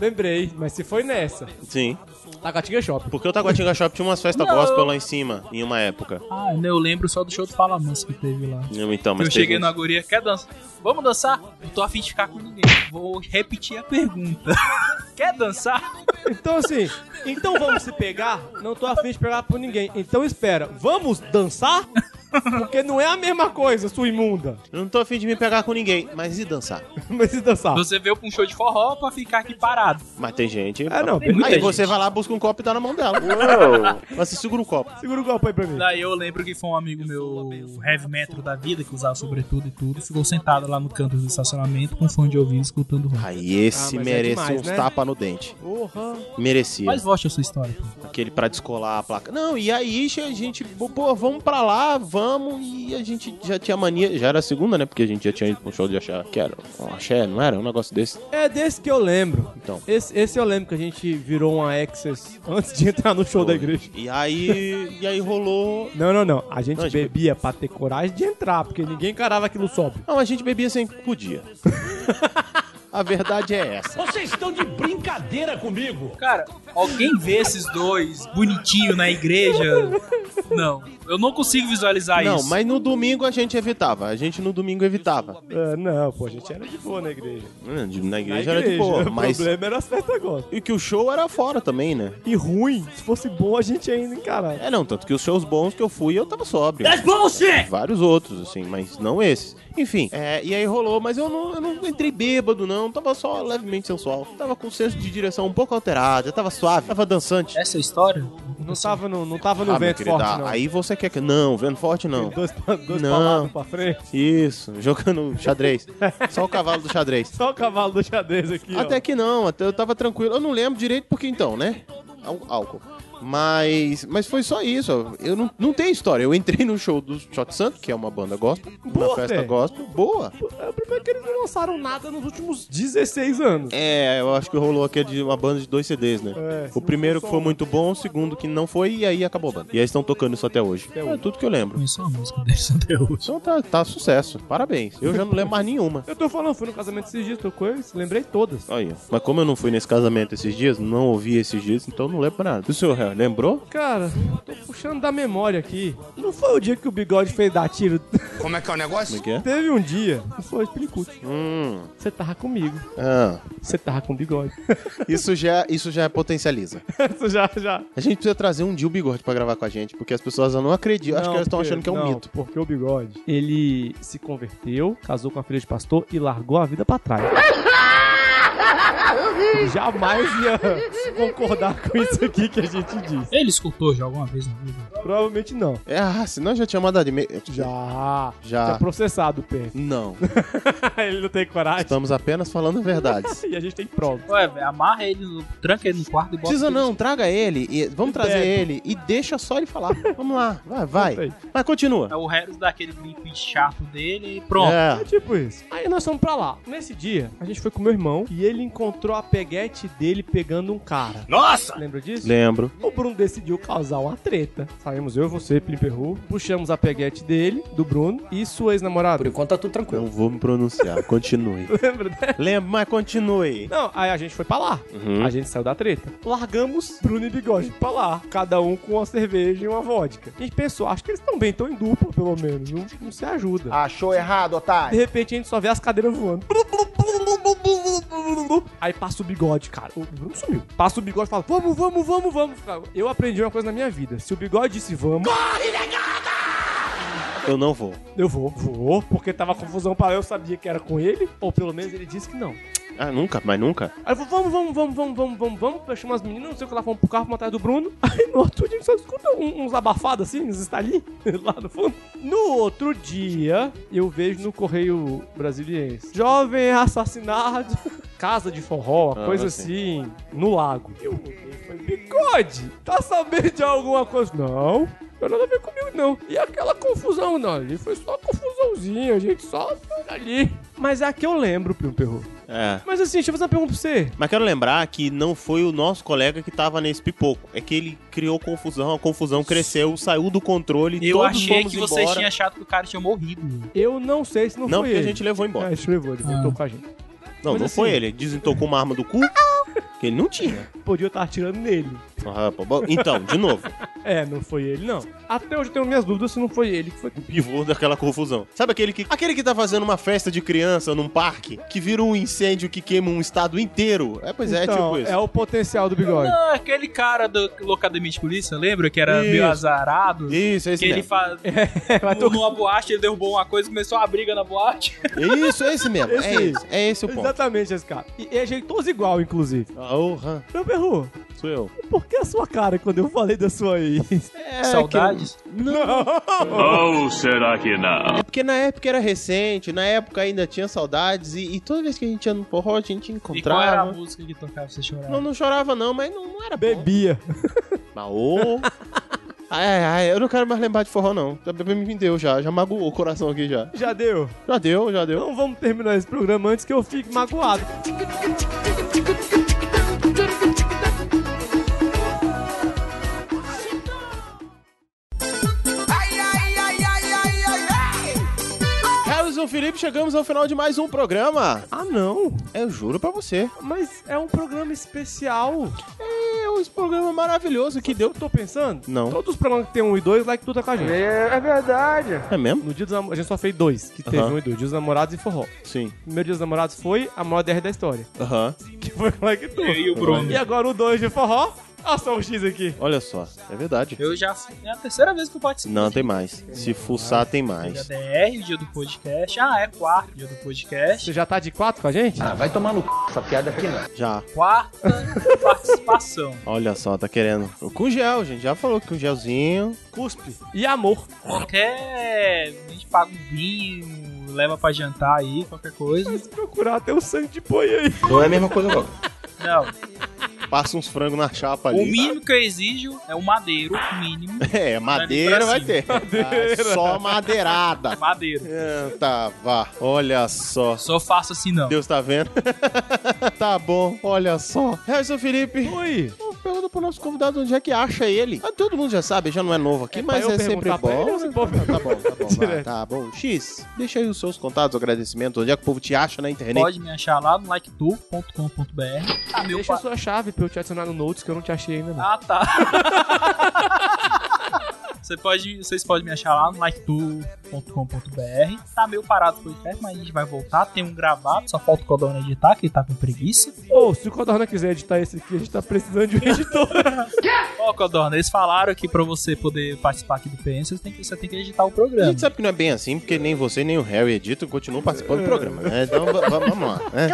Speaker 2: Lembrei, mas se foi nessa.
Speaker 3: Sim.
Speaker 2: Taguatinga Shopping.
Speaker 3: Porque o Taguatinga Shopping tinha umas festas
Speaker 4: Não.
Speaker 3: gospel lá em cima, em uma época.
Speaker 4: Ah, eu lembro só do show do Palamans que teve lá.
Speaker 3: Não, Então, mas
Speaker 4: eu cheguei
Speaker 3: teve-
Speaker 4: na guria, quer dançar? Vamos dançar? Não tô afim de ficar com ninguém. Vou repetir a pergunta. quer dançar?
Speaker 2: Então assim, então vamos se pegar? Não tô afim de pegar por ninguém. Então espera, vamos dançar? Porque não é a mesma coisa, sua imunda.
Speaker 3: Eu não tô afim de me pegar com ninguém, mas e dançar?
Speaker 2: mas e dançar?
Speaker 4: Você veio pra um show de forró pra ficar aqui parado.
Speaker 3: Mas tem gente.
Speaker 4: Ah, não, tem muita
Speaker 3: aí você
Speaker 4: gente.
Speaker 3: vai lá, busca um copo e dá na mão dela. Mas você segura o copo.
Speaker 2: Segura o copo aí pra mim.
Speaker 4: Daí eu lembro que foi um amigo meu, heavy metal da vida, que usava sobretudo e tudo, ficou sentado lá no canto do estacionamento com um fone de ouvido escutando rock.
Speaker 3: Aí esse
Speaker 4: Ah, mas é
Speaker 3: merece
Speaker 4: demais,
Speaker 3: uns
Speaker 4: né?
Speaker 3: tapas no dente.
Speaker 2: Porra.
Speaker 3: Merecia.
Speaker 4: Mas volte a sua história. pô.
Speaker 3: Aquele pra descolar a placa. Não, e aí che- a gente, pô, pô, vamos pra lá, vamos. E a gente já tinha mania. Já era a segunda, né? Porque a gente já tinha ido pra um show de axé. Que era um axé, não era? Um negócio desse.
Speaker 2: É desse que eu lembro.
Speaker 3: Então.
Speaker 2: Esse, esse eu lembro que a gente virou uma Access antes de entrar no show da igreja.
Speaker 3: E aí. e aí rolou.
Speaker 2: Não, não, não. A gente
Speaker 3: Não, a gente
Speaker 2: bebia pra ter coragem de entrar, porque ninguém encarava aquilo sóbrio.
Speaker 3: Não, a gente bebia sempre que podia. A verdade é essa.
Speaker 15: Vocês estão de brincadeira comigo.
Speaker 4: Cara, alguém vê esses dois bonitinho na igreja? Não, eu não consigo visualizar
Speaker 3: não,
Speaker 4: É isso.
Speaker 3: mas no domingo a gente evitava. A gente no domingo evitava.
Speaker 2: Ah, não, pô, a gente era de boa na igreja.
Speaker 3: Hum, de- Na igreja,
Speaker 2: Na
Speaker 3: era de boa,
Speaker 2: o
Speaker 3: mas.
Speaker 2: problema era as festas gospel.
Speaker 3: E que o show era fora também, né?
Speaker 2: E ruim, se fosse bom, a gente ainda encarava.
Speaker 3: É, não, tanto que os shows bons que eu fui, eu tava sóbrio.
Speaker 2: That's bullshit!
Speaker 3: Vários outros, assim, mas não esses. Enfim, é, e aí rolou, mas eu não, eu não entrei bêbado, não. Tava só levemente sensual. Tava com o senso de direção um pouco alterado, já tava suave, tava dançante.
Speaker 4: Essa é a história?
Speaker 2: Não tava no, não tava no
Speaker 3: Ah, meu
Speaker 2: vento
Speaker 3: querido,
Speaker 2: forte,
Speaker 3: ah,
Speaker 2: não.
Speaker 3: aí você quer que... Não, vento forte não.
Speaker 2: Dois, pa- dois
Speaker 3: Não.
Speaker 2: palados pra frente.
Speaker 3: Isso, jogando xadrez. Só o cavalo do xadrez.
Speaker 2: Só o cavalo do xadrez aqui, ó.
Speaker 3: Até que não, até eu tava tranquilo. Eu não lembro direito porque então, né? Al- Álcool. Mas, mas foi só isso. ó. Eu não, não tenho história. Eu entrei no show do Shot Santo, que é uma banda gospel,
Speaker 2: Boa,
Speaker 3: uma festa
Speaker 2: Fê.
Speaker 3: gospel, boa.
Speaker 2: É o primeiro que eles não lançaram nada nos últimos 16 anos.
Speaker 3: É, eu acho que rolou aqui de uma banda de dois CDs, né?
Speaker 2: É,
Speaker 3: o primeiro que foi muito bom, o segundo que não foi, e aí acabou a banda. E aí estão tocando isso até hoje. É tudo que eu lembro.
Speaker 4: Isso é uma música desse até hoje.
Speaker 3: Então tá, tá sucesso. Parabéns. Eu já não lembro mais nenhuma.
Speaker 2: Eu tô falando, fui no casamento esses dias, tocou isso, lembrei todas.
Speaker 3: Olha, mas como eu não fui nesse casamento esses dias, não ouvi esses dias, então não lembro nada. E O senhor Harry, lembrou?
Speaker 2: Cara, tô puxando da memória aqui. Não foi o dia que o bigode fez dar tiro?
Speaker 3: Como é que é o negócio? Como é que é?
Speaker 2: Teve um dia. Não foi, Piricute.
Speaker 3: Hum.
Speaker 2: Você tava comigo.
Speaker 3: Ah.
Speaker 2: Você tava com bigode.
Speaker 3: Isso já, isso já potencializa.
Speaker 2: Isso já, já.
Speaker 3: A gente precisa trazer um dia o bigode pra gravar com a gente, porque as pessoas não acreditam. acho que elas estão
Speaker 2: porque-
Speaker 3: achando que é um
Speaker 2: não,
Speaker 3: mito.
Speaker 2: Porque o bigode, ele se converteu, casou com a filha de pastor e largou a vida pra trás. Ele jamais ia concordar com isso aqui que a gente diz.
Speaker 4: Ele escutou já alguma vez na vida?
Speaker 2: Provavelmente não.
Speaker 3: É, ah, senão eu já tinha mandado e-mail.
Speaker 2: Já.
Speaker 3: Já.
Speaker 2: Tá processado, Pê.
Speaker 3: Não.
Speaker 2: ele não tem coragem.
Speaker 3: Estamos apenas falando verdades.
Speaker 2: e a gente tem prova.
Speaker 4: Ué, velho, amarra ele, no- tranca ele no quarto e bota
Speaker 3: Precisa
Speaker 4: ele-
Speaker 3: não, traga ele. e- vamos trazer
Speaker 4: Bebe.
Speaker 3: ele e deixa só ele falar. Vamos lá, vai, vai. Mas continua.
Speaker 4: É o Harris dá aquele brinco chato dele e pronto.
Speaker 2: É tipo isso. Aí nós fomos pra lá. Nesse dia, a gente foi com o meu irmão e ele encontrou a peguete dele pegando um cara.
Speaker 3: Nossa!
Speaker 2: Lembra disso?
Speaker 3: Lembro.
Speaker 2: O Bruno decidiu causar uma treta. Saímos eu, você, Plimperru, puxamos a peguete dele, do Bruno, e sua ex-namorada. Por enquanto tá tudo
Speaker 3: Não
Speaker 2: tranquilo.
Speaker 3: vou me pronunciar. Continue.
Speaker 2: Lembra, né?
Speaker 3: Lembro, mas continue.
Speaker 2: Não, aí a gente foi pra lá.
Speaker 3: Uhum.
Speaker 2: A gente saiu da treta. Largamos Bruno e Bigode pra lá. Cada um com uma cerveja e uma vodka. A gente pensou, acho que eles estão bem, estão em dupla, pelo menos. Não, não se ajuda.
Speaker 11: Achou errado,
Speaker 2: De
Speaker 11: otário.
Speaker 2: repente a gente só vê as cadeiras voando. mundo. Aí passa o bigode, cara. O Bruno sumiu. Passa o bigode e fala: Vamos, vamos, vamos, vamos. Eu aprendi uma coisa na minha vida. Se o bigode disse vamos. Corre, negada!
Speaker 3: Eu não vou.
Speaker 2: Eu vou, vou, porque tava confusão para eu sabia que era com ele, ou pelo menos ele disse que não.
Speaker 3: Ah, nunca, mas nunca.
Speaker 2: Aí eu falei, vamos, vamos, vamos, vamos, vamos, vamos, vamos. Eu chamo as meninas, não sei o que lá, vamos pro carro, vamos atrás do Bruno. Aí no outro dia, você escuta um- uns abafados assim, uns estalinhos lá no fundo. No outro dia, eu vejo no Correio Brasiliense. Jovem assassinado, casa de forró, uma
Speaker 3: Ah,
Speaker 2: coisa
Speaker 3: sim.
Speaker 2: assim, no lago. Eu olhei e falei, bigode, tá sabendo de alguma coisa? Não. Não tem nada a ver comigo, não. E aquela confusão, não. Ali foi só confusãozinha, a gente só ali. Mas é a que eu lembro, Pio Perro.
Speaker 3: É.
Speaker 2: Mas assim, deixa eu fazer uma pergunta pra você.
Speaker 3: Mas quero lembrar que não foi o nosso colega que tava nesse pipoco. É que ele criou confusão, a confusão cresceu, saiu do controle,
Speaker 4: Eu
Speaker 3: todos
Speaker 4: achei
Speaker 3: fomos
Speaker 4: que vocês
Speaker 3: embora.
Speaker 4: tinham achado que o cara tinha morrido.
Speaker 2: Eu não sei se não,
Speaker 3: Não,
Speaker 2: foi
Speaker 3: porque a
Speaker 2: ele.
Speaker 3: gente levou embora.
Speaker 2: É, a gente levou, ele voltou com a gente.
Speaker 3: Não,
Speaker 2: Mas
Speaker 3: não
Speaker 2: assim-
Speaker 3: foi ele. Ele Desentocou uma arma do cu que ele não tinha.
Speaker 2: Podia estar atirando nele.
Speaker 3: Ah, pô, bom, Então, de novo,
Speaker 2: É, não foi ele, não. Até hoje eu tenho minhas dúvidas se não foi ele que foi.
Speaker 3: pivô daquela confusão. Sabe aquele que aquele que tá fazendo uma festa de criança num parque que vira um incêndio que queima um estado inteiro? É, pois é,
Speaker 2: Então,
Speaker 3: tipo isso.
Speaker 2: É o potencial do
Speaker 3: É.
Speaker 2: bigode.
Speaker 4: Não, Ah, aquele cara do Locademia de Polícia, lembra? Que era
Speaker 3: Isso.
Speaker 4: meio azarado.
Speaker 3: Isso, é esse
Speaker 4: Que ele
Speaker 3: mesmo. É,
Speaker 4: faz. Numa boate, ele derrubou uma coisa e começou a briga na boate.
Speaker 3: Isso, é esse mesmo.
Speaker 2: Esse
Speaker 3: é
Speaker 2: aí.
Speaker 3: esse. É esse o ponto.
Speaker 2: Exatamente esse cara. E e é jeitoso igual, inclusive.
Speaker 3: Aham.
Speaker 2: Meu perru,
Speaker 3: Sou eu.
Speaker 2: por que a sua cara quando eu falei da sua ex?
Speaker 3: É
Speaker 4: Saudades?
Speaker 3: que eu- Não!
Speaker 18: Ou será que
Speaker 2: né?
Speaker 18: não?
Speaker 3: É porque na época era recente, na época ainda tinha saudades, e, e toda vez que a gente ia no forró, a gente
Speaker 4: E qual era a
Speaker 3: encontrava.
Speaker 4: música que tocava pra você chorar?
Speaker 3: Não, não chorava não, mas não, não era bom.
Speaker 2: Bebia.
Speaker 3: Mas, ô. Ai, ai, ai, eu não quero mais lembrar de forró, não. Já bebê me deu já, já magoou o coração aqui já.
Speaker 2: Já deu.
Speaker 3: Já deu, já deu.
Speaker 2: Então vamos terminar esse programa antes que eu fique magoado.
Speaker 3: Harrison Felipe, chegamos ao final de mais um programa.
Speaker 2: Ah, não.
Speaker 3: Eu juro pra você.
Speaker 2: Mas é um programa especial.
Speaker 3: É um programa maravilhoso que deu.
Speaker 2: Tô pensando?
Speaker 3: Não.
Speaker 2: Todos os programas que tem um e dois, lá que tu tá com a gente. É, verdade.
Speaker 3: É mesmo?
Speaker 2: No dia dos namorados, a gente só fez dois, que teve
Speaker 3: Aham.
Speaker 2: um e dois, dia dos namorados e forró.
Speaker 3: Sim.
Speaker 2: O primeiro dia dos namorados foi a maior DR da história,
Speaker 3: Aham.
Speaker 2: que foi como é que tu.
Speaker 4: E o Bruno?
Speaker 2: E agora o dois de forró, olha só o X aqui.
Speaker 3: Olha só, é verdade.
Speaker 4: Eu já. É a terceira vez que eu participo.
Speaker 3: Não, tem mais. Se fuçar, tem
Speaker 4: Dia
Speaker 3: mais.
Speaker 4: DR, dia do podcast. Ah, é quarto dia do podcast.
Speaker 2: Você já tá de quatro com a gente?
Speaker 3: Ah, vai tomar no c... essa piada aqui não. Já.
Speaker 4: Quarta participação.
Speaker 3: Olha só, tá querendo. Com gel, gente. Já falou que com gelzinho.
Speaker 2: Cuspe e amor.
Speaker 4: Qualquer. A gente paga um vinho, leva pra jantar aí, qualquer coisa.
Speaker 2: Se procurar até o sangue de boi aí.
Speaker 3: Não é a mesma coisa, não.
Speaker 4: Não.
Speaker 3: Passa uns frangos na chapa
Speaker 4: O
Speaker 3: ali.
Speaker 4: mínimo que eu exijo é o madeiro, o mínimo.
Speaker 3: É, madeira vai ter.
Speaker 4: Madeira.
Speaker 3: Ah, só madeirada.
Speaker 4: Madeiro.
Speaker 3: Ah, Tá, vá. Olha só.
Speaker 4: Só faço assim não.
Speaker 3: Deus tá vendo. tá bom, olha só. Harrison Felipe.
Speaker 2: Oi.
Speaker 3: Pergunta pro nosso convidado onde é que acha ele. Ah, todo mundo já sabe, já não é novo aqui,
Speaker 2: É pra
Speaker 3: mas
Speaker 2: eu
Speaker 3: é sempre
Speaker 2: perguntar pra
Speaker 3: bom.
Speaker 2: ele ou
Speaker 3: né?
Speaker 2: se for
Speaker 3: tá, tá bom, tá bom. vai,
Speaker 2: direto?
Speaker 3: tá bom. X, deixa aí os seus contatos, agradecimento, onde é que o povo te acha na internet.
Speaker 4: Pode me achar lá no liketu.com.br. Ah, meu
Speaker 2: Deixa a
Speaker 4: pa...
Speaker 2: sua chave pra eu te adicionar no Notes que eu não te achei ainda não.
Speaker 4: Ah, tá. Você pode, vocês podem me achar lá no liketu.com.br. Tá meio parado o podcast, mas a gente vai voltar. Tem um gravado, só falta o Codorna editar, que ele tá com preguiça.
Speaker 2: Ô, se o Codorna quiser editar esse aqui, a gente tá precisando de um editor.
Speaker 4: Ó, Codorna, eles falaram que pra você poder participar aqui do PN, você tem que, você tem que editar o
Speaker 3: A
Speaker 4: programa.
Speaker 3: gente sabe que não é bem assim, porque nem você, nem o Harry editam e continuam participando do programa, né? Então va- va- vamos lá. né?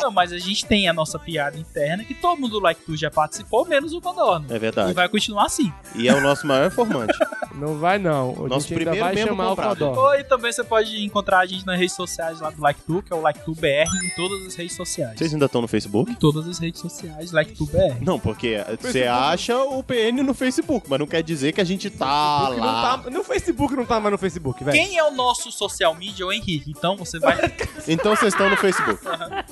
Speaker 4: Não, mas a gente tem a nossa piada interna que todo mundo do liketu já participou, menos o Codorna.
Speaker 3: É
Speaker 4: E
Speaker 3: verdade.
Speaker 4: vai continuar assim.
Speaker 3: E é o nosso maior informante.
Speaker 2: Não vai não. A
Speaker 3: Nosso
Speaker 2: gente ainda
Speaker 3: primeiro
Speaker 2: vai
Speaker 3: membro
Speaker 2: chamar
Speaker 3: comprado.
Speaker 2: o Codorna.
Speaker 4: Ou e também você pode encontrar a gente nas redes sociais lá do LikeTube, que é o LikeTubeBR, em todas as redes sociais.
Speaker 3: Vocês ainda estão no Facebook?
Speaker 4: Em todas as redes sociais, LikeTubeBR.
Speaker 3: Não, porque você acha o PN no Facebook, mas não quer dizer que a gente tá
Speaker 2: Facebook
Speaker 3: lá.
Speaker 2: Não tá, no Facebook não tá mais no Facebook, velho.
Speaker 4: Quem é o nosso social media? É O Henrique. Então você vai,
Speaker 3: Então vocês estão no Facebook.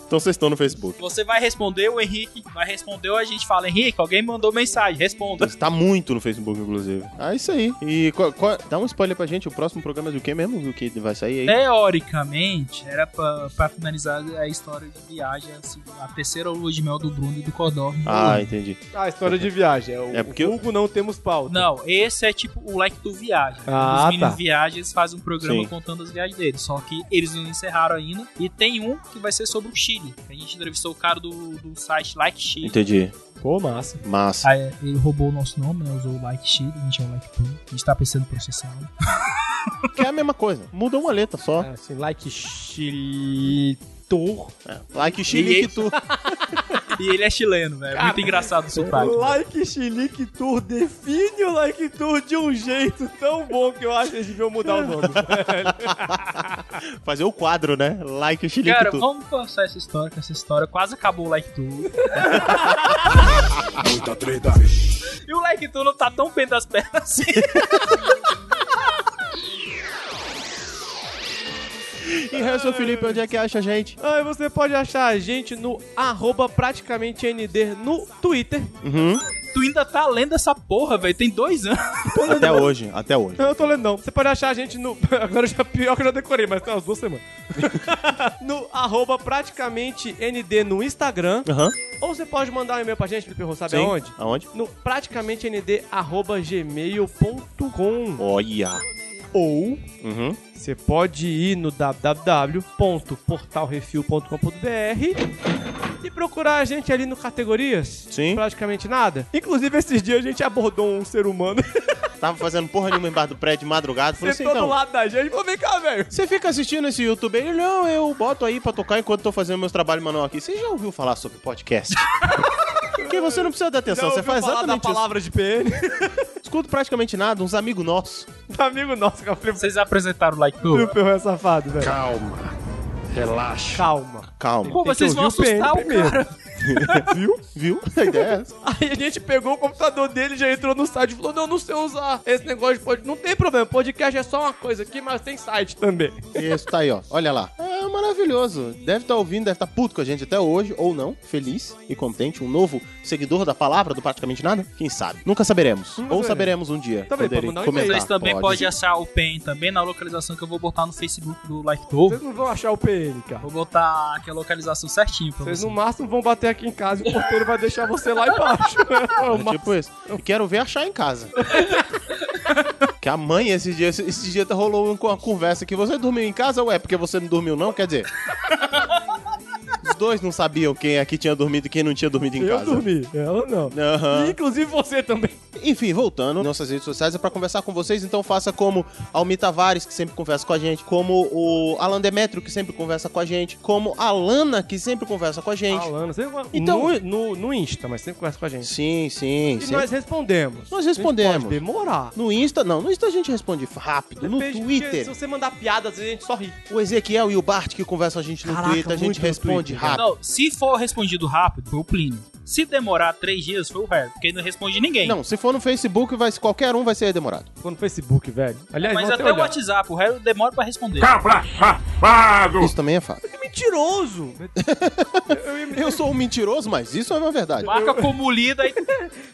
Speaker 3: Então vocês estão no Facebook.
Speaker 4: você vai responder, o Henrique vai responder, ou a gente fala, Henrique, alguém mandou mensagem, responda.
Speaker 3: Tá muito no Facebook, inclusive. É isso aí. E E qual- qual- dá um spoiler pra gente, o próximo programa é do que mesmo? Do que vai sair
Speaker 2: É.
Speaker 3: aí?
Speaker 4: Teoricamente, era pra, pra finalizar a história de viagem, assim, a terceira lua de mel do Bruno e do Codorno.
Speaker 3: Ah, entendi.
Speaker 2: Ah, história de viagem. É, o
Speaker 3: É porque eu-
Speaker 2: vulgo não temos pauta.
Speaker 4: Não, esse é tipo o leque do Viagem.
Speaker 2: então tá. Ah,
Speaker 4: Os meninos
Speaker 2: tá.
Speaker 4: Viagem eles fazem um programa
Speaker 2: Sim.
Speaker 4: contando as viagens deles. Só que eles não encerraram ainda. E tem um que vai ser sobre o Chile. A gente entrevistou o cara do, do site Like Chile.
Speaker 3: Entendi.
Speaker 2: Pô, massa.
Speaker 3: Massa.
Speaker 4: Aí, Ah, é, ele roubou o nosso nome, né? Usou o Like Chile, a gente é o Like Chile. A gente tá pensando em processá-lo.
Speaker 3: Que é a mesma coisa. Muda uma letra só.
Speaker 2: É, assim, like chilitor.
Speaker 3: like chilitor.
Speaker 4: E ele é chileno, velho. Muito engraçado o sotaque.
Speaker 2: Like Chilique Tour define o Like Tour de um jeito tão bom que eu acho que eles deviam mudar o nome.
Speaker 3: Fazer o quadro, né? Like chilitor.
Speaker 4: Cara, vamos passar essa história, que essa história quase acabou o Like Tour.
Speaker 15: Muita treta.
Speaker 4: e o Like Tour não tá tão bem das pernas assim.
Speaker 3: E Harrison Felipe, onde é que acha a gente?
Speaker 2: Ah, e você pode achar a gente no arroba praticamente ND no Twitter.
Speaker 3: Uhum.
Speaker 4: Tu ainda tá lendo essa porra, velho. Tem dois anos.
Speaker 3: Até hoje, até hoje.
Speaker 2: Eu não tô lendo, não. Você pode achar a gente no. Agora já pior que eu já decorei, mas tem umas duas semanas. no arroba praticamente ND no Instagram.
Speaker 3: Aham.
Speaker 2: Ou você pode mandar um e-mail pra gente, Felipe Rô, sabe
Speaker 3: Sim.
Speaker 2: aonde?
Speaker 3: Aonde?
Speaker 2: No praticamente ND arroba gmail.com.
Speaker 3: Olha.
Speaker 2: Ou
Speaker 3: Uhum.
Speaker 2: você pode ir no www.portalrefil.com.br e procurar a gente ali no categorias.
Speaker 3: Sim.
Speaker 2: Praticamente nada. Inclusive, esses dias a gente abordou um ser humano.
Speaker 3: Tava fazendo porra nenhuma embaixo do prédio de madrugada. Falei assim,
Speaker 2: Sentou do
Speaker 3: então.
Speaker 2: lado da gente. Falou, vem cá, velho.
Speaker 3: Você fica assistindo esse YouTube aí? Não, eu boto aí pra tocar enquanto tô fazendo meus trabalhos manual aqui. Você já ouviu falar sobre podcast? Porque você não precisa dar atenção,
Speaker 2: Já
Speaker 3: você
Speaker 2: ouviu
Speaker 3: faz
Speaker 2: falar
Speaker 3: exatamente
Speaker 2: da palavra de PN?
Speaker 3: isso. Escuto praticamente nada, uns amigos nossos.
Speaker 2: Tá Amigo nosso, que eu falei,
Speaker 4: Vocês apresentaram o Like Tour?
Speaker 2: Felipe Rô é safado, velho.
Speaker 3: Calma, relaxa.
Speaker 2: Calma.
Speaker 3: Calma.
Speaker 4: Pô,
Speaker 2: Tem que
Speaker 4: vocês vão
Speaker 2: ouvir o PN
Speaker 4: assustar o
Speaker 2: primeiro.
Speaker 4: cara.
Speaker 3: Viu? Viu? A ideia é essa.
Speaker 2: Aí a gente pegou o computador dele, já entrou no site e falou: Não, não sei usar esse negócio de podcast. Não tem problema, podcast é só uma coisa aqui, mas tem site também.
Speaker 3: Isso, tá aí, ó. Olha lá. É maravilhoso. Deve estar ouvindo, deve estar puto com a gente até hoje, ou não. Feliz e contente. Um novo seguidor da palavra do Praticamente Nada. Quem sabe? Nunca saberemos. ou saberemos um dia.
Speaker 2: Também,
Speaker 3: Poderem
Speaker 2: pode mandar um e-mail.
Speaker 3: comentar.
Speaker 4: Vocês também podem
Speaker 3: Pode.
Speaker 4: achar o PEN também na localização que eu vou botar no Facebook do Like Tour.
Speaker 2: Vocês não vão achar o PN, cara.
Speaker 4: Vou botar aqui a localização certinho pra
Speaker 2: Vocês
Speaker 4: vocês.
Speaker 2: no máximo vão bater aqui em casa e o porteiro vai deixar você lá embaixo. É o
Speaker 3: É tipo isso. E quero ver achar em casa. que a mãe, esse dia, esse, esse dia rolou um, uma co- uma conversa que você dormiu em casa, ué, porque você não dormiu, não? Quer dizer. Os dois não sabiam quem aqui tinha dormido e quem não tinha dormido em
Speaker 2: Eu
Speaker 3: casa.
Speaker 2: dormi, ela não.
Speaker 3: Aham.
Speaker 2: E, inclusive você também.
Speaker 3: Enfim, voltando, nossas redes sociais é pra conversar com vocês, então faça como Almi Tavares, que sempre conversa com a gente, como o Alan Demetrio, que sempre conversa com a gente, como a Lana, que sempre conversa com a gente.
Speaker 2: Falando, você-
Speaker 3: Então-
Speaker 2: no, no, no Insta, mas sempre conversa com a gente.
Speaker 3: Sim, sim,
Speaker 2: E
Speaker 3: sim.
Speaker 2: nós respondemos.
Speaker 3: Nós respondemos.
Speaker 2: A gente pode demorar.
Speaker 3: No Insta, não, no Insta a gente responde rápido,
Speaker 2: Depende,
Speaker 3: no
Speaker 2: porque
Speaker 3: Twitter.
Speaker 2: Se você mandar piada, às vezes a gente só ri.
Speaker 3: O Ezequiel e o Bart que conversam a gente no
Speaker 2: Caraca,
Speaker 3: Twitter, a
Speaker 2: muito
Speaker 3: gente
Speaker 2: no
Speaker 3: responde
Speaker 2: Twitter, né?
Speaker 3: rápido.
Speaker 4: Não, se for respondido rápido, foi o Plínio. Se demorar três dias, foi o Harry, porque ele não responde ninguém.
Speaker 3: Não, se for no Facebook, vai, qualquer um vai ser demorado.
Speaker 2: Ficou no Facebook, velho. Aliás,
Speaker 4: Mas
Speaker 2: vou
Speaker 4: até o
Speaker 2: é, olhar.
Speaker 4: WhatsApp, o Harry demora pra responder.
Speaker 3: Isso também é fato.
Speaker 2: Mentiroso!
Speaker 3: Eu sou um mentiroso, mas isso é uma verdade.
Speaker 4: Marca como lida e...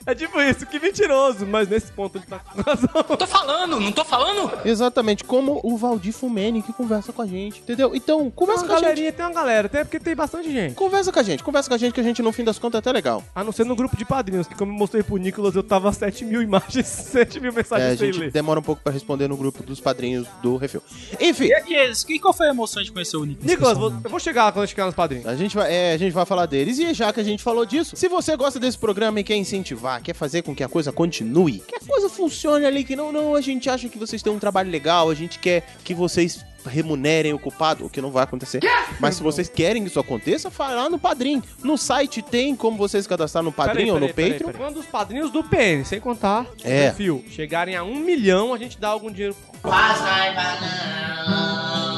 Speaker 2: É tipo isso, que mentiroso, mas nesse ponto ele tá com razão.
Speaker 12: Tô falando, não tô falando?
Speaker 3: Exatamente, como o Valdir Fumene que conversa com a gente, entendeu? Então, conversa
Speaker 2: Tem
Speaker 3: com
Speaker 2: uma
Speaker 3: a gente.
Speaker 2: galerinha, tem uma galera, até porque tem bastante gente.
Speaker 3: Conversa com a gente, conversa com a gente, que a gente, no fim das contas, é até legal.
Speaker 2: A não ser no grupo de padrinhos, que como eu mostrei pro Nicolas, eu tava 7 mil imagens, 7 mil
Speaker 3: É,
Speaker 2: mensagens
Speaker 3: a
Speaker 2: sem
Speaker 3: gente
Speaker 2: ler.
Speaker 3: demora um pouco pra responder no grupo dos padrinhos do Refil. Enfim,
Speaker 4: E aqui, esse- que qual foi a emoção de conhecer o Nicolas?
Speaker 2: Nicolas, vou-
Speaker 4: pessoalmente?
Speaker 2: eu vou chegar quando chegar nos padrinhos.
Speaker 3: a gente, vai, é, a gente vai falar deles. E já que a gente falou disso, se você gosta desse programa e quer incentivar, quer fazer com que a coisa continue, que a coisa funcione ali, que não, não, a gente acha que vocês têm um trabalho legal, a gente quer que vocês remunerem o culpado, o que não vai acontecer. Mas se vocês querem que isso aconteça, fala lá no Padrim. No site tem como vocês cadastrar no Padrim
Speaker 2: Peraí,
Speaker 3: ou É no
Speaker 2: peraí, peraí,
Speaker 3: Patreon.
Speaker 2: peraí. Quando os padrinhos do PN, sem contar
Speaker 3: É.
Speaker 2: o perfil, chegarem a um milhão, a gente dá algum dinheiro.
Speaker 11: Faz raiva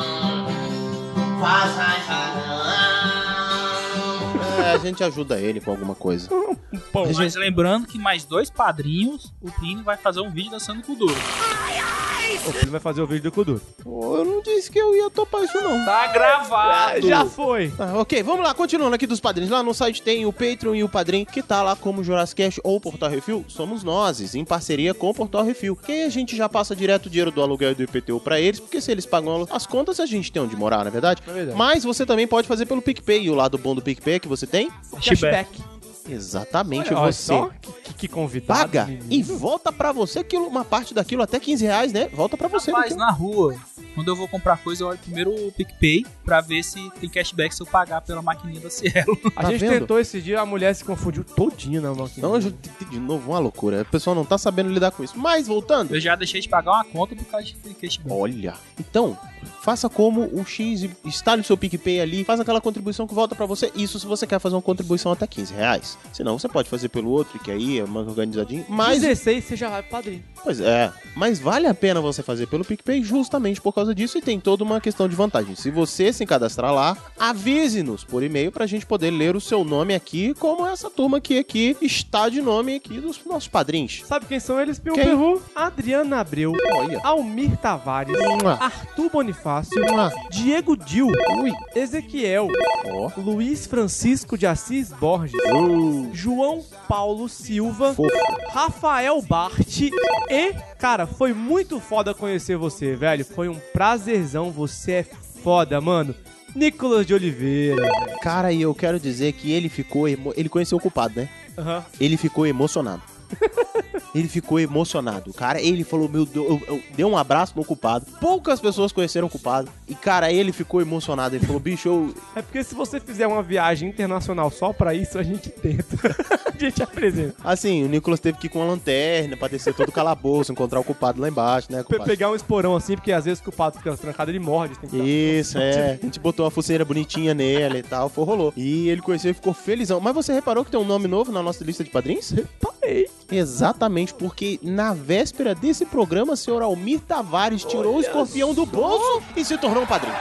Speaker 11: não. Faz raiva não.
Speaker 3: É, a gente ajuda ele com alguma coisa.
Speaker 2: Pô,
Speaker 4: Mas lembrando que mais dois padrinhos, o Plínio vai fazer um vídeo dançando com o Duro.
Speaker 2: Ele vai fazer o vídeo do Kuduro.
Speaker 3: Eu não disse que eu ia topar isso, não.
Speaker 12: Tá gravado.
Speaker 2: Ah, já foi.
Speaker 3: Tá, ok, vamos lá, continuando aqui dos padrinhos. Lá no site tem o Patreon e o Padrim, que tá lá como Jurassic ou Portal Refil. Somos nós, em parceria com o Portal Refil. Que aí a gente já passa direto o dinheiro do aluguel e do IPTU pra eles, porque se eles pagam as contas, a gente tem onde morar, na é verdade? Mas você também pode fazer pelo PicPay. E o lado bom do PicPay é que você tem...
Speaker 2: Cashback.
Speaker 3: Exatamente,
Speaker 2: Olha, olha
Speaker 3: você
Speaker 2: só que, que convidado.
Speaker 3: paga
Speaker 2: menino.
Speaker 3: e volta pra você aquilo, uma parte daquilo, até 15 reais, né? Volta pra você.
Speaker 4: Rapaz,
Speaker 3: não tem-
Speaker 4: na rua, é. quando eu vou comprar coisa, eu olho primeiro o PicPay pra ver se tem cashback se eu pagar pela maquininha da Cielo.
Speaker 2: A
Speaker 3: Tá
Speaker 2: gente
Speaker 3: vendo?
Speaker 2: tentou esse dia, a mulher se confundiu todinha na máquina.
Speaker 3: Então, eu já- de novo, uma loucura. O pessoal não tá sabendo lidar com isso. Mas, voltando.
Speaker 4: Eu já deixei de pagar uma conta por causa de cashback.
Speaker 3: Olha. Então, faça como o X, instale o seu PicPay ali, faz aquela contribuição que volta pra você. Isso se você quer fazer uma contribuição até 15 reais. Senão, você pode fazer pelo outro, que aí é mais organizadinho. Mas,
Speaker 2: 16 você já vai pro padrinho.
Speaker 3: pois é. Mas vale a pena você fazer pelo PicPay justamente por causa disso e tem toda uma questão de vantagem. Se você se cadastrar lá, avise-nos por e-mail pra gente poder ler o seu nome aqui, como essa turma que aqui está de nome aqui dos nossos padrinhos.
Speaker 2: Sabe quem são eles, Piu
Speaker 3: Quem?
Speaker 2: Peru? Adriana Abreu,
Speaker 3: Olha.
Speaker 2: Almir Tavares,
Speaker 3: Mua.
Speaker 2: Arthur Bonifácio,
Speaker 3: Mua.
Speaker 2: Diego Dil,
Speaker 3: Ui.
Speaker 2: Ezequiel,
Speaker 3: Ó.
Speaker 2: Luiz Francisco de Assis Borges, João Paulo Silva,
Speaker 3: Fofo.
Speaker 2: Rafael Bart e, cara, foi muito foda conhecer você, velho. Foi um prazerzão, você é foda, mano. Nicolas de Oliveira. velho.
Speaker 3: Cara, e eu quero dizer que ele ficou. emo- Ele conheceu o culpado, né?
Speaker 2: Aham.
Speaker 3: Ele ficou emocionado. ele ficou emocionado. Cara, ele falou: Meu Deus, eu, eu- deu um abraço no culpado. Poucas pessoas conheceram o culpado. E, cara, ele ficou emocionado. Ele falou: Bicho, eu.
Speaker 2: É porque se você fizer uma viagem internacional só pra isso, a gente tenta. a gente apresenta.
Speaker 3: Assim, o Nicolas teve que ir com uma lanterna pra descer todo o calabouço, encontrar o culpado lá embaixo, né?
Speaker 2: Pe-
Speaker 3: Culpado?
Speaker 2: pegar um esporão assim, porque às vezes que o pato fica trancado, ele morde. assim. Tem que dar-
Speaker 3: Isso, é. A gente botou uma pulseira bonitinha nele e tal, foi, rolou. E ele conheceu e ficou felizão. Mas você reparou que tem um nome novo na nossa lista de padrinhos?
Speaker 2: Reparei.
Speaker 3: Exatamente, porque na véspera desse programa, o senhor Almir Tavares tirou o escorpião do bolso e se tornou um padrinho.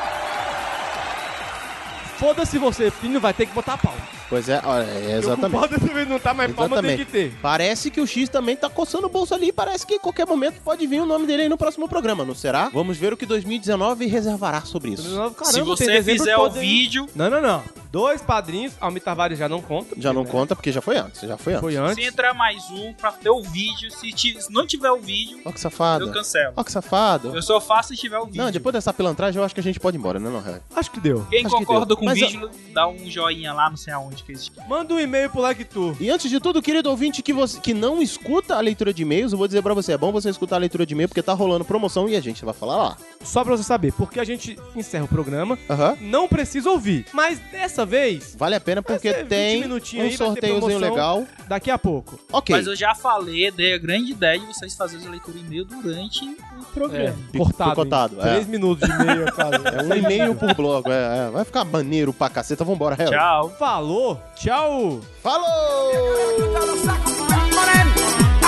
Speaker 2: Foda-se você, filho, vai ter que botar pau.
Speaker 3: Pois é, olha, é
Speaker 2: O
Speaker 3: exatamente.
Speaker 2: culpado também não tá, mas palma tem que ter.
Speaker 3: Exatamente. Parece que o X também tá coçando o bolso ali. Parece que em qualquer momento pode vir o nome dele aí no próximo programa, não será? Vamos ver o que 2019 reservará sobre isso.
Speaker 2: Caramba,
Speaker 4: se
Speaker 2: tem
Speaker 4: você
Speaker 2: dezembro
Speaker 4: fizer o
Speaker 2: todo, hein?
Speaker 4: vídeo,
Speaker 2: Não, não, não. Dois padrinhos, Ah, Almir Tavares já não conta.
Speaker 3: Já não
Speaker 2: né?
Speaker 3: conta porque já foi antes, já foi antes.
Speaker 2: Foi
Speaker 4: se
Speaker 2: antes.
Speaker 4: entrar mais um pra ter o vídeo, se, ti- se não tiver o vídeo,
Speaker 3: Ó que safado.
Speaker 4: eu cancelo.
Speaker 3: Ó que safado.
Speaker 4: Eu só faço se tiver o vídeo.
Speaker 3: Não, depois dessa pilantragem eu acho que a gente pode ir embora, né, não, Harry?
Speaker 2: Acho que deu.
Speaker 4: Quem
Speaker 3: acho que
Speaker 4: concorda
Speaker 3: deu.
Speaker 4: com o
Speaker 3: Mas eu-
Speaker 4: vídeo, dá um joinha lá, não sei aonde que existe.
Speaker 2: Manda um e-mail pro Lectur.
Speaker 3: E antes de tudo, querido ouvinte que, você, que não escuta a leitura de e-mails, eu vou dizer pra você, é bom você escutar a leitura de e-mail porque tá rolando promoção e a gente vai falar lá.
Speaker 2: Só pra você saber, porque a gente encerra o programa,
Speaker 3: Aham.
Speaker 2: não precisa ouvir. Mas dessa vez,
Speaker 3: Vale a pena porque
Speaker 2: Vai ser 20
Speaker 3: tem
Speaker 2: é minutinhos
Speaker 3: um
Speaker 2: aí, vai ter
Speaker 3: sorteiozinho
Speaker 2: promoção.
Speaker 3: legal.
Speaker 2: daqui a pouco.
Speaker 3: Ok.
Speaker 4: Mas eu já falei, dei a grande ideia de vocês fazerem a leitura e meio durante o programa.
Speaker 3: Pic-
Speaker 2: Cortado.
Speaker 3: picotado,
Speaker 2: hein?
Speaker 3: é.
Speaker 2: Três minutos de e-mail, cara.
Speaker 3: É um e-mail por bloco. É, é. Vai ficar maneiro pra caceta. Vambora, é, Harry.
Speaker 4: Tchau.
Speaker 2: Falou, tchau.
Speaker 3: Falou!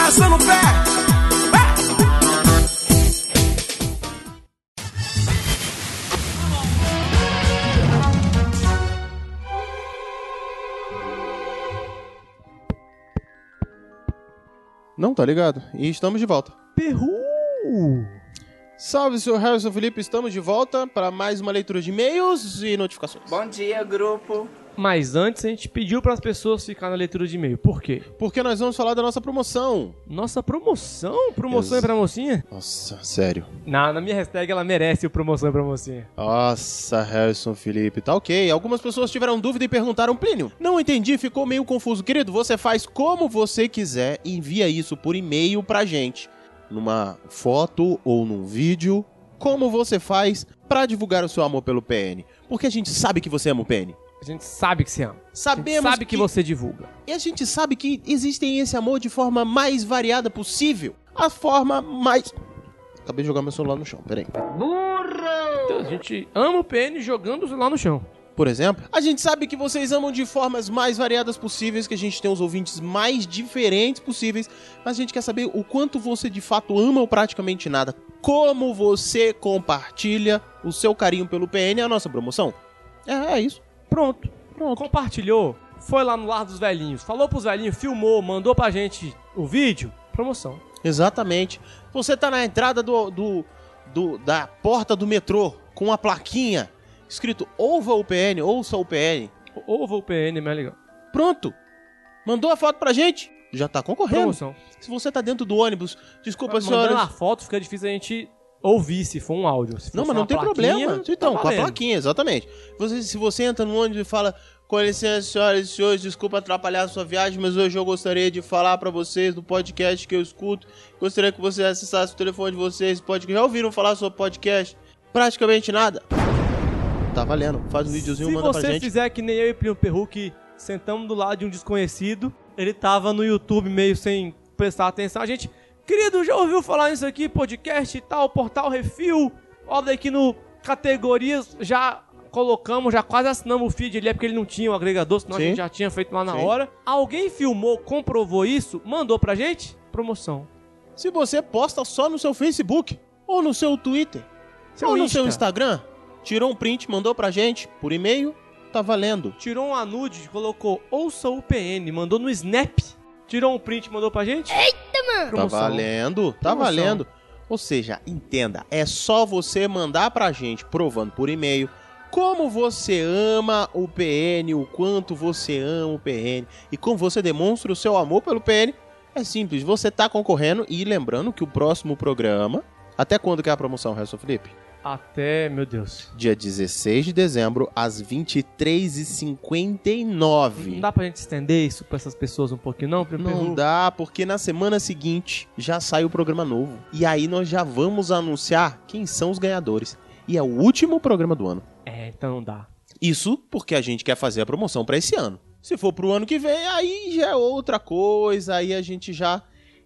Speaker 15: Assando o pé.
Speaker 3: Não, tá ligado. E estamos de volta.
Speaker 2: Perru.
Speaker 3: Salve, seu Harrison Felipe. Estamos de volta para mais uma leitura de e-mails e notificações.
Speaker 12: Bom dia, grupo.
Speaker 2: Mas antes a gente pediu pras pessoas ficar na leitura de e-mail. Por quê?
Speaker 3: Porque nós vamos falar da nossa promoção.
Speaker 2: Nossa promoção? Promoção
Speaker 3: Ex-
Speaker 2: é pra mocinha?
Speaker 3: Nossa, sério.
Speaker 2: Na, na minha hashtag ela merece o promoção é pra mocinha.
Speaker 3: Nossa, Harrison Felipe, tá ok. Algumas pessoas tiveram dúvida e perguntaram, Plínio, não entendi, ficou meio confuso. Querido, você faz como você quiser e envia isso por e-mail pra gente. Numa foto ou num vídeo, como você faz pra divulgar o seu amor pelo PN. Porque a gente sabe que você ama o PN.
Speaker 2: A gente sabe que você ama. A gente
Speaker 3: Sabemos
Speaker 2: sabe que... você divulga.
Speaker 3: E a gente sabe que existem esse amor de forma mais variada possível. A forma mais... Acabei de jogar meu celular no chão, peraí.
Speaker 2: Então, a gente ama o PN jogando lá no chão.
Speaker 3: por exemplo. A gente sabe que vocês amam de formas mais variadas possíveis, que a gente tem os ouvintes mais diferentes possíveis, mas a gente quer saber o quanto você de fato ama ou praticamente nada. Como você compartilha o seu carinho pelo PN, a nossa promoção. É, é isso.
Speaker 2: Pronto. Pronto. Compartilhou, foi lá no Lar dos Velhinhos, falou pros velhinhos, filmou, mandou pra gente o vídeo. Promoção.
Speaker 3: Exatamente. Você tá na entrada do, do, do, da porta do metrô com uma plaquinha escrito ouva o PN, ouça o PN.
Speaker 2: Ouva o PN, mais legal.
Speaker 3: Pronto. Mandou a foto pra gente. Já tá concorrendo.
Speaker 2: Promoção.
Speaker 3: Se você tá dentro do ônibus, desculpa,
Speaker 2: Mas
Speaker 3: senhora.
Speaker 2: Mandando a foto fica difícil a gente ouvir se for um áudio. Se
Speaker 3: Não,
Speaker 2: fosse
Speaker 3: mas não
Speaker 2: uma
Speaker 3: tem
Speaker 2: plaquinha,
Speaker 3: problema.
Speaker 2: tá
Speaker 3: Então, com a
Speaker 2: valendo.
Speaker 3: plaquinha, exatamente. Você, se você entra no ônibus e fala, com licença, senhoras e senhores, desculpa atrapalhar a sua viagem, mas hoje eu gostaria de falar pra vocês do podcast que eu escuto. Gostaria que vocês acessassem o telefone de vocês. Podcast. Já ouviram falar sobre podcast? Praticamente nada. Tá valendo. Faz um videozinho,
Speaker 2: Se
Speaker 3: manda pra
Speaker 2: você
Speaker 3: gente.
Speaker 2: fizer que nem eu e Primo Perru, que sentamos do lado de um desconhecido, ele tava no YouTube meio sem prestar atenção, a gente... Querido, já ouviu falar nisso aqui? Podcast e tal, portal Refil. Olha aqui no categorias, já colocamos, já quase assinamos o feed ali, é porque ele não tinha o agregador, senão a
Speaker 3: Sim.
Speaker 2: gente já tinha feito lá na
Speaker 3: Sim.
Speaker 2: hora. Alguém filmou, comprovou isso, mandou pra gente? Promoção.
Speaker 3: Se você posta só no seu Facebook, ou no seu Twitter,
Speaker 2: Seu
Speaker 3: ou no
Speaker 2: Insta.
Speaker 3: seu Instagram, tirou um print, mandou pra gente por e-mail, tá valendo.
Speaker 2: Tirou uma nude, colocou ouça o PN, mandou no Snap. Tirou um print, mandou pra gente?
Speaker 17: Eita, mano!
Speaker 2: Promoção.
Speaker 3: Tá valendo, tá
Speaker 2: Promoção.
Speaker 3: valendo. Ou seja, entenda, é só você mandar pra gente, provando por e-mail, como você ama o PN, o quanto você ama o PN e como você demonstra o seu amor pelo PN. É simples, você tá concorrendo e lembrando que o próximo programa. Até quando que é a promoção, Resto Felipe?
Speaker 2: Até, meu Deus.
Speaker 3: Dia 16 de dezembro, às 23h59.
Speaker 2: Não dá pra gente estender isso pra essas pessoas um pouquinho, não? Primo
Speaker 3: Não
Speaker 2: Perru?
Speaker 3: dá, porque na semana seguinte já sai o programa novo. E aí nós já vamos anunciar quem são os ganhadores. E é o último programa do ano.
Speaker 2: É, então não dá.
Speaker 3: Isso porque a gente quer fazer a promoção pra esse ano. Se for pro ano que vem, aí já é outra coisa, aí a gente já.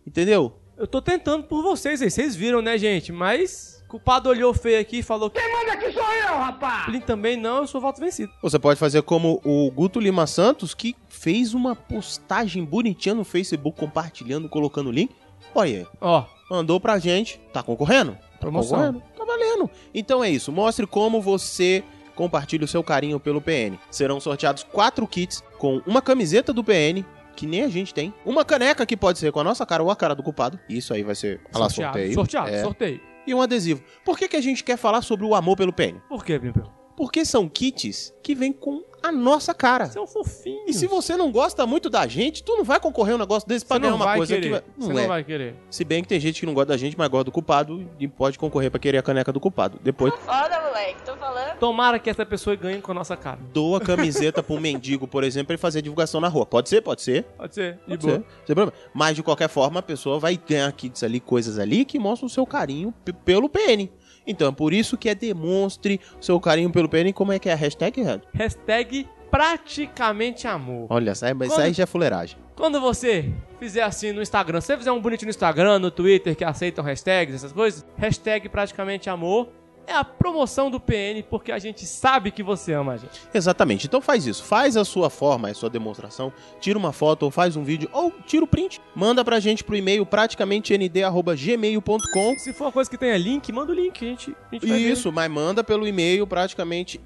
Speaker 3: Entendeu?
Speaker 2: Eu tô tentando por vocês aí, vocês viram, né, gente? Mas o culpado olhou feio aqui e falou: Quem manda aqui sou eu, rapaz! Plin também não, eu sou voto vencido.
Speaker 3: Você pode fazer como o Guto Lima Santos, que fez uma postagem bonitinha no Facebook, compartilhando, colocando o link. Olha aí.
Speaker 2: Ó.
Speaker 3: Mandou pra gente. Tá concorrendo? Tá
Speaker 2: Promoção.
Speaker 3: concorrendo? Tá valendo. Então é isso. Mostre como você compartilha o seu carinho pelo PN. Serão sorteados quatro kits com uma camiseta do PN, que nem a gente tem. Uma caneca que pode ser com a nossa cara ou a cara do culpado. Isso aí vai ser a lá
Speaker 2: Sorteado,
Speaker 3: sorteio.
Speaker 2: sorteado,
Speaker 3: É.
Speaker 2: sorteio.
Speaker 3: E um adesivo. Por que, que a gente quer falar sobre o amor pelo PN?
Speaker 2: Por quê, Primo Perru?
Speaker 3: Porque são kits que vêm com a nossa cara.
Speaker 2: São fofinhos.
Speaker 3: E se você não gosta muito da gente, tu não vai concorrer a um negócio desse pra
Speaker 2: Você
Speaker 3: ganhar
Speaker 2: não
Speaker 3: uma
Speaker 2: vai
Speaker 3: coisa que
Speaker 2: querer.
Speaker 3: vai-
Speaker 2: Você
Speaker 3: é.
Speaker 2: não vai querer.
Speaker 3: Se bem que tem gente que não gosta da gente, mas gosta do culpado e pode concorrer pra querer a caneca do culpado. Depois
Speaker 9: Foda, moleque, tô falando.
Speaker 2: Tomara que essa pessoa ganhe com a nossa cara.
Speaker 3: doa a camiseta pra um mendigo, por exemplo, pra ele fazer divulgação na rua. Pode ser, pode ser.
Speaker 2: Pode ser, de
Speaker 3: Pode
Speaker 2: boa.
Speaker 3: ser, sem problema. Mas de qualquer forma, a pessoa vai ganhar kits ali, coisas ali que mostram o seu carinho p- pelo PN. Então, é por isso que é demonstre o seu carinho pelo PN. Como é que é a hashtag, Renato?
Speaker 2: Hashtag praticamente amor.
Speaker 3: Olha, sai, mas
Speaker 2: Quando-
Speaker 3: sai já é fuleiragem.
Speaker 2: Quando você fizer assim no Instagram, se você fizer um bonitinho no Instagram, no Twitter, que aceitam hashtags, essas coisas, hashtag praticamente amor é a promoção do PN, porque a gente sabe que você ama a gente.
Speaker 3: Exatamente. Então faz isso. Faz a sua forma, a sua demonstração. Tira uma foto ou faz um vídeo ou tira o print. Manda pra gente pro e-mail praticamente nd@gmail.com.
Speaker 2: Se for uma coisa que tenha link, manda o link, a gente, a gente vai ver.
Speaker 3: Isso, mas manda pelo e-mail praticamente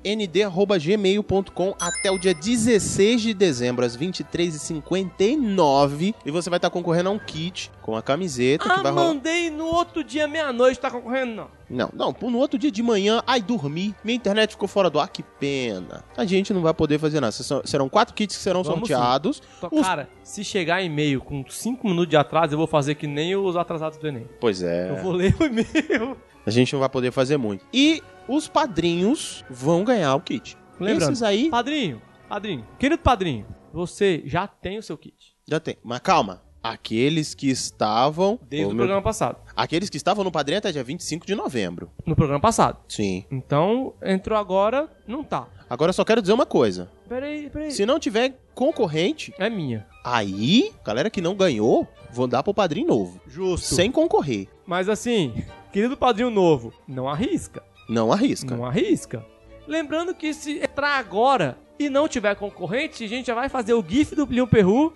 Speaker 3: nd@gmail.com até o dia 16 de dezembro às 23h59 e você vai estar concorrendo a um kit com a camiseta que
Speaker 2: Ah,
Speaker 3: vai rolar.
Speaker 2: mandei no outro dia, meia-noite, tá concorrendo, não.
Speaker 3: Não, não, pô, no outro dia de manhã, ai, dormi, minha internet ficou fora do ar, que pena. A gente não vai poder fazer nada. Serão- Serão quatro kits que serão
Speaker 2: Vamos sim.
Speaker 3: sorteados.
Speaker 2: Então,
Speaker 3: Os-
Speaker 2: Cara, se chegar e-mail com 5 minutos de atraso, eu vou fazer que nem os atrasados do Enem.
Speaker 3: Pois é.
Speaker 2: Eu vou ler o e-mail.
Speaker 3: A gente não vai poder fazer muito. E os padrinhos vão ganhar o kit.
Speaker 2: Lembrando,
Speaker 3: Esses aí
Speaker 2: padrinho, padrinho, querido padrinho, você já tem o seu kit.
Speaker 3: já tem. Mas calma. Aqueles que estavam.
Speaker 2: Desde
Speaker 3: Ô,
Speaker 2: o
Speaker 3: meu-
Speaker 2: programa passado.
Speaker 3: Aqueles que estavam no padrinho até dia 25 de novembro.
Speaker 2: No programa passado.
Speaker 3: Sim.
Speaker 2: Então, entrou agora, não tá.
Speaker 3: Agora eu só quero dizer uma coisa.
Speaker 2: Peraí, peraí.
Speaker 3: Se não tiver concorrente.
Speaker 2: É minha.
Speaker 3: Aí, galera que não ganhou, vão dar pro padrinho novo.
Speaker 2: Justo.
Speaker 3: Sem concorrer.
Speaker 2: Mas assim, querido padrinho novo, não arrisca.
Speaker 3: Não arrisca.
Speaker 2: Não arrisca. Lembrando que se entrar agora e não tiver concorrente, a gente já vai fazer o GIF do Plinio Perru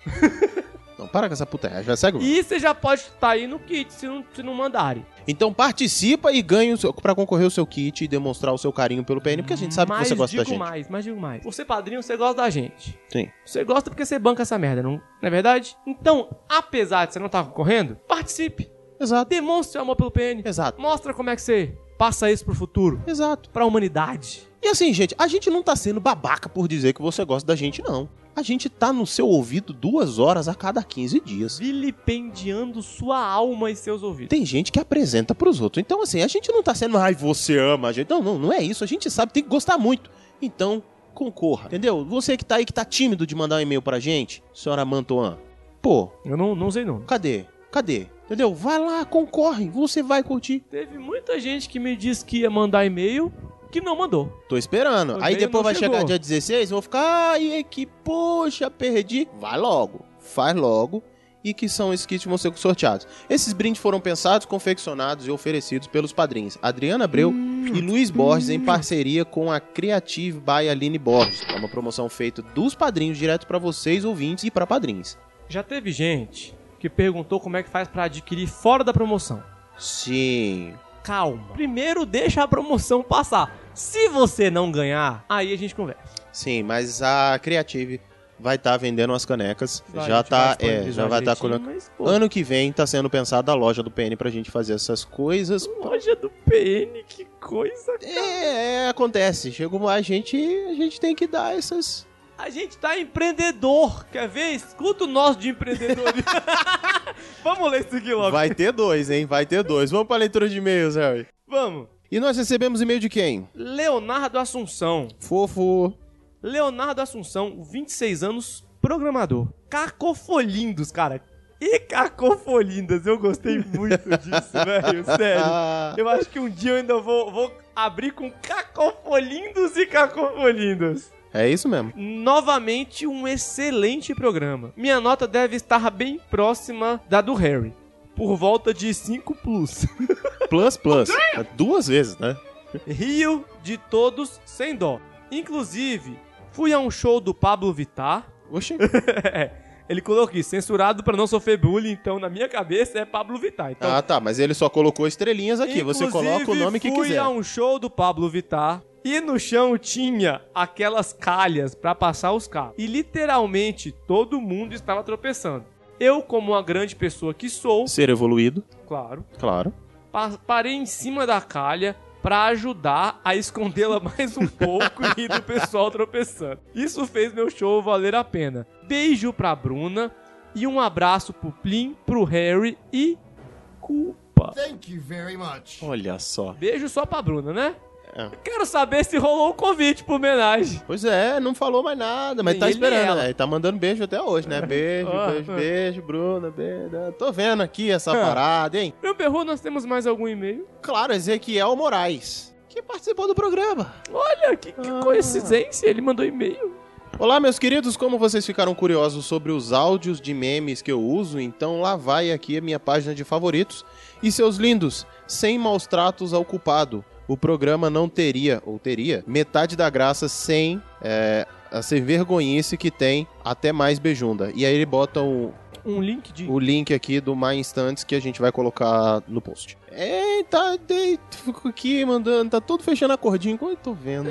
Speaker 3: Não, para com essa puta já segue. o-
Speaker 2: e você já pode estar aí no kit se não, se não mandarem.
Speaker 3: Então participa e ganha o seu, pra concorrer o seu kit e demonstrar o seu carinho pelo PN, porque a gente sabe
Speaker 2: mas
Speaker 3: que você gosta
Speaker 2: digo
Speaker 3: da gente.
Speaker 2: mais, mas digo mais. Você padrinho, você gosta da gente.
Speaker 3: Sim.
Speaker 2: Você gosta porque você banca essa merda, não, não é verdade? Então, apesar de você não estar tá concorrendo, participe.
Speaker 3: Exato.
Speaker 2: Demonstre seu amor pelo PN.
Speaker 3: Exato.
Speaker 2: Mostra como é que você Passa isso pro futuro.
Speaker 3: Exato.
Speaker 2: Pra humanidade.
Speaker 3: E assim, gente, a gente não tá sendo babaca por dizer que você gosta da gente, não. A gente tá no seu ouvido duas horas a cada 15 dias.
Speaker 2: Vilipendiando sua alma e seus ouvidos.
Speaker 3: Tem gente que apresenta pros outros. Então, assim, a gente não tá sendo, ai, você ama a gente. Não, não, não é isso. A gente sabe, tem que gostar muito. Então, concorra. Entendeu? Você que tá aí, que tá tímido de mandar um e-mail pra gente, senhora Mantoan. Pô.
Speaker 2: Eu não, não sei não.
Speaker 3: Cadê? Cadê? Entendeu? Vai lá, concorre, você vai curtir.
Speaker 2: Teve muita gente que me disse que ia mandar e-mail que não mandou.
Speaker 3: Tô esperando.
Speaker 2: O
Speaker 3: aí
Speaker 2: e-mail
Speaker 3: depois
Speaker 2: não
Speaker 3: vai chegar
Speaker 2: chegou.
Speaker 3: dia 16, eu vou ficar, ai, é que poxa, perdi. Vai logo, faz logo. E que são esses kits que vão ser sorteados. Esses brindes foram pensados, confeccionados e oferecidos pelos padrinhos Adriana Abreu
Speaker 2: Hum,
Speaker 3: e Luiz Borges em parceria com a Creative by Aline Borges. É uma promoção feita dos padrinhos direto pra vocês ouvintes e pra padrinhos.
Speaker 2: Já teve gente que perguntou como é que faz pra adquirir fora da promoção.
Speaker 3: Sim.
Speaker 2: Calma. Primeiro deixa a promoção passar. Se você não ganhar, aí a gente conversa.
Speaker 3: Sim, mas a Creative vai estar vendendo as canecas.
Speaker 2: Vai, a
Speaker 3: já
Speaker 2: gente vai
Speaker 3: tá, é,
Speaker 2: disponibilizar
Speaker 3: já vai estar
Speaker 2: direitinho,
Speaker 3: colocando.
Speaker 2: mas, pô.
Speaker 3: ano que vem tá sendo pensada a loja do PN pra gente fazer essas coisas.
Speaker 2: Loja do PN, que coisa, cara.
Speaker 3: É, é, acontece. Chega uma- a gente, a gente tem que dar essas
Speaker 2: A gente tá empreendedor, quer ver? Escuta o nosso de empreendedorismo. Vamos ler isso aqui logo.
Speaker 3: Vai ter dois, hein? Vai ter dois. Vamos pra leitura de e-mails, Harry.
Speaker 2: Vamos.
Speaker 3: E nós recebemos e-mail de quem?
Speaker 2: Leonardo Assunção.
Speaker 3: Fofo.
Speaker 2: Leonardo Assunção, 26 anos, programador. Cacofolindos, cara. E cacofolindas, eu gostei muito disso, velho, sério. Eu acho que um dia eu ainda vou, vou abrir com cacofolindos e cacofolindas.
Speaker 3: É isso mesmo.
Speaker 2: Novamente, um excelente programa. Minha nota deve estar bem próxima da do Harry. Por volta de 5 plus.
Speaker 3: Plus, plus. Duas vezes, né?
Speaker 2: Rio de todos sem dó. Inclusive, fui a um show do Pablo Vittar. É,
Speaker 3: Oxi.
Speaker 2: Ele colocou aqui, censurado pra não sofrer bullying, então na minha cabeça é Pablo Vittar. Então,
Speaker 3: Ah, tá. Mas ele só colocou estrelinhas aqui. Você
Speaker 2: Inclusive,
Speaker 3: coloca o nome que
Speaker 2: Fui
Speaker 3: quiser.
Speaker 2: a um show do Pablo Vittar e no chão tinha aquelas calhas pra passar os carros. E literalmente todo mundo estava tropeçando. Eu, como uma grande pessoa que sou,
Speaker 3: Ser evoluído,
Speaker 2: claro,
Speaker 3: claro.
Speaker 2: pa- parei em cima da calha pra ajudar a escondê-la mais um pouco e do pessoal tropeçando. Isso fez meu show valer a pena. Beijo pra Bruna e um abraço pro Plim, pro Harry e culpa.
Speaker 21: Thank you very much.
Speaker 3: Olha só.
Speaker 2: Beijo só pra Bruna, né?
Speaker 3: É.
Speaker 2: Quero saber se rolou o convite pra homenagem.
Speaker 3: Pois é, não falou mais nada, mas
Speaker 2: Nem
Speaker 3: tá
Speaker 2: ele, nem
Speaker 3: esperando,
Speaker 2: ela.
Speaker 3: né? Ele Tá mandando beijo até hoje, né? Beijo,
Speaker 2: Ah.
Speaker 3: beijo, beijo, Bruna, beijo. né? Tô vendo aqui essa parada, hein?
Speaker 2: Meu berro, nós temos mais algum e-mail?
Speaker 3: Claro, Ezequiel Moraes, que participou do programa.
Speaker 2: Olha, que, que coincidência, ele mandou e-mail.
Speaker 3: Olá, meus queridos, como vocês ficaram curiosos sobre os áudios de memes que eu uso, então lá vai aqui a minha página de favoritos. E seus lindos, sem maus tratos ao culpado, o programa não teria, ou teria, metade da graça sem é, a ser vergonhice que tem, até mais beijunda. E aí ele bota o,
Speaker 2: Um link de...
Speaker 3: o link aqui do My Instantes que a gente vai colocar no post. Eita, dei- fico aqui mandando, tá tudo fechando acordinho, como eu tô vendo.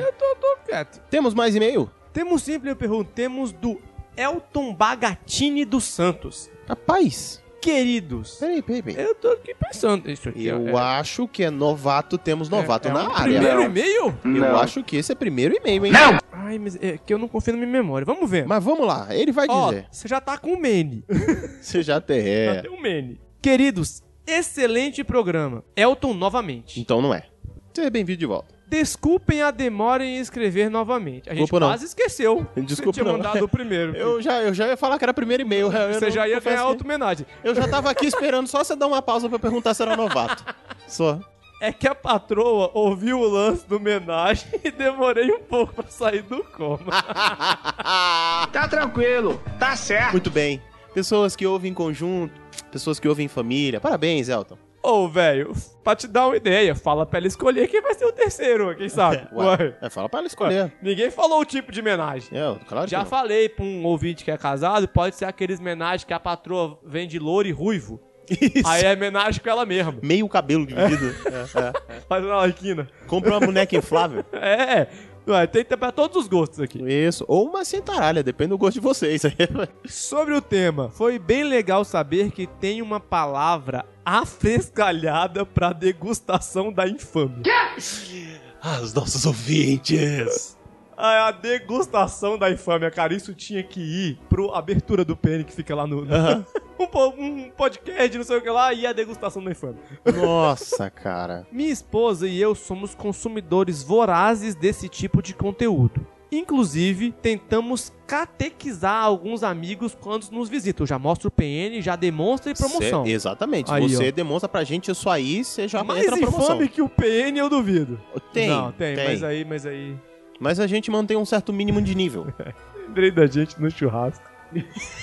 Speaker 2: Quieto.
Speaker 3: Temos mais e-mail?
Speaker 2: Temos sempre, meu perro, temos do Elton Bagatini dos Santos.
Speaker 3: Rapaz,
Speaker 2: Queridos,
Speaker 3: peraí, peraí, peraí.
Speaker 2: eu tô aqui pensando isso aqui.
Speaker 3: Eu
Speaker 2: é,
Speaker 3: acho que é novato, temos novato
Speaker 2: é
Speaker 3: na
Speaker 2: um
Speaker 3: área.
Speaker 2: Primeiro e-mail?
Speaker 3: Eu
Speaker 2: Não.
Speaker 3: acho que esse é primeiro e-mail, hein? Não!
Speaker 2: Ai, mas é que eu não confio na minha memória. Vamos ver.
Speaker 3: Mas vamos lá, ele vai
Speaker 2: Ó,
Speaker 3: dizer. É.
Speaker 2: você já tá com o Mene.
Speaker 3: Você já tem.
Speaker 2: Já tem o Mene. Queridos, excelente programa. Elton novamente.
Speaker 3: Então não é. Seja bem-vindo de volta.
Speaker 2: Desculpem a demora em escrever novamente. A gente
Speaker 3: Desculpa, não.
Speaker 2: quase esqueceu.
Speaker 3: Desculpa,
Speaker 2: Você tinha
Speaker 3: não.
Speaker 2: mandado o primeiro.
Speaker 3: Eu já, eu já ia falar que era primeiro e-mail. eu
Speaker 2: Você
Speaker 3: não-
Speaker 2: já ia
Speaker 3: confesso
Speaker 2: ganhar
Speaker 3: que-
Speaker 2: outra homenagem.
Speaker 3: Eu já tava aqui esperando só você dar uma pausa pra perguntar se era novato. Só.
Speaker 2: É que a patroa ouviu o lance do homenagem e demorei um pouco pra sair do coma.
Speaker 3: Tá tranquilo, tá certo. Muito bem. Pessoas que ouvem em conjunto, pessoas que ouvem em família. Parabéns, Elton.
Speaker 2: Ô, velho, pra te dar uma ideia, fala pra ela escolher quem vai ser o terceiro, quem sabe?
Speaker 3: Ué,
Speaker 2: Ué.
Speaker 3: é, fala pra ela escolher.
Speaker 2: Ninguém falou o tipo de homenagem.
Speaker 3: É, claro
Speaker 2: Já
Speaker 3: que não.
Speaker 2: falei pra um ouvinte que é casado, pode ser aqueles homenagem que a patroa vende louro e ruivo. Aí é homenagem com ela mesma.
Speaker 3: Meio cabelo dividido. É, é.
Speaker 2: Faz uma laquina.
Speaker 3: Comprou uma boneca inflável.
Speaker 2: É, Ué, tem pra todos os gostos aqui.
Speaker 3: Isso. Ou uma centaralha, depende do gosto de vocês.
Speaker 2: Sobre o tema, foi bem legal saber que tem uma palavra afrescalhada pra degustação da infame.
Speaker 3: Ah, os nossos ouvintes.
Speaker 2: É, A, a degustação da infâmia, cara, isso tinha que ir pro abertura do pene que fica lá no. no-
Speaker 3: Aham.
Speaker 2: um, po- um podcast, não sei o que lá, e a degustação da infâmia.
Speaker 3: Nossa, cara.
Speaker 2: Minha esposa e eu somos consumidores vorazes desse tipo de conteúdo. Inclusive, tentamos catequizar alguns amigos quando nos visitam. Eu já mostro o PN, já demonstra e promoção.
Speaker 3: Cê- exatamente.
Speaker 2: Aí,
Speaker 3: você
Speaker 2: ó.
Speaker 3: demonstra pra gente isso aí, você já
Speaker 2: Mais
Speaker 3: entra a promoção.
Speaker 2: infame que o PN, eu duvido.
Speaker 3: Tem,
Speaker 2: Não, tem,
Speaker 3: tem.
Speaker 2: mas aí, mas aí...
Speaker 3: Mas a gente mantém um certo mínimo de nível.
Speaker 2: Lembrei da gente no churrasco.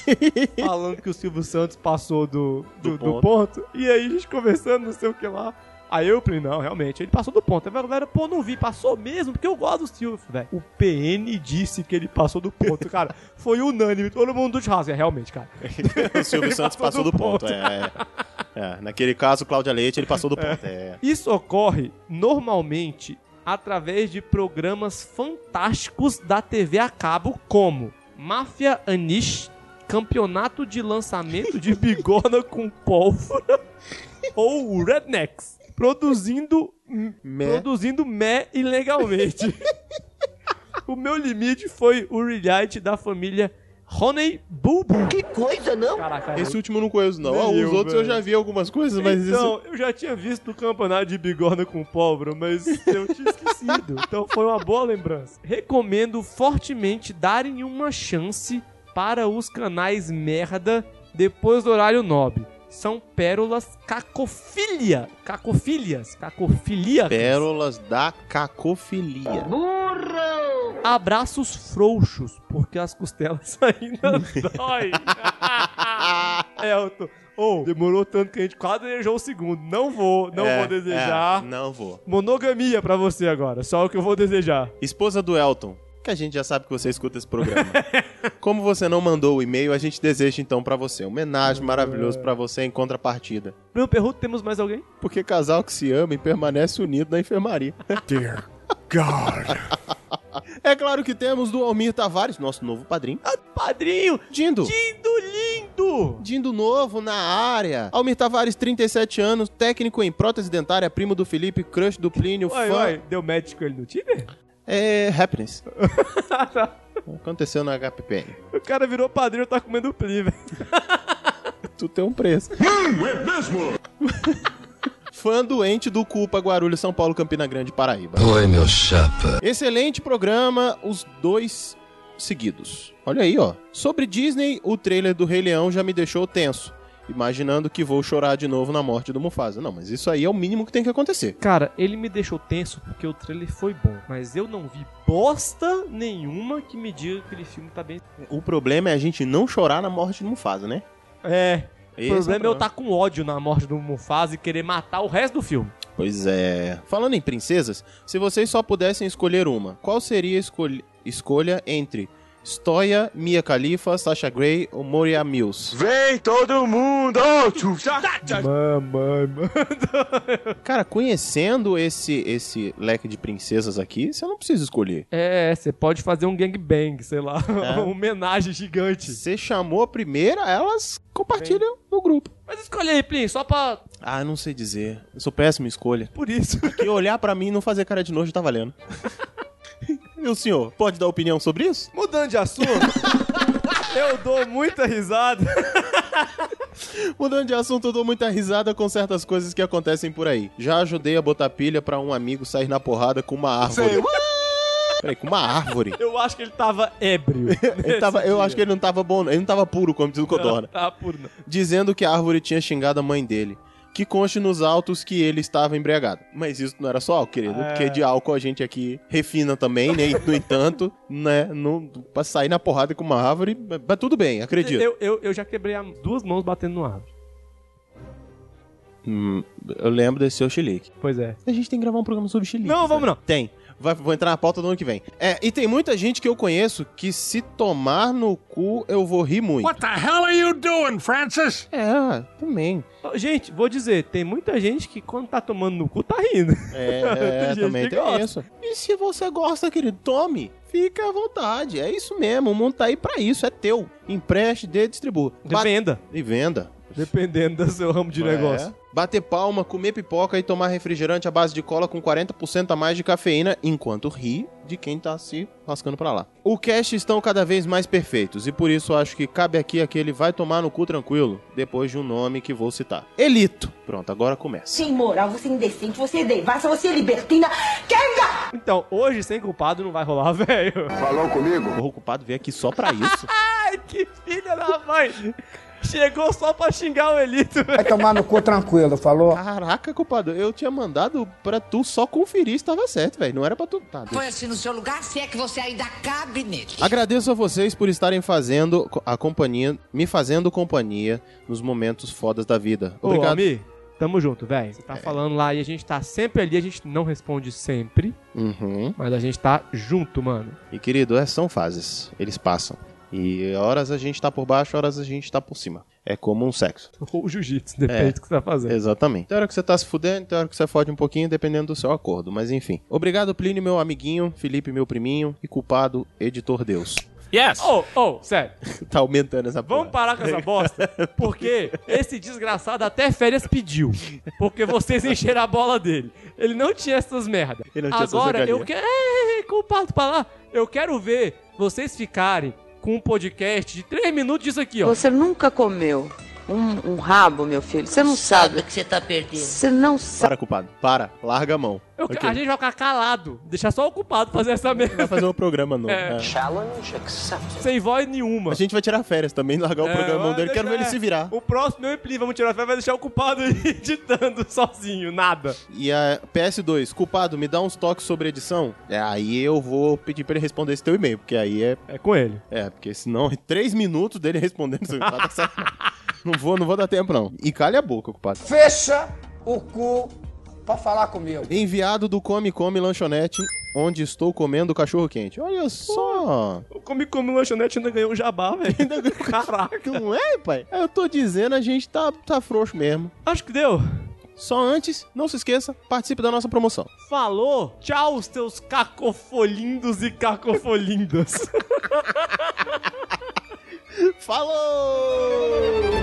Speaker 2: Falando que o Silvio Santos passou do, do, do
Speaker 3: Do
Speaker 2: ponto.
Speaker 3: ponto.
Speaker 2: E aí a gente conversando, não sei o que lá. Aí eu falei, não, realmente, ele passou do ponto. Aí a galera, pô, não vi, passou mesmo, porque eu gosto do Silvio, velho. O PN disse que ele passou do ponto, cara. Foi unânime, todo mundo do churrasco. É, realmente, cara.
Speaker 3: o Silvio
Speaker 2: Ele
Speaker 3: Santos passou do ponto. É, é. É, Naquele caso, Cláudia Leite, ele passou do ponto. É.
Speaker 2: Isso ocorre normalmente através de programas fantásticos da TV a cabo, como Máfia Anish, Campeonato de Lançamento de Bigorna com Pólvora ou Rednecks, produzindo mé, produzindo mé ilegalmente. o meu limite foi o reality da família Honey Bulbul. Que coisa, não? Caraca,
Speaker 3: Esse
Speaker 2: eu-
Speaker 3: último eu não conheço, não.
Speaker 2: Tá Nem
Speaker 3: Ah, os
Speaker 2: eu,
Speaker 3: outros eu
Speaker 2: velho.
Speaker 3: já vi algumas coisas, mas
Speaker 2: então,
Speaker 3: isso.
Speaker 2: eu já tinha visto o campeonato de bigorna com pólvora, mas eu tinha esquecido. Então foi uma boa lembrança. Recomendo fortemente darem uma chance para os canais merda depois do horário nobre. São pérolas cacofilia. Cacofilias. Cacofilia.
Speaker 3: Pérolas da cacofilia.
Speaker 2: Burro! Abraços frouxos, porque as costelas ainda dói. Elton, ô, demorou tanto que a gente quase desejou o segundo. Não vou, não
Speaker 3: É,
Speaker 2: vou desejar.
Speaker 3: é, não vou.
Speaker 2: Monogamia pra você agora, só o que eu vou desejar.
Speaker 3: Esposa do Elton, que a gente já sabe que você escuta esse programa. Como você não mandou o e-mail, a gente deseja então pra você. Um homenagem maravilhoso pra você em contrapartida.
Speaker 2: Bruno Perruto, temos mais alguém?
Speaker 3: Porque casal que se ama e permanece unido na enfermaria. Dear God. É claro que temos do Almir Tavares, nosso novo padrinho.
Speaker 2: Ah, padrinho!
Speaker 3: Dindo!
Speaker 2: Dindo lindo!
Speaker 3: Dindo novo na área. Almir Tavares, 37 anos, técnico em prótese dentária, primo do Felipe, crush do Plínio,
Speaker 2: Uai,
Speaker 3: fã...
Speaker 2: uai, deu médico ele no Tinder?
Speaker 3: É happiness. Aconteceu na HPPN.
Speaker 2: O cara virou padrinho e tá comendo o pli, velho.
Speaker 3: Tu tem um preço.
Speaker 2: É mesmo?
Speaker 3: Fã doente do Culpa Guarulhos, São Paulo, Campina Grande, Paraíba.
Speaker 21: Oi, meu chapa.
Speaker 3: Excelente programa, os dois seguidos. Olha aí, ó. Sobre Disney, o trailer do Rei Leão já me deixou tenso. Imaginando que vou chorar de novo na morte do Mufasa. Não, mas isso aí é o mínimo que tem que acontecer.
Speaker 2: Cara, ele me deixou tenso porque o trailer foi bom, mas eu não vi bosta nenhuma que me diga que aquele filme tá bem.
Speaker 3: O problema é a gente não chorar na morte do Mufasa, né?
Speaker 2: É.
Speaker 3: Esse é
Speaker 2: o
Speaker 3: o
Speaker 2: problema é eu
Speaker 3: problema.
Speaker 2: estar com ódio na morte do Mufasa e querer matar o resto do filme.
Speaker 3: Pois é. Falando em princesas, se vocês só pudessem escolher uma, qual seria a escolha, escolha entre Stoia, Mia Khalifa, Sasha Grey ou Moria Mills? Vem todo mundo! Oh,
Speaker 2: Mamãe,
Speaker 3: Cara, conhecendo esse, esse leque de princesas aqui, você não precisa escolher.
Speaker 2: É, você pode fazer um gangbang, sei lá.
Speaker 3: É.
Speaker 2: Uma homenagem gigante.
Speaker 3: Você chamou a primeira, elas compartilham no grupo.
Speaker 2: Mas escolhe aí, Plin, só pra.
Speaker 3: Ah, eu não sei dizer. Eu sou péssima escolha.
Speaker 2: Por isso.
Speaker 3: Porque olhar pra mim e não fazer cara de nojo tá valendo. e o senhor, pode dar opinião sobre isso?
Speaker 2: Mudando de assunto. eu dou muita risada.
Speaker 3: Mudando de assunto, eu dou muita risada com certas coisas que acontecem por aí. Já ajudei a botar pilha pra um amigo sair na porrada com uma árvore. Peraí, com uma árvore?
Speaker 2: Eu acho que ele tava ébrio.
Speaker 3: Ele tava- eu acho que ele não tava bom, ele não tava puro, como diz o Codorna.
Speaker 2: Tá por não.
Speaker 3: Dizendo que a árvore tinha xingado a mãe dele. Que conste nos autos que ele estava embriagado. Mas isso não era só álcool, querido,
Speaker 2: É.
Speaker 3: porque de álcool a gente aqui refina também, né? E, no entanto, né? Não, pra sair na porrada com uma árvore, mas tudo bem, acredito.
Speaker 2: Eu, eu, eu já quebrei a- duas mãos batendo no árvore.
Speaker 3: Hum, eu lembro desse seu chilique.
Speaker 2: Pois é.
Speaker 3: A gente tem que gravar um programa sobre chilique.
Speaker 2: é. Não, vamos não.
Speaker 3: Tem. Vai- vou entrar na pauta do ano que vem. É, e tem muita gente que eu conheço que se tomar no cu, eu vou rir muito.
Speaker 2: What the hell are you doing, Francis?
Speaker 3: É, também.
Speaker 2: Gente, vou dizer, tem muita gente que quando tá tomando no cu tá rindo.
Speaker 3: É, é,
Speaker 2: gente
Speaker 3: também
Speaker 2: que
Speaker 3: tem
Speaker 2: gosta.
Speaker 3: isso. E se você gosta, querido, tome. Fica à vontade. É isso mesmo. O mundo tá aí pra isso. É teu. Empreste, dê, distribua.
Speaker 2: De venda.
Speaker 3: E venda. É.
Speaker 2: Dependendo do seu ramo de negócio.
Speaker 3: Bater palma, comer pipoca e tomar refrigerante à base de cola com 40% a mais de cafeína, enquanto ri de quem tá se rascando pra lá. O cast estão cada vez mais perfeitos e por isso acho que cabe aqui aquele vai tomar no cu tranquilo, depois de um nome que vou citar. Elito. Pronto, agora começa.
Speaker 19: Sem moral, você é indecente, você é devassa, você é libertina. Kenga!
Speaker 2: Então, hoje sem culpado não vai rolar, velho.
Speaker 3: Falou comigo? O culpado veio aqui só pra isso.
Speaker 2: Ai, que filha da mãe! Chegou só pra xingar o Elito, velho.
Speaker 11: Vai tomar no cu tranquilo, falou?
Speaker 3: Caraca, culpado, eu tinha mandado pra tu só conferir se tava certo, velho. Não era pra tu. Tá, deixa.
Speaker 19: Põe-se no seu lugar se é que você ainda cabe nele.
Speaker 3: Agradeço a vocês por estarem fazendo a companhia, me fazendo companhia nos momentos fodas da vida.
Speaker 2: Obrigado. Ô,
Speaker 3: Obrigado.
Speaker 2: Ami, tamo junto, velho. Você tá falando lá e a gente tá sempre ali, a gente não responde sempre,
Speaker 3: Uhum.
Speaker 2: mas a gente tá junto, mano.
Speaker 3: E querido, é, são fases, eles passam. E horas a gente tá por baixo, horas a gente tá por cima. É como um sexo.
Speaker 2: Ou jiu-jitsu, depende
Speaker 3: É.
Speaker 2: do que você tá fazendo.
Speaker 3: Exatamente. Tem hora que você tá se fudendo, tem hora que você fode um pouquinho, dependendo do seu acordo. Mas enfim. Obrigado, Plínio, meu amiguinho, Felipe, meu priminho, e culpado, editor Deus.
Speaker 2: Yes! Oh, oh, sério.
Speaker 3: tá aumentando essa porra.
Speaker 2: Vamos parar com essa bosta, porque esse desgraçado até férias pediu. Porque vocês encheram a bola dele. Ele não tinha essas merda.
Speaker 3: Ele não tinha essas
Speaker 2: Agora eu
Speaker 3: regalias.
Speaker 2: quero. É, é, é, Comparto pra lá. Eu quero ver vocês ficarem com um podcast de três minutos disso aqui, ó.
Speaker 21: Você nunca comeu um, um rabo, meu filho. Você não sabe.
Speaker 19: que você tá perdendo.
Speaker 21: Você não sabe.
Speaker 3: Para, culpado. Para. Larga a mão.
Speaker 2: Eu-
Speaker 3: Ok.
Speaker 2: A gente vai ficar calado. Deixar só o culpado fazer essa merda.
Speaker 3: Vai fazer um programa novo.
Speaker 2: É.
Speaker 3: é.
Speaker 2: Challenge accepted. Sem voz nenhuma.
Speaker 3: A gente vai tirar férias também, largar o
Speaker 2: É,
Speaker 3: programa dele. Quero ver ele se virar.
Speaker 2: O próximo eu e Pli, vamos tirar férias, vai deixar o culpado aí editando sozinho, nada.
Speaker 3: E a PS2, culpado, me dá uns toques sobre edição? É, aí eu vou pedir pra ele responder esse teu e-mail, porque aí é.
Speaker 2: É com ele.
Speaker 3: É, porque senão é três minutos dele respondendo isso. Não, vai dar certo, não. não vou, não vou dar tempo, não. E calha a boca, culpado.
Speaker 11: Fecha o cu pra falar comigo.
Speaker 3: Enviado do Come Come Lanchonete, onde estou comendo cachorro quente. Olha só!
Speaker 2: O Comi Comi um Lanchonete ainda ganhou o jabá, velho. Caraca.
Speaker 3: Não é, pai? Eu tô dizendo, a gente tá, tá frouxo mesmo.
Speaker 2: Acho que deu.
Speaker 3: Só antes, não se esqueça, participe da nossa promoção.
Speaker 2: Falou, tchau, os teus cacofolindos e cacofolindas.
Speaker 3: Falou!